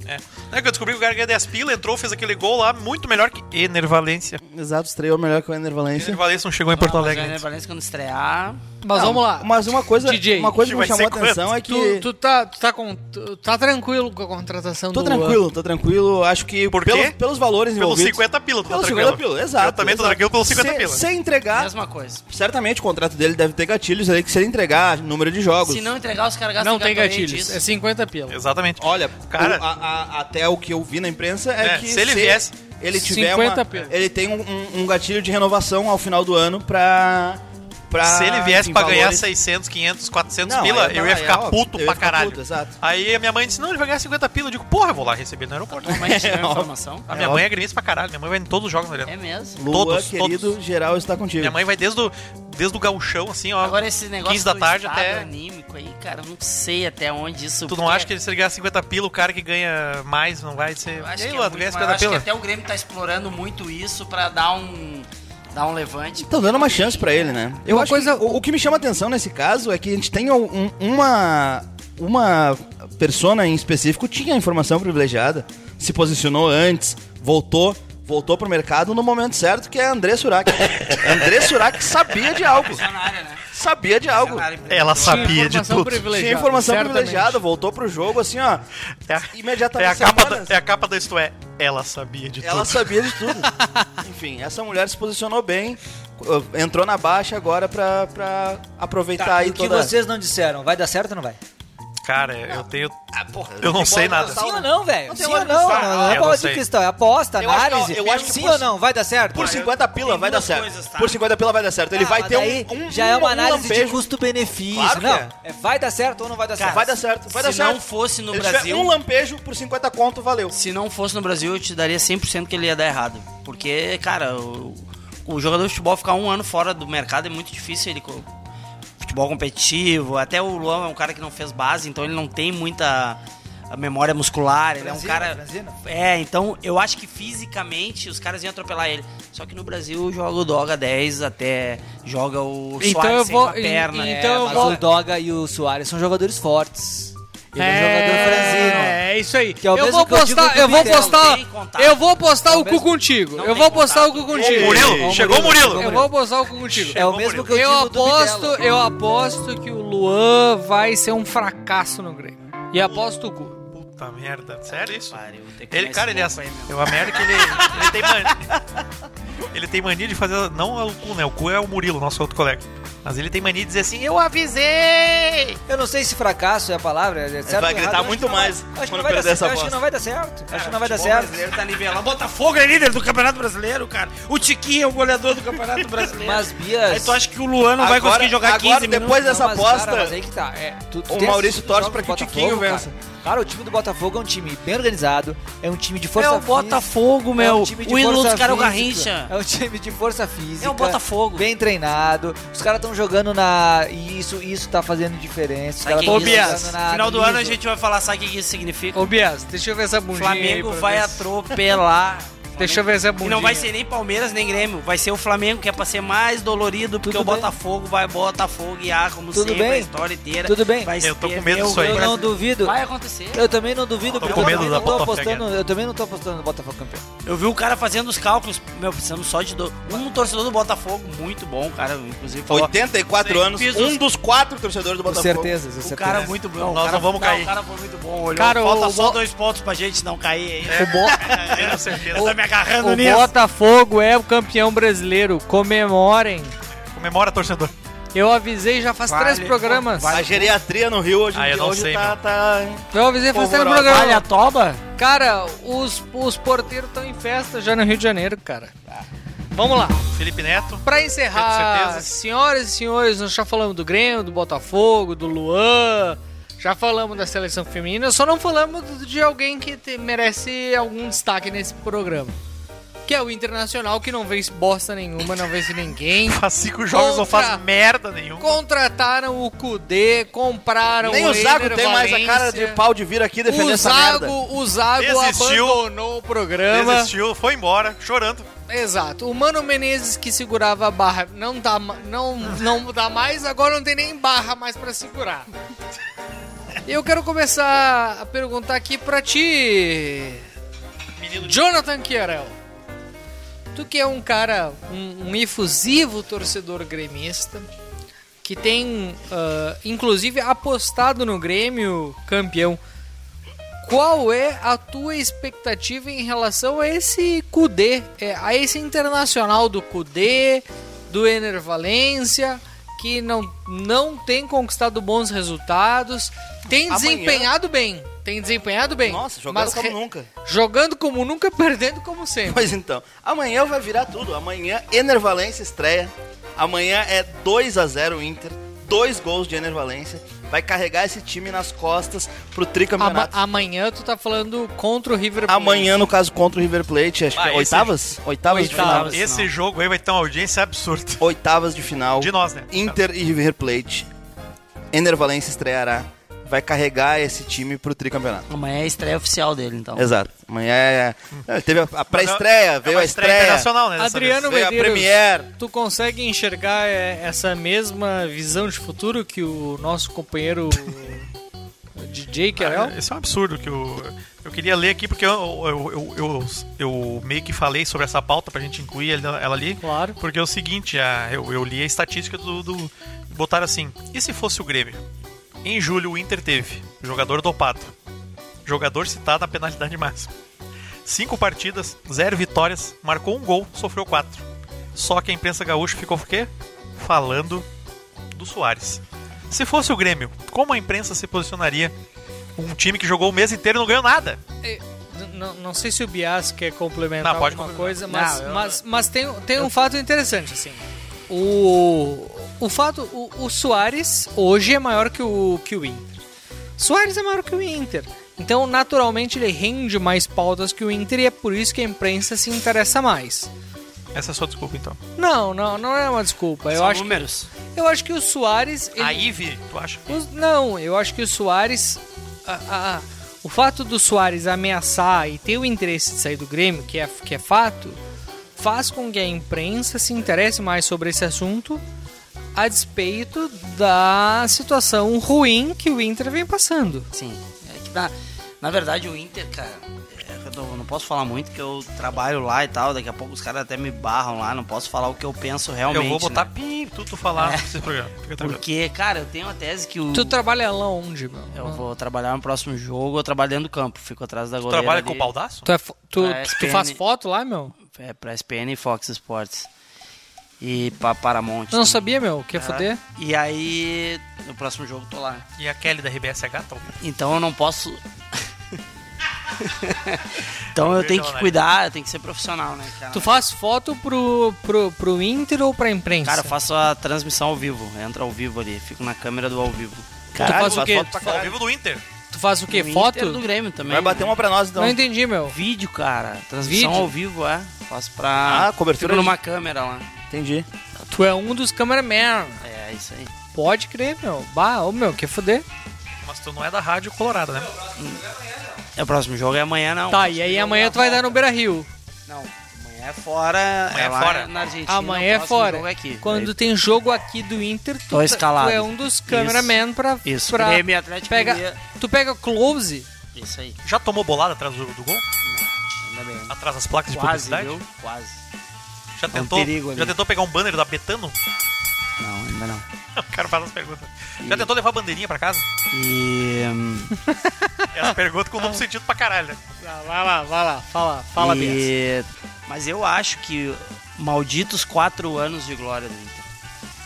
É. Não é que eu descobri que o cara ganha 10 pila, entrou, fez aquele gol lá, muito melhor que Enervalência.
Exato, estreou melhor que o Ener Valencia.
Enervalência não chegou em Porto
Mas o
Alegre.
Ener Valencia, quando estrear...
Mas
Não,
vamos lá.
Mas uma coisa,
DJ,
uma coisa que me
vai
chamou a
ser
atenção
quanto?
é que...
Tu, tu tá, tu tá, com, tu tá tranquilo com a contratação
Tô
do Luan.
tranquilo, tô tranquilo. Acho que pelos,
quê?
pelos valores
Pelos
envolvidos...
50 pila, tu tá
Pelos
tranquilo.
50 pila, exato.
Eu também tô
exato.
tranquilo pelos 50
Se-
pila.
Sem
Ah.
entregar...
Mesma coisa.
Certamente o contrato dele deve ter gatilhos aí, que se ele entregar número de jogos...
Se não entregar, os caras gastam
Não tem
cartolete,
gatilhos.
Tá isso.
É 50 pila.
Exatamente.
Olha,
Cara-
o- a- a- até o que eu vi na imprensa é,
É,
que
se ele viesse-
ele tiver
50
uma-
pila.
ele tem um, um- um gatilho de renovação ao final do ano pra, pra
Se ele viesse
enfim,
pra ganhar
Ah, valores-
600, 500, 400
Não,
pila,
aí
eu
não,
ia
aí é
ficar
óbvio,
puto
eu ia
pra
ficar
caralho.
puto, exato.
Aí a minha mãe disse: Não, ele vai ganhar 50 pila. Eu digo: Porra, eu vou lá receber no aeroporto.
Tua mãe te deu
É óbvio.
né, informação?
A minha
É
mãe
óbvio.
é gremista pra caralho. Minha mãe vai em todos os jogos, né?
É mesmo?
Lua,
Todos,
querido,
todos.
geral está contigo.
Minha mãe vai desde o, desde o gauchão, assim, ó.
Agora esse negócio
15 da
do
tarde
estado
até...
anímico aí, cara, eu não sei até onde isso... é.
Tu não acha que se ele ganhar 50 pila, o cara que ganha mais não vai ser...
Eu acho,
e aí,
que,
Luan,
é
tu
muito
ganha
maior.
50
acho que
pila?
até o Grêmio tá explorando muito isso pra dar um, dar um levante.
Estão Tipo, tá dando uma chance pra ele, né? Eu acho coisa... o, o que me chama atenção nesse caso é que a gente tem um- uma uma persona em específico tinha informação privilegiada, se posicionou antes, voltou, voltou pro mercado no momento certo, que é André Surak. André Surak sabia de algo. Sabia de algo.
Ela sabia de tudo.
Tinha informação privilegiada, voltou pro jogo assim, ó.
É a,
Imediatamente.
capa
semanas.
da, é a capa da Isto É. Ela sabia de
Ela
tudo.
sabia de tudo. Enfim, essa mulher se posicionou bem, uh, entrou na baixa agora pra, pra aproveitar
Tá,
aí
e o que
toda...
vocês não disseram? Vai dar certo ou não vai?
Cara, eu tenho... eu não
é
sei nada.
Sim ou não, velho?
tem
Sim
hora
ou
de
não?
cristal.
Não, não
Eu
é
não
bola de
sei.
cristão, é aposta,
Eu acho que, ó,
análise.
eu acho que
sim
por-
ou não, vai dar certo?
Por 50 pila vai dar certo. Por 50 pila vai dar certo. Ele
Ah,
vai
mas
ter
daí
um, um-
Já é
um
uma análise de
lampejo.
custo-benefício.
Claro que
não,
é.
é vai dar certo ou não vai dar certo?
vai dar certo, vai
se
dar certo.
não fosse no
Ele tiver
Brasil...
um lampejo por 50 conto, valeu.
Se não fosse no Brasil, eu te daria 100% que ele ia dar errado. Porque, cara, o, o jogador de futebol ficar um ano fora do mercado é muito difícil ele... co- Futebol competitivo, até o Luan é um cara que não fez base, então ele não tem muita a memória muscular, ele é um
Franzino,
cara...
Franzino.
É, então eu acho que fisicamente os caras iam atropelar ele. Só que no Brasil joga o Doga 10 até joga o Soares
Então eu
sem
vou-
uma perna.
e-
é,
então eu
mas
vou-
o-
o Doga e o Soares são jogadores fortes. Ele é,
É,
jogador franzino.
é isso aí.
é o
eu,
mesmo
vou
que eu digo
postar,
do
eu vou
Vilela,
postar,
tem
eu vou postar
É o
o cu
mesmo-
contigo. Eu vou postar o cu contigo.
Murilo, chegou É o Murilo.
Eu vou postar o cu contigo.
É o mesmo que eu
Eu
digo do
aposto,
Vilela.
eu aposto que o Luan vai ser um fracasso no Grêmio. E aposto o cu.
Puta merda. Sério isso?
tem que
Ele,
comer
cara, ele
esse
é...
louco aí, meu.
Eu, a merda é que ele, ele tem mania... Ele tem mania de fazer... Não é o cu, né? O cu é o Murilo, nosso outro colega. Mas ele tem mania de dizer assim... Eu avisei!
Eu não sei se fracasso é a palavra. É certo
vai
ou
gritar
errado, eu acho
muito
que não vai-
mais
acho que não
quando
vai dar
perder essa
certo, eu Acho que
aposta.
não vai dar certo. Acho que não vai dar
futebol
certo.
brasileiro tá nivelando. Botafogo é líder do Campeonato Brasileiro, cara. O Tiquinho é o goleador do Campeonato Brasileiro.
Mas, Bias-
Aí tu acha que o Luan não vai
Agora-
conseguir jogar
agora,
15
depois
minutos?
dessa
mas,
aposta,
cara, mas aí que tá. É, tu- tu
o
tem
Maurício
assistido
torce
jogos
pra que
do
o
Botafogo,
Tiquinho
cara?
vença.
Cara, o time do Botafogo é um time bem organizado, é um time de força
É o
física,
Botafogo,
É
meu.
um time de
O ídolo
força
dos caras é o
física,
Garrincha.
É um time de força física.
É o Botafogo.
Bem treinado. Os caras estão jogando na. e Isso, isso tá fazendo diferença. Os
Sabe o que,
caras
que
tão
é isso?
jogando na-
Final do
no
ano a
nível.
gente vai falar, sabe o que que isso significa?
Ô, Bias, deixa eu ver essa bundinha aí
Flamengo
pra
vai
ver se-
atropelar
Deixa eu ver se é
E não vai ser nem Palmeiras nem Grêmio, vai ser o Flamengo, que é pra ser mais dolorido, porque o Botafogo vai Botafogo e ah, como
Tudo
sempre,
bem.
a história inteira.
Tudo bem.
Vai
Eu tô
ser
com medo
meu
disso aí.
Brasil.
Eu não duvido.
Vai acontecer.
Eu também não duvido,
Tô
porque
com
eu
medo
também
da
não tô
Botafogo
apostando, eu também não tô apostando no Botafogo campeão.
Eu vi o cara fazendo os cálculos, meu, precisamos só de do... um torcedor do Botafogo, muito bom, cara, inclusive falou,
84
"Sem
anos,
pisos".
um dos quatro torcedores do Botafogo.
O
Tá
cara é muito bom. o
Nós
cara,
não vamos
não,
cair.
O cara foi muito bom. Olhou. É.
Cara,
Falta
o
só
Bo-
dois pontos pra gente não cair.
O Bo-
Eu certeza. Tá me agarrando
O
nisso.
Botafogo é o campeão brasileiro. Comemorem.
Comemora, torcedor.
Eu avisei já faz
Vale,
três programas.
A geriatria no Rio hoje, em
Ah, eu
dia-
não
hoje
sei,
tá, tá...
Eu avisei faz
Polvorosa.
três programas.
Vale a
toba? Cara, os, os porteiros estão em festa já no Rio de Janeiro, cara. Vamos lá.
Felipe Neto.
Pra encerrar, senhoras e senhores, nós já falamos do Grêmio, do Botafogo, do Luan, já falamos da seleção feminina, só não falamos de alguém que te- merece algum destaque nesse programa. Que é o Internacional, que não vence bosta nenhuma, não vence ninguém.
Faz cinco jogos, não faz merda nenhuma.
Contrataram o Kudê, compraram
Nem
o
um
o Zago
Ener
tem mais a cara
Valencia.
de pau de vir aqui defender
o
essa
Zago,
merda.
o Zago
Desistiu.
abandonou o programa.
Desistiu, foi embora, chorando.
Exato. O Mano Menezes que segurava a barra não dá, ma- não, não dá mais, agora não tem nem barra mais pra segurar. Eu quero começar a perguntar aqui pra ti, Jonathan Chiarel. Tu que é um cara, um, um efusivo torcedor gremista, que tem, ah, inclusive, apostado no Grêmio campeão. Qual é a tua expectativa em relação a esse Kudê, é, a esse internacional do Kudê, do Ener Valência, que não, não tem conquistado bons resultados, tem
Amanhã-
desempenhado bem, tem desempenhado bem.
Nossa, jogando
mas
como
re-
nunca.
Jogando como nunca, perdendo como sempre.
Pois então, amanhã vai virar tudo. Amanhã Ener Valência estreia. Amanhã é 2 a 0 Inter. Dois gols de Ener Valência. Vai carregar esse time nas costas pro
Ama-
tricampeonato.
amanhã tu tá falando contra o River Plate.
Amanhã, no caso, contra o River Plate, acho que
Ah,
é
esse-
oitavas? Oitavas de final.
Esse jogo aí vai ter uma audiência absurda.
Oitavas de final.
De nós, né?
Inter e River Plate. Ener Valência estreará. Vai carregar esse time pro tricampeonato.
Amanhã é a estreia oficial dele, então.
Exato. Amanhã é. é, Teve a- a
é
pré-estreia, veio a estreia.
né,
Adriano
veio a
Medeiros,
Premier.
tu consegue enxergar é, essa mesma visão de futuro que o nosso companheiro DJ Carel?
Esse é um absurdo que eu, eu queria ler aqui, porque eu, eu, eu, eu, eu meio que falei sobre essa pauta pra gente incluir ela ela ali.
Claro.
Porque é o seguinte, a, eu, eu li a estatística do, do. Botaram assim: e se fosse o Grêmio? Em julho o Inter teve jogador dopado, jogador citado na penalidade máxima. Cinco partidas, zero vitórias, marcou um gol, sofreu quatro. Só que a imprensa gaúcha ficou o quê? Falando do Soares. Se fosse o Grêmio, como a imprensa se posicionaria? Um time que jogou o mês inteiro e não ganhou nada.
É, N- Não, não sei se o Bias quer complementar
Não, pode
alguma coisa,
complementar.
mas,
Não, eu-
mas, mas tem, tem um fato interessante, assim. O, o fato, o, o Soares hoje é maior que o, que o Inter. Soares é maior que o Inter. Então, naturalmente, ele rende mais pautas que o Inter e é por isso que a imprensa se interessa mais.
Essa é a sua desculpa, então.
Não, não, não é uma desculpa. Eu
São
acho
números.
Que, eu acho que o Soares. ele-
A Ive, tu acha?
os- não, eu acho que o Soares. a- a- a- o fato do Soares ameaçar e ter o interesse de sair do Grêmio, que é, que é fato, faz com que a imprensa se interesse mais sobre esse assunto, a despeito da situação ruim que o Inter vem passando.
Sim. É que na, na verdade o Inter, cara, é que eu tô- não posso falar muito que eu trabalho lá e tal, daqui a pouco os caras até me barram lá, não posso falar o que eu penso realmente.
eu vou botar
né?
pi, tudo tu falar
É.
nesse programa. Fica tranquilo.
Porque, cara, eu tenho uma tese que o.
Tu trabalha lá onde, meu?
Eu vou trabalhar no próximo jogo, eu trabalho dentro do campo, fico atrás da goleira.
trabalha
ali.
com o Baldasso?
Tu, é fo- tu-
Pra
tu faz
SPN.
foto lá, meu?
É, pra SPN e Fox Sports. E pra Paramount.
Eu não
também.
sabia, meu. Quer
É.
foder?
E aí, no próximo jogo tô lá.
E a Kelly da RBSH, tá ouvindo?
Então eu não posso. Então eu tenho que cuidar, eu tenho que ser profissional, né, cara?
Tu faz foto pro, pro, pro Inter ou pra imprensa?
Cara, eu faço a transmissão ao vivo. Entra ao vivo ali. Fico na câmera do ao vivo.
Caralho, faz o quê?
Tá ao vivo do Inter.
Tu faz o quê?
Do
Foto?
Inter, do Grêmio também.
então.
Não entendi, meu.
Vídeo, cara. Transmissão
Vídeo?
ao vivo, é. Faço pra...
Ah, cobertura
Fico
de-
numa câmera lá.
Entendi.
Tu é um dos cameraman.
É, é isso aí.
Pode crer, meu. Bah, ô meu, quer foder?
Mas tu não é da Rádio Colorado, né?
É o próximo jogo é amanhã, não.
Tá,
Tá, e aí amanhã tu vai dar no Beira Rio.
Não, amanhã é fora.
Amanhã é
é lá
fora.
na Argentina.
Amanhã é
o próximo
fora.
jogo é aqui.
Quando tem jogo aqui do Inter, tu,
Tô
tá-
escalado.
tu é um dos
Isso.
cameramen pra.
Isso.
pra
Grêmio e Atlético
pega,
Mineiro.
Tu pega close.
É Isso aí.
Já tomou bolada atrás do, do gol?
Ainda bem.
Atrás das placas de
Quase,
publicidade?
viu? Quase.
Já
um
tentou,
perigo ali.
já tentou pegar um banner da Betano?
Não, ainda não.
O cara faz as perguntas. Já tentou levar a bandeirinha pra casa?
E. hum,
É as perguntas com duplo sentido pra caralho.
Ah,
Vai lá, vai lá, fala, fala bem.
e... Mas eu acho que malditos quatro anos de glória do Inter.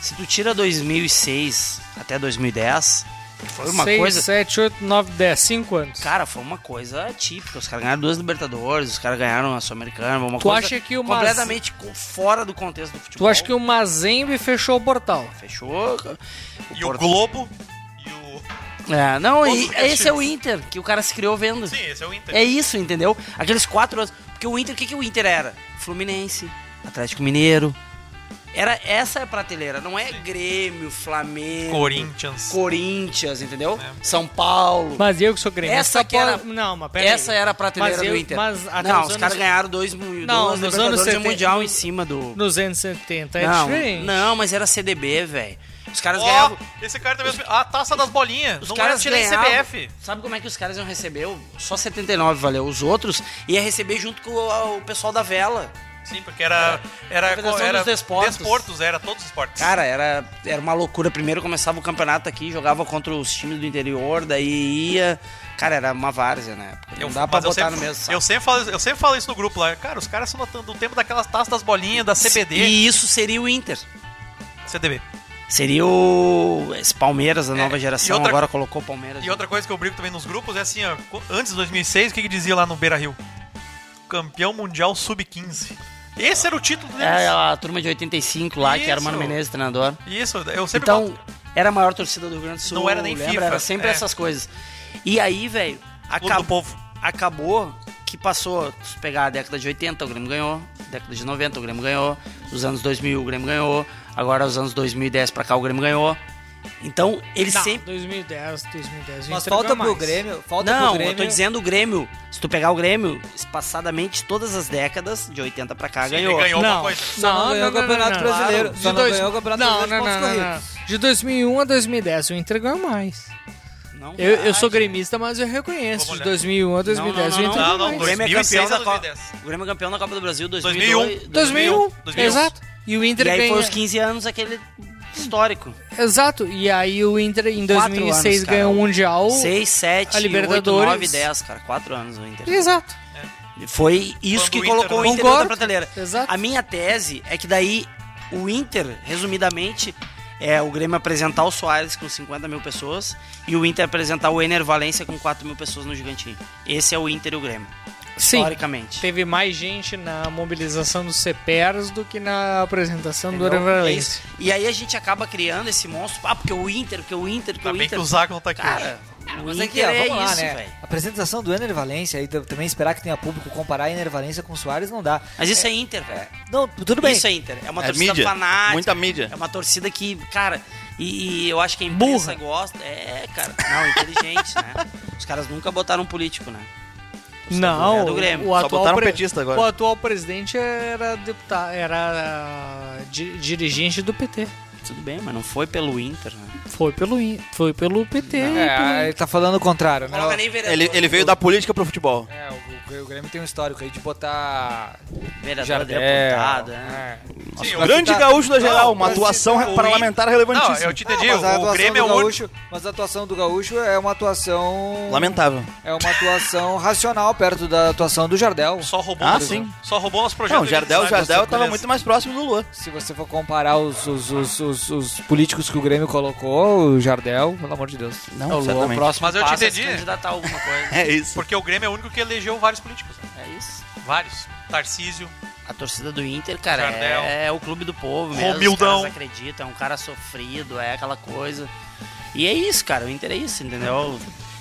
Se tu tira 2006 até 2010, que foi uma
6,
coisa.
7, 8, 9, 10, 5 anos.
Cara, foi uma coisa típica. Os caras ganharam duas Libertadores, os caras ganharam a Sul-Americana, uma
Tu
coisa
acha que o Mas-
completamente co- fora do contexto do futebol.
Tu acha que o Mazembe fechou o portal?
Fechou. cara.
E o Globo.
É, não,
Todos
e
os
esse é o
times.
Inter, que o cara se criou vendo.
Sim, esse é o Inter.
É isso, entendeu? Aqueles quatro anos. Porque o Inter, o que, que o Inter era? Fluminense, Atlético Mineiro. Era essa é a prateleira, não é Grêmio, Flamengo,
Corinthians. É.
Corinthians, entendeu? São Paulo.
Mas eu que sou gremista.
Essa que era,
Não, mas peraí.
essa era a prateleira
Mas eu-
do Inter.
mas até
não,
os
os
anos-
caras ganharam dois, mu-
Não,
duas
nos
Libertadores
anos
e um
70
Mundial em cima do...
Nos anos 70 é
não,
diferente.
não, mas era CDB, velho. Os caras
Ó,
ganhavam...
esse cara também. é A taça das bolinhas.
Os
não
caras
era tirar
ganhavam.
em CBF.
Sabe como é que os caras iam receber? O- Só 79 valeu. Os outros ia receber junto com o, o pessoal da vela.
Sim, porque era. Era.
Federação
era
É. dos Desportos.
desportos, era todos os esportes.
Cara, era, era uma loucura. Primeiro começava o campeonato aqui, jogava contra os times do interior, daí ia. Cara, era uma várzea na época. Não dá pra
mas eu
botar
sempre-
no mesmo saco.
Eu sempre, falo, eu sempre falo isso no grupo lá. Cara, os caras estão notando o tempo daquelas taças das bolinhas, da CBD.
E isso seria o Inter.
CDB.
Seria o. Esse Palmeiras, a nova geração,
É, outra-
agora colocou o Palmeiras.
E outra coisa que eu brigo também nos grupos é assim, ó, co- antes de 2006, o que, que dizia lá no Beira Rio? Campeão Mundial Sub-15. Esse era o título deles.
É a turma de 85 lá, que era o Mano
Isso.
Menezes, treinador.
Isso, eu sempre
Então,
boto.
era a maior torcida do Rio Grande do Sul.
Não era nem
lembra?
FIFA,
Era sempre
é.
essas coisas. E aí, velho, acabou, acabou que passou, se tu pegar a década de 80, o Grêmio ganhou. Década de 90, o Grêmio ganhou. Os anos 2000, o Grêmio ganhou. Agora, os anos 2010 pra cá, o Grêmio ganhou. Então, ele
Não,
sempre...
2010, 2010. o
Mas
Inter ganhou
falta pro
mais.
Grêmio, falta
não,
pro Grêmio.
eu tô dizendo o Grêmio. Se tu pegar o Grêmio, espaçadamente, todas as décadas, de 80 pra cá,
Sim, ele
Ah, ganhou.
ganhou
Não.
uma coisa.
Só não ganhou o Campeonato Brasileiro.
Claro.
Só não
dois-
ganhou o Campeonato
não,
Brasileiro de
não,
pontos
não, não,
corridos.
não. De 2001 a 2010, o Inter ganhou mais.
Não
eu, eu
faz.
sou gremista, mas eu reconheço. De 2001 a 2010,
não, não,
o Inter
não,
ganhou
não,
mais.
O Grêmio é campeão
2006 a
da Copa.
2010.
O Grêmio é campeão da Copa do Brasil
2001.
2002,
2001,
2001.
exato. E o Inter
e aí
ganhou.
foi os 15 anos aquele histórico.
Exato. E aí o Inter em
Quatro
2006
anos, cara.
ganhou o Mundial.
6, 7,
a
8,
Libertadores.
9, 10, cara. 4 anos o Inter.
Exato.
Foi isso
Quando
que
o Inter
colocou o
não-
Inter na outra
Concordo.
prateleira.
Exato.
A minha tese é que daí o Inter, resumidamente, é o Grêmio apresentar o Soares com 50 mil pessoas e o Inter apresentar o Ener Valência com 4 mil pessoas no Gigantinho. Esse é o Inter e o Grêmio.
Sim.
Historicamente.
Teve mais gente na mobilização dos CPERs do que na apresentação do
Então,
Entendeu? É
Erevalense.
isso. E aí a gente acaba criando esse monstro. Ah, porque o Inter, porque o Inter, porque
Ainda
o
bem
Inter.
que o Zago não tá aqui
Cara, o
Mas aqui,
Inter
ó,
é,
vamos lá,
isso,
né?
velho.
A apresentação do Ener Valência e também esperar que tenha público comparar Ener Valência com Soares não dá.
Mas isso é, Inter, velho.
Não, tudo bem.
Isso é Inter. É uma
É
torcida
mídia.
fanática.
Muita mídia.
É uma torcida que, cara, e, e eu acho que a imprensa gosta. É, cara. Não, inteligente, né? Os caras nunca botaram um político, né?
Não,
é do Grêmio.
o
Só
atual
botaram
pre-
petista agora.
O atual presidente era deputado, era ah, di- dirigente do PT.
Tudo bem, mas não foi pelo Inter, né?
Foi pelo I- foi pelo PT.
É, ele tá falando o contrário, né?
é
Ele, ele veio da política pro futebol.
É, o, o Grêmio tem um histórico aí de botar.
Vereador,
Jardel,
deputado, né?
Sim,
o grande
tá-
gaúcho da geral, uma
mas se-
atuação
o-
parlamentar
Não,
relevantíssima.
eu te entendi.
mas a
o
atuação
Grêmio é
do
o único.
Gaúcho, Mas a atuação do Gaúcho é uma atuação.
Lamentável.
É uma atuação racional perto da atuação do Jardel.
Só roubou,
Ah,
nosso-
sim.
só roubou nosso projeto.
Não, o Jardel, o
Zago,
Jardel
beleza.
tava muito mais próximo do Lula.
Se você for comparar os, os, os, os- os políticos que o Grêmio colocou, o Jardel, pelo amor de Deus.
Não,
É o Lula, o
certamente.
próximo
Mas eu te
passo é se
entendi.
Candidatar alguma coisa.
É isso.
Porque o Grêmio é o único que elegeu vários políticos. né?
É isso.
Vários. Tarcísio.
A torcida do Inter, cara,
Jardel.
é, é o clube do povo mesmo.
Romildão.
Os caras acreditam, é um cara sofrido, é aquela coisa. E é isso, cara, o Inter é isso, entendeu?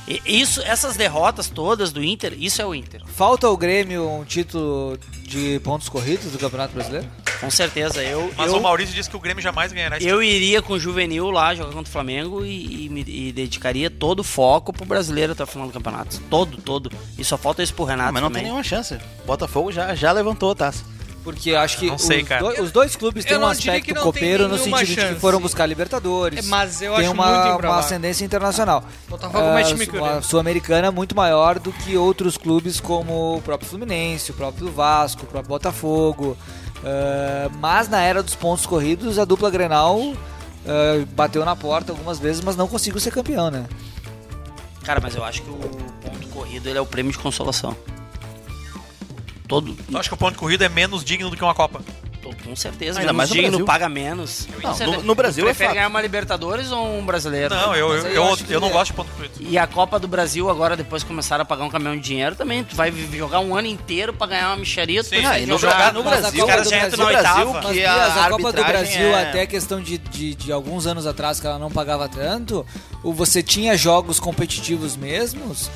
E- Isso, essas derrotas todas do Inter, isso é o Inter.
Falta o Grêmio um título de pontos corridos do Campeonato Brasileiro?
Com certeza. Eu,
Mas
eu,
o Maurício disse que o Grêmio jamais ganhará esse
eu iria com o juvenil lá jogar contra o Flamengo e, e me e dedicaria todo o foco pro brasileiro até o final do campeonato. Todo, todo. E só falta isso pro Renato.
mas não
também.
tem nenhuma chance. Botafogo já, já levantou a taça.
Porque acho que
Ah, Não sei,
os,
cara.
dois, os dois clubes
Eu
têm um
não diria
aspecto
que não tem
copeiro no
nenhuma
sentido de que
chance.
foram buscar Libertadores.
É, mas eu
tem
acho
uma,
muito
uma
improvável.
ascendência internacional.
Botafogo é mais
Ah,
time que o
uma
Grêmio.
Sul-Americana é muito maior do que outros clubes como o próprio Fluminense, o próprio Vasco, o próprio Botafogo. Ah, mas na era dos pontos corridos, a dupla Grenal ah, bateu na porta algumas vezes, mas não conseguiu ser campeão, né?
Cara, mas eu acho que o ponto corrido ele é o prêmio de consolação. Todo.
Eu acho que o ponto de corrida é menos digno do que uma Copa.
Com certeza.
Ainda
menos
mais no
digno,
Brasil.
paga menos.
Não,
Com certeza.
no- no Brasil
Tu
é
prefere
fato.
ganhar uma Libertadores ou um brasileiro?
Não, eu,
Mas
eu,
aí
eu,
acho que-
eu não gosto de ponto preto.
E a Copa do Brasil agora, depois começaram a pagar um caminhão de dinheiro também. Tu vai vi- jogar um ano inteiro pra ganhar uma micharia. tu
Ah,
vai
e no
jogar-
Bra- no
Mas a
Brasil,
Copa do
cara, já entra
Brasil-
na oitava.
Mas,
que
Bias,
a
a, Copa do
arbitragem
Brasil,
é-
até questão de, de, de alguns anos atrás que ela não pagava tanto, o- você tinha jogos competitivos mesmos.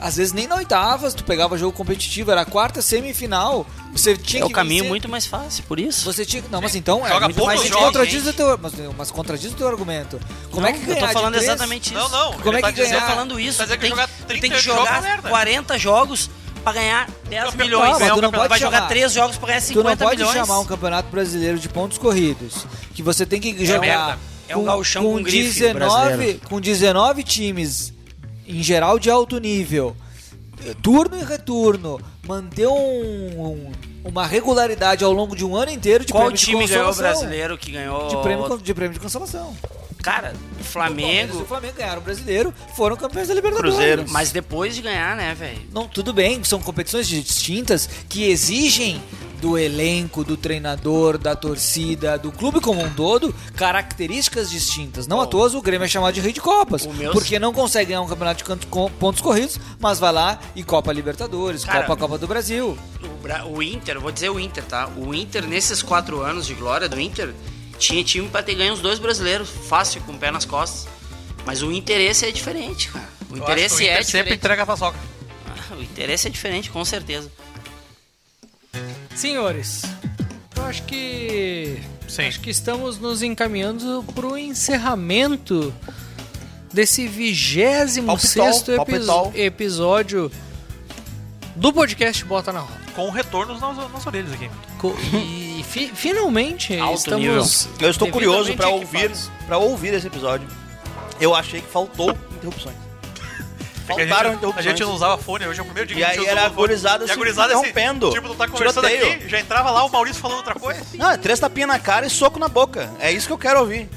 Às vezes nem na oitavas tu pegava jogo competitivo, era a quarta semifinal. Você tinha
É o
que
caminho
vencer-
muito mais fácil, por isso.
Você tinha. Não, mas então.
Joga
é muito
poucos
mais
jogos,
contradiz
gente.
o teu, mas, mas contradiz o teu argumento. Como
Não,
é que ganhar
Eu tô
de
falando
três-
exatamente isso.
Não, não. Como é que
Eu tô
ganhar?
falando isso.
Tá dizendo que
tu tem,
jogar
tu
30
tem que
jogos é
jogar
uma merda.
40 jogos pra ganhar 10 milhões.
Tá, mas tu
um
não pode
vai jogar
chamar-
3 jogos pra ganhar
Tu
50
não pode
milhões.
chamar um campeonato brasileiro de pontos corridos. Que você tem que
É
jogar.
merda. É um gauchão com grife brasileiro.
com 19 times, em geral de alto nível, eh, turno e retorno, manter um- um- uma regularidade ao longo de um ano inteiro de
Qual
prêmio de
time ganhou o
consolação.
brasileiro que ganhou...
De prêmio, de prêmio de consolação.
Cara, o Flamengo...
O Flamengo ganharam o brasileiro, foram campeões da Libertadores.
Mas depois de ganhar, né, velho?
Não, tudo bem, são competições distintas que exigem do elenco, do treinador, da torcida, do clube como um todo, características distintas. Não à toa o Grêmio é chamado de rei de Copas,
meu-
porque não consegue ganhar um campeonato de canto- com pontos corridos, mas vai lá e Copa Libertadores,
Cara,
Copa Copa do Brasil.
O, Bra- o Inter, vou dizer o Inter, tá? O Inter, nesses quatro anos de glória do Inter, tinha time pra ter ganho os dois brasileiros, fácil, com o pé nas costas. Mas o interesse é diferente, cara. O
Eu
interesse
acho que o
é
Inter sempre
diferente.
entrega a paçoca.
Ah, o interesse é diferente, com certeza.
Senhores, eu acho que.
Sim.
Acho que estamos nos encaminhando para o encerramento desse 26
Palpitol, palpitol.
episódio do podcast Bota na Roda.
Com retornos nas, nas orelhas aqui.
Co- E fi- finalmente
Alto
estamos.
nível. Eu estou curioso pra
devidamente
ouvir,
equipados.
para ouvir esse episódio. Eu achei que faltou interrupções.
Porque
Faltaram
a, gente, a
interrupções.
gente não usava fone, hoje é o primeiro dia
E
que a
aí
gente
era
usou
a
fone.
gurizada
E
se
a gurizada assim,
interrompendo.
Tipo, tu tá conversando
Tiroteio.
aqui, já entrava lá o Maurício falando outra coisa.
Não, é três tapinhas na cara e soco na boca. É isso que eu quero ouvir.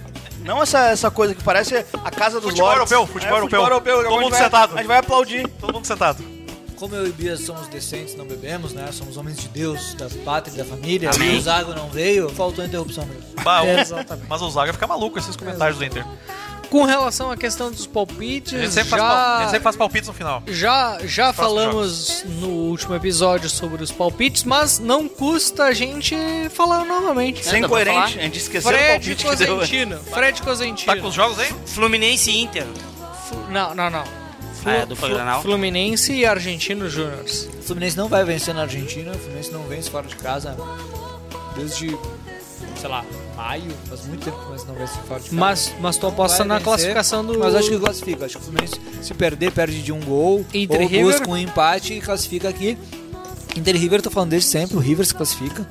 Não essa, essa coisa que parece a casa dos
Futebol
lords.
europeu, futebol
É,
europeu.
europeu.
Todo
A gente
mundo
vai-
sentado.
A gente vai aplaudir.
Todo mundo sentado.
Como eu e Bias somos decentes, não bebemos, né? Somos homens de Deus, da pátria, da família.
Amém.
E o Zago não veio, faltou a interrupção mesmo. É,
Bah, o-
Exatamente.
Mas o Zaga fica maluco com esses comentários do Inter.
Com relação à questão dos palpites,
A gente sempre, faz, pal- a gente
já,
sempre faz palpites no final.
já, já
Próximos
falamos no último episódio sobre os palpites, mas não custa a gente falar novamente.
Sem
Né?
coerente,
Falar.
a gente esqueceu é o
Fred
palpite que deu.
Cosentino, Fred Cosentino.
Tá com os jogos aí?
Fluminense e Inter.
Fu- Não, não, não. Flu-
Ah, é do
Flu-
Granal?
Fluminense e Argentino Juniors.
O Fluminense não vai vencer na Argentina, o Fluminense não vence fora de casa desde, sei lá, maio. Faz muito tempo que o Fluminense não vence fora de casa.
Mas, mas tu aposta
Vai
na
vencer,
classificação do.
Mas acho que classifica. Acho que o Fluminense, se perder, perde de um gol.
Inter
ou
e River?
busca um empate e classifica aqui. Inter e River, eu tô falando desde sempre. O River se classifica.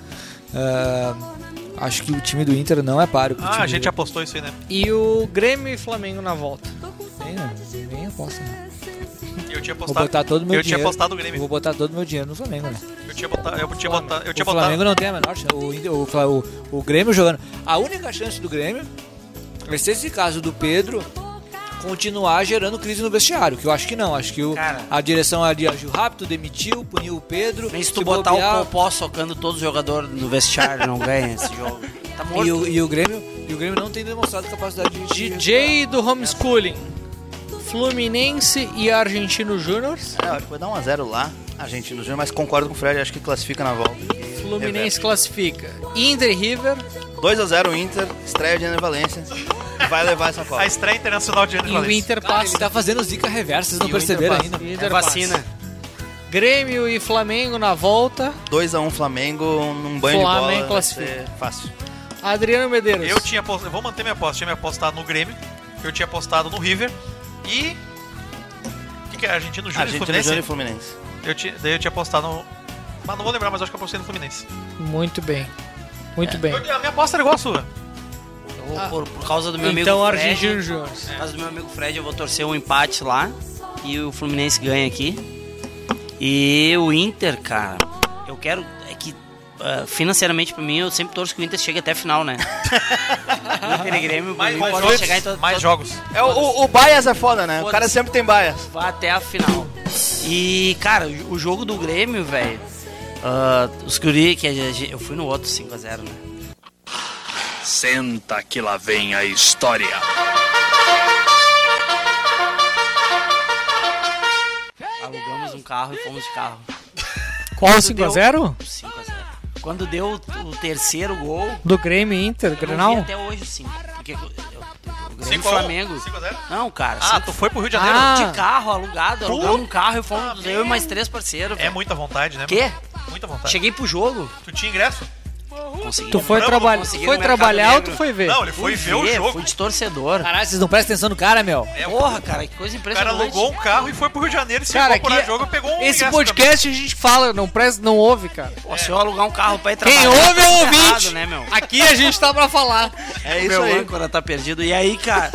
Ah, acho que o time do Inter não é páreo. pro
Ah,
time
a
do
gente
River.
apostou isso aí, né?
E o Grêmio e Flamengo na volta.
Nem, né? Nem aposta, né?
Eu tinha
Vou
apostado.
botar todo o meu
eu
dinheiro.
tinha apostado o Grêmio.
Vou botar todo o meu dinheiro no Flamengo, né?
Eu tinha botado. Eu tinha botado. Eu tinha
o
botado.
Flamengo não tem a menor chance. O, Inter- o, Fla- o- o Grêmio jogando. A única chance do Grêmio vai ser esse caso do Pedro continuar gerando crise no vestiário, que eu acho que não. Acho que o- a direção ali agiu rápido, demitiu, puniu o Pedro.
Nem se tu
se
botar
bobear-
o Popó socando todos os jogadores no vestiário, não ganha esse jogo. Tá morto.
E o, e o Grêmio, e o Grêmio não tem demonstrado capacidade de. de-
DJ do homeschooling. Fluminense e Argentino Juniors.
É, foi dar um a zero lá, Argentino Júnior, mas concordo com o Fred, acho que classifica na volta. É
Fluminense classifica. Inter e River.
2x0 Inter, estreia de Ana Valência. Vai levar essa Copa.
A estreia internacional de Ana
E o
Valência.
Inter
Cara,
passa.
ele tá fazendo zica reversa, então vocês não
E o Inter
perceberam
passa.
ainda.
E o
É
Inter passa.
vacina.
Grêmio e Flamengo na volta.
2x1 Flamengo, num
Flamengo
banho de bola. vai
classifica.
ser Fácil.
Adriano Medeiros.
Eu tinha apostado, eu vou manter minha aposta. Tinha me apostado no Grêmio, eu tinha apostado no River e. O que, que é? Argentino Júnior e
Argentino,
Fluminense?
Júnior e Fluminense.
Eu tinha, daí eu tinha apostado no. Mas não vou lembrar, mas acho que eu apostei no Fluminense.
Muito bem. Muito bem.
Eu- a minha aposta era igual a sua.
Por, por causa do meu
Então,
amigo
Argentino
Fred.
Júnior.
Por causa do meu amigo Fred, eu vou torcer um empate lá. E o Fluminense ganha aqui. E o Inter, cara, eu quero. É que ah, financeiramente pra mim eu sempre torço que o Inter chegue até a final, né? Inter e Grêmio,
Mais-
mais,
mais
pode
jogos,
chegar em todo,
mais
todo-
jogos.
É, o, o, o bias é foda, né? O cara sempre tem bias.
Vá até a final. E, cara, o o jogo do Grêmio, velho. ah, os guri que a gente- eu fui no outro 5x0, né?
Senta que lá vem a história.
Alugamos um carro e fomos de carro.
Qual,
Quando
5 a
deu-
0?
5 a 0. Quando deu o o terceiro gol,
Do Grêmio e Inter,
eu vi
Grenal?
até hoje o 5. Porque eu- eu- o Grêmio e
Cinco a um?
Flamengo. Não, cara.
Ah,
cinco-
tu foi pro Rio de Janeiro?
Ah.
De carro, alugado, alugamos um carro e fomos eu e mais três parceiros.
É muita vontade, né?
Quê?
Muita vontade.
Cheguei pro jogo.
Tu tinha ingresso?
Consegui.
Tu foi
Compramos,
trabalhar-
consegui
foi
no Mercado
trabalhar ou
Negro.
tu foi ver? Não, ele
foi ver o jogo.
Fui de torcedor.
Caralho, vocês não prestam atenção no cara, meu.
Porra, cara, que coisa
É, O cara
impressionante.
alugou um carro e foi pro Rio de Janeiro, se
Cara,
incorporou
aqui-
ao jogo e pegou um
Esse
ingresso
podcast a gente fala, não presta, não ouve, cara.
Pô,
é.
se eu alugar um carro pra ir trabalhar...
Quem ouve é
tá
o
errado,
ouvinte.
né, meu?
Aqui a gente tá pra falar.
É
O
isso
meu
aí.
âncora tá perdido. E aí, cara.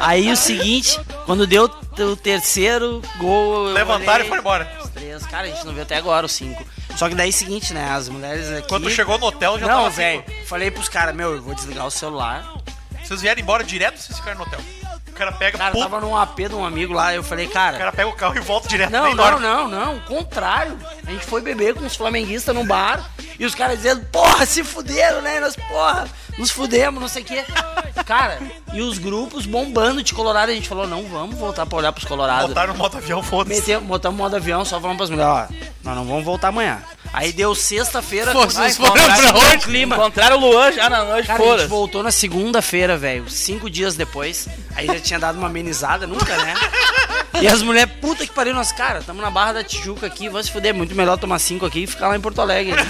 aí o seguinte, quando deu t- o terceiro gol. eu
Levantaram
olhei
e foram embora.
Os três, cara, a gente não viu até agora os cinco. Só que daí é o seguinte, né? As mulheres aqui.
Quando chegou no hotel, já
Não,
tava
velho.
cinco.
Falei pros caras, meu, eu vou desligar o celular.
também. Vocês vieram embora direto ou vocês ficaram no hotel? O cara pega,
Cara,
puto,
tava num AP de um amigo lá, eu falei,
o
cara.
cara pega o carro e volta direto.
Não,
nem
não,
dorme.
não, não. O contrário. A gente foi beber com os flamenguistas num bar e os caras dizendo, porra, se fuderam, né? Nós, porra, nos fudemos, não sei o quê. Cara, e os grupos bombando de Colorado. A gente falou, não, vamos voltar pra olhar pros Colorados.
Botaram no modo avião, foda-se.
Metemos, botamos modo avião, só falamos pras mulheres, ó, nós não vamos voltar amanhã. Aí deu sexta-feira,
Pô, vocês
ai,
foram pra
bom
onde?
clima.
Encontraram o Luan já na noite,
Cara, a gente
foda-se.
voltou na segunda-feira, velho. Cinco dias depois. Aí já tinha dado uma amenizada, nunca, né? E as mulheres, puta que pariu, nós, cara, tamo na Barra da Tijuca aqui, vamos se fuder. Muito melhor tomar cinco aqui e ficar lá em Porto Alegre.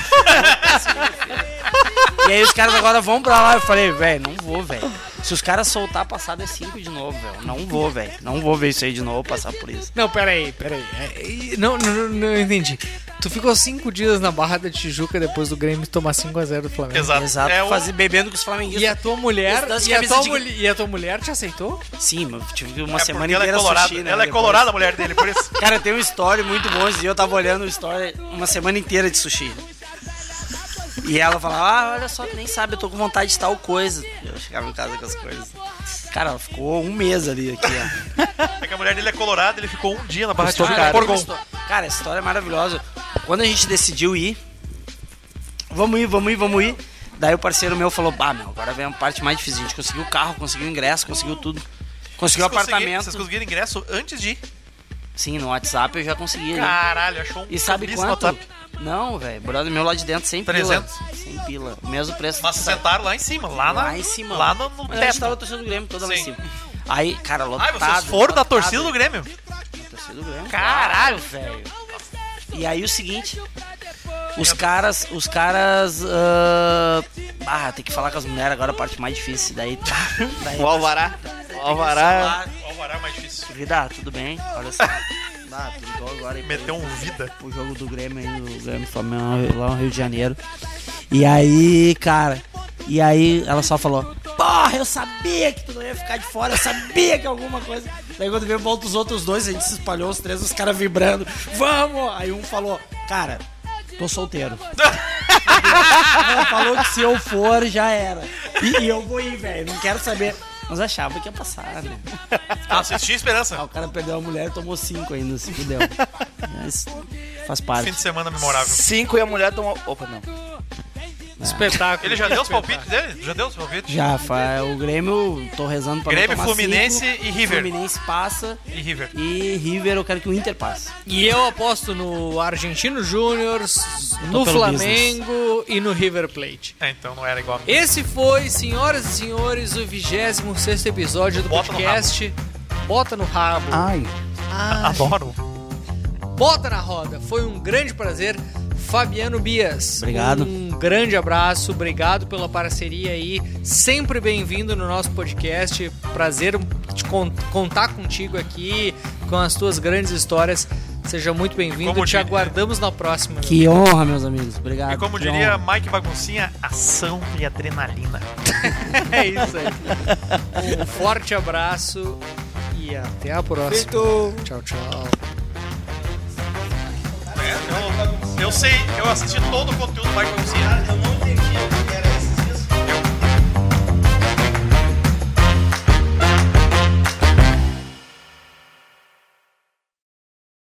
e aí os caras agora vão pra lá. Eu falei, velho, não vou, velho. Se os caras soltar passado é cinco de novo, velho. Não vou, velho. Não vou ver isso aí de novo, passar por isso.
Não, peraí, peraí. É, é, Não, não, não entendi. Tu ficou cinco dias na Barra da Tijuca depois do Grêmio tomar 5x0 do Flamengo.
Exato.
Exato,
É o-
fazer bebendo com os flamenguistas.
E a tua mulher.
Esse lance de
E a
camisa
tua,
de-
muli- e a tua mulher te aceitou?
Sim, mas eu tive uma
É
semana
porque ela é
inteira
colorada.
sushi, né,
ela é
depois.
colorada, a mulher dele, por isso.
Cara, tem um story muito bom. Esse dia eu tava olhando o story uma semana inteira de sushi. E ela falava, ah, olha só, tu nem sabe, eu tô com vontade de tal coisa. Eu chegava em casa com as coisas. Cara, ela ficou um mês ali aqui, ó.
É que a mulher dele é colorada, ele ficou um dia na barra de
Cara,
Tijuca,
tem uma
Porgon.
histó- Cara, essa história é maravilhosa. Quando a gente decidiu ir, vamos ir, vamos ir, vamos ir. Daí o parceiro meu falou, bah, meu, agora vem a parte mais difícil. A gente conseguiu o carro, conseguiu o ingresso, conseguiu tudo. Conseguiu o
Vocês conseguiram- Vocês
apartamento.
conseguiram ingresso antes de ir.
Sim, no WhatsApp eu já consegui. né?
Caralho, achou um
E sabe
serviço
quanto?
no top.
Não, velho. Brother meu lá de dentro, 100
300.
pila. 100 pila. O mesmo preço.
Mas sentaram lá em cima, lá, na,
Lá em cima.
Lá no, no
Mas a gente
teto.
tava torcendo o Grêmio toda lá em
Sim.
cima. Aí, cara,
Ai,
lotado.
vocês foram da
lotado.
torcida do Grêmio.
Torcida do Grêmio.
Caralho,
velho. Tá E aí o seguinte, os caras, os caras, ah, ah, tem que falar com as mulheres agora a parte mais difícil, daí, tá, daí
O Alvará. O Alvará.
O Alvará é mais difícil.
Vida, tudo bem? Olha só. Ah, tu ligou agora aí.
Meteu um vida.
pro jogo do Grêmio aí, do Grêmio e Flamengo lá no Rio de Janeiro. E aí, cara, e aí ela só falou: Porra, eu sabia que tu não ia ficar de fora, eu sabia que alguma coisa. Daí quando veio volta os outros dois, a gente se espalhou, os três, os caras vibrando: Vamos! Aí um falou: Cara, tô solteiro. ela falou que se eu for, já era. E, e eu vou ir, velho, não quero saber. Mas achava que ia passar, né?
Ah, vocês tinham
Ah, o
esperança.
cara perdeu a mulher e tomou cinco ainda, se fudeu. Mas faz
Fim
parte.
de semana memorável.
Cinco e a mulher tomou. Opa, não.
Espetáculo.
Ele já deu os palpites dele? Já deu os palpites?
Já, fa- é, o Grêmio, tô rezando pra não
Grêmio,
tomar
Fluminense
cinco.
e River.
Fluminense passa
E River.
e River eu quero que o Inter passe.
E eu aposto no Argentino Júnior, no
pelo
Flamengo e no River Plate.
É, então não era igual a mim.
Esse foi, senhoras e senhores, o 26 episódio do
Bota no
podcast Bota no Rabo.
Ai.
Ai.
Adoro.
Bota na Roda. Foi um grande prazer. Fabiano Bias.
Obrigado.
Um grande abraço, obrigado pela parceria aí. Sempre bem-vindo no nosso podcast. Prazer te con- contar contigo aqui, com as tuas grandes histórias. Seja muito bem-vindo. Te
Como diria-
aguardamos na próxima. né?
Que honra, meus amigos. Obrigado.
E como
que
diria
honra.
Mike Baguncinha, ação e adrenalina.
É isso aí. Um forte abraço e até a próxima. Tchau, tchau.
É, Eu, eu sei, eu assisti todo o conteúdo do Mike Baguncinha.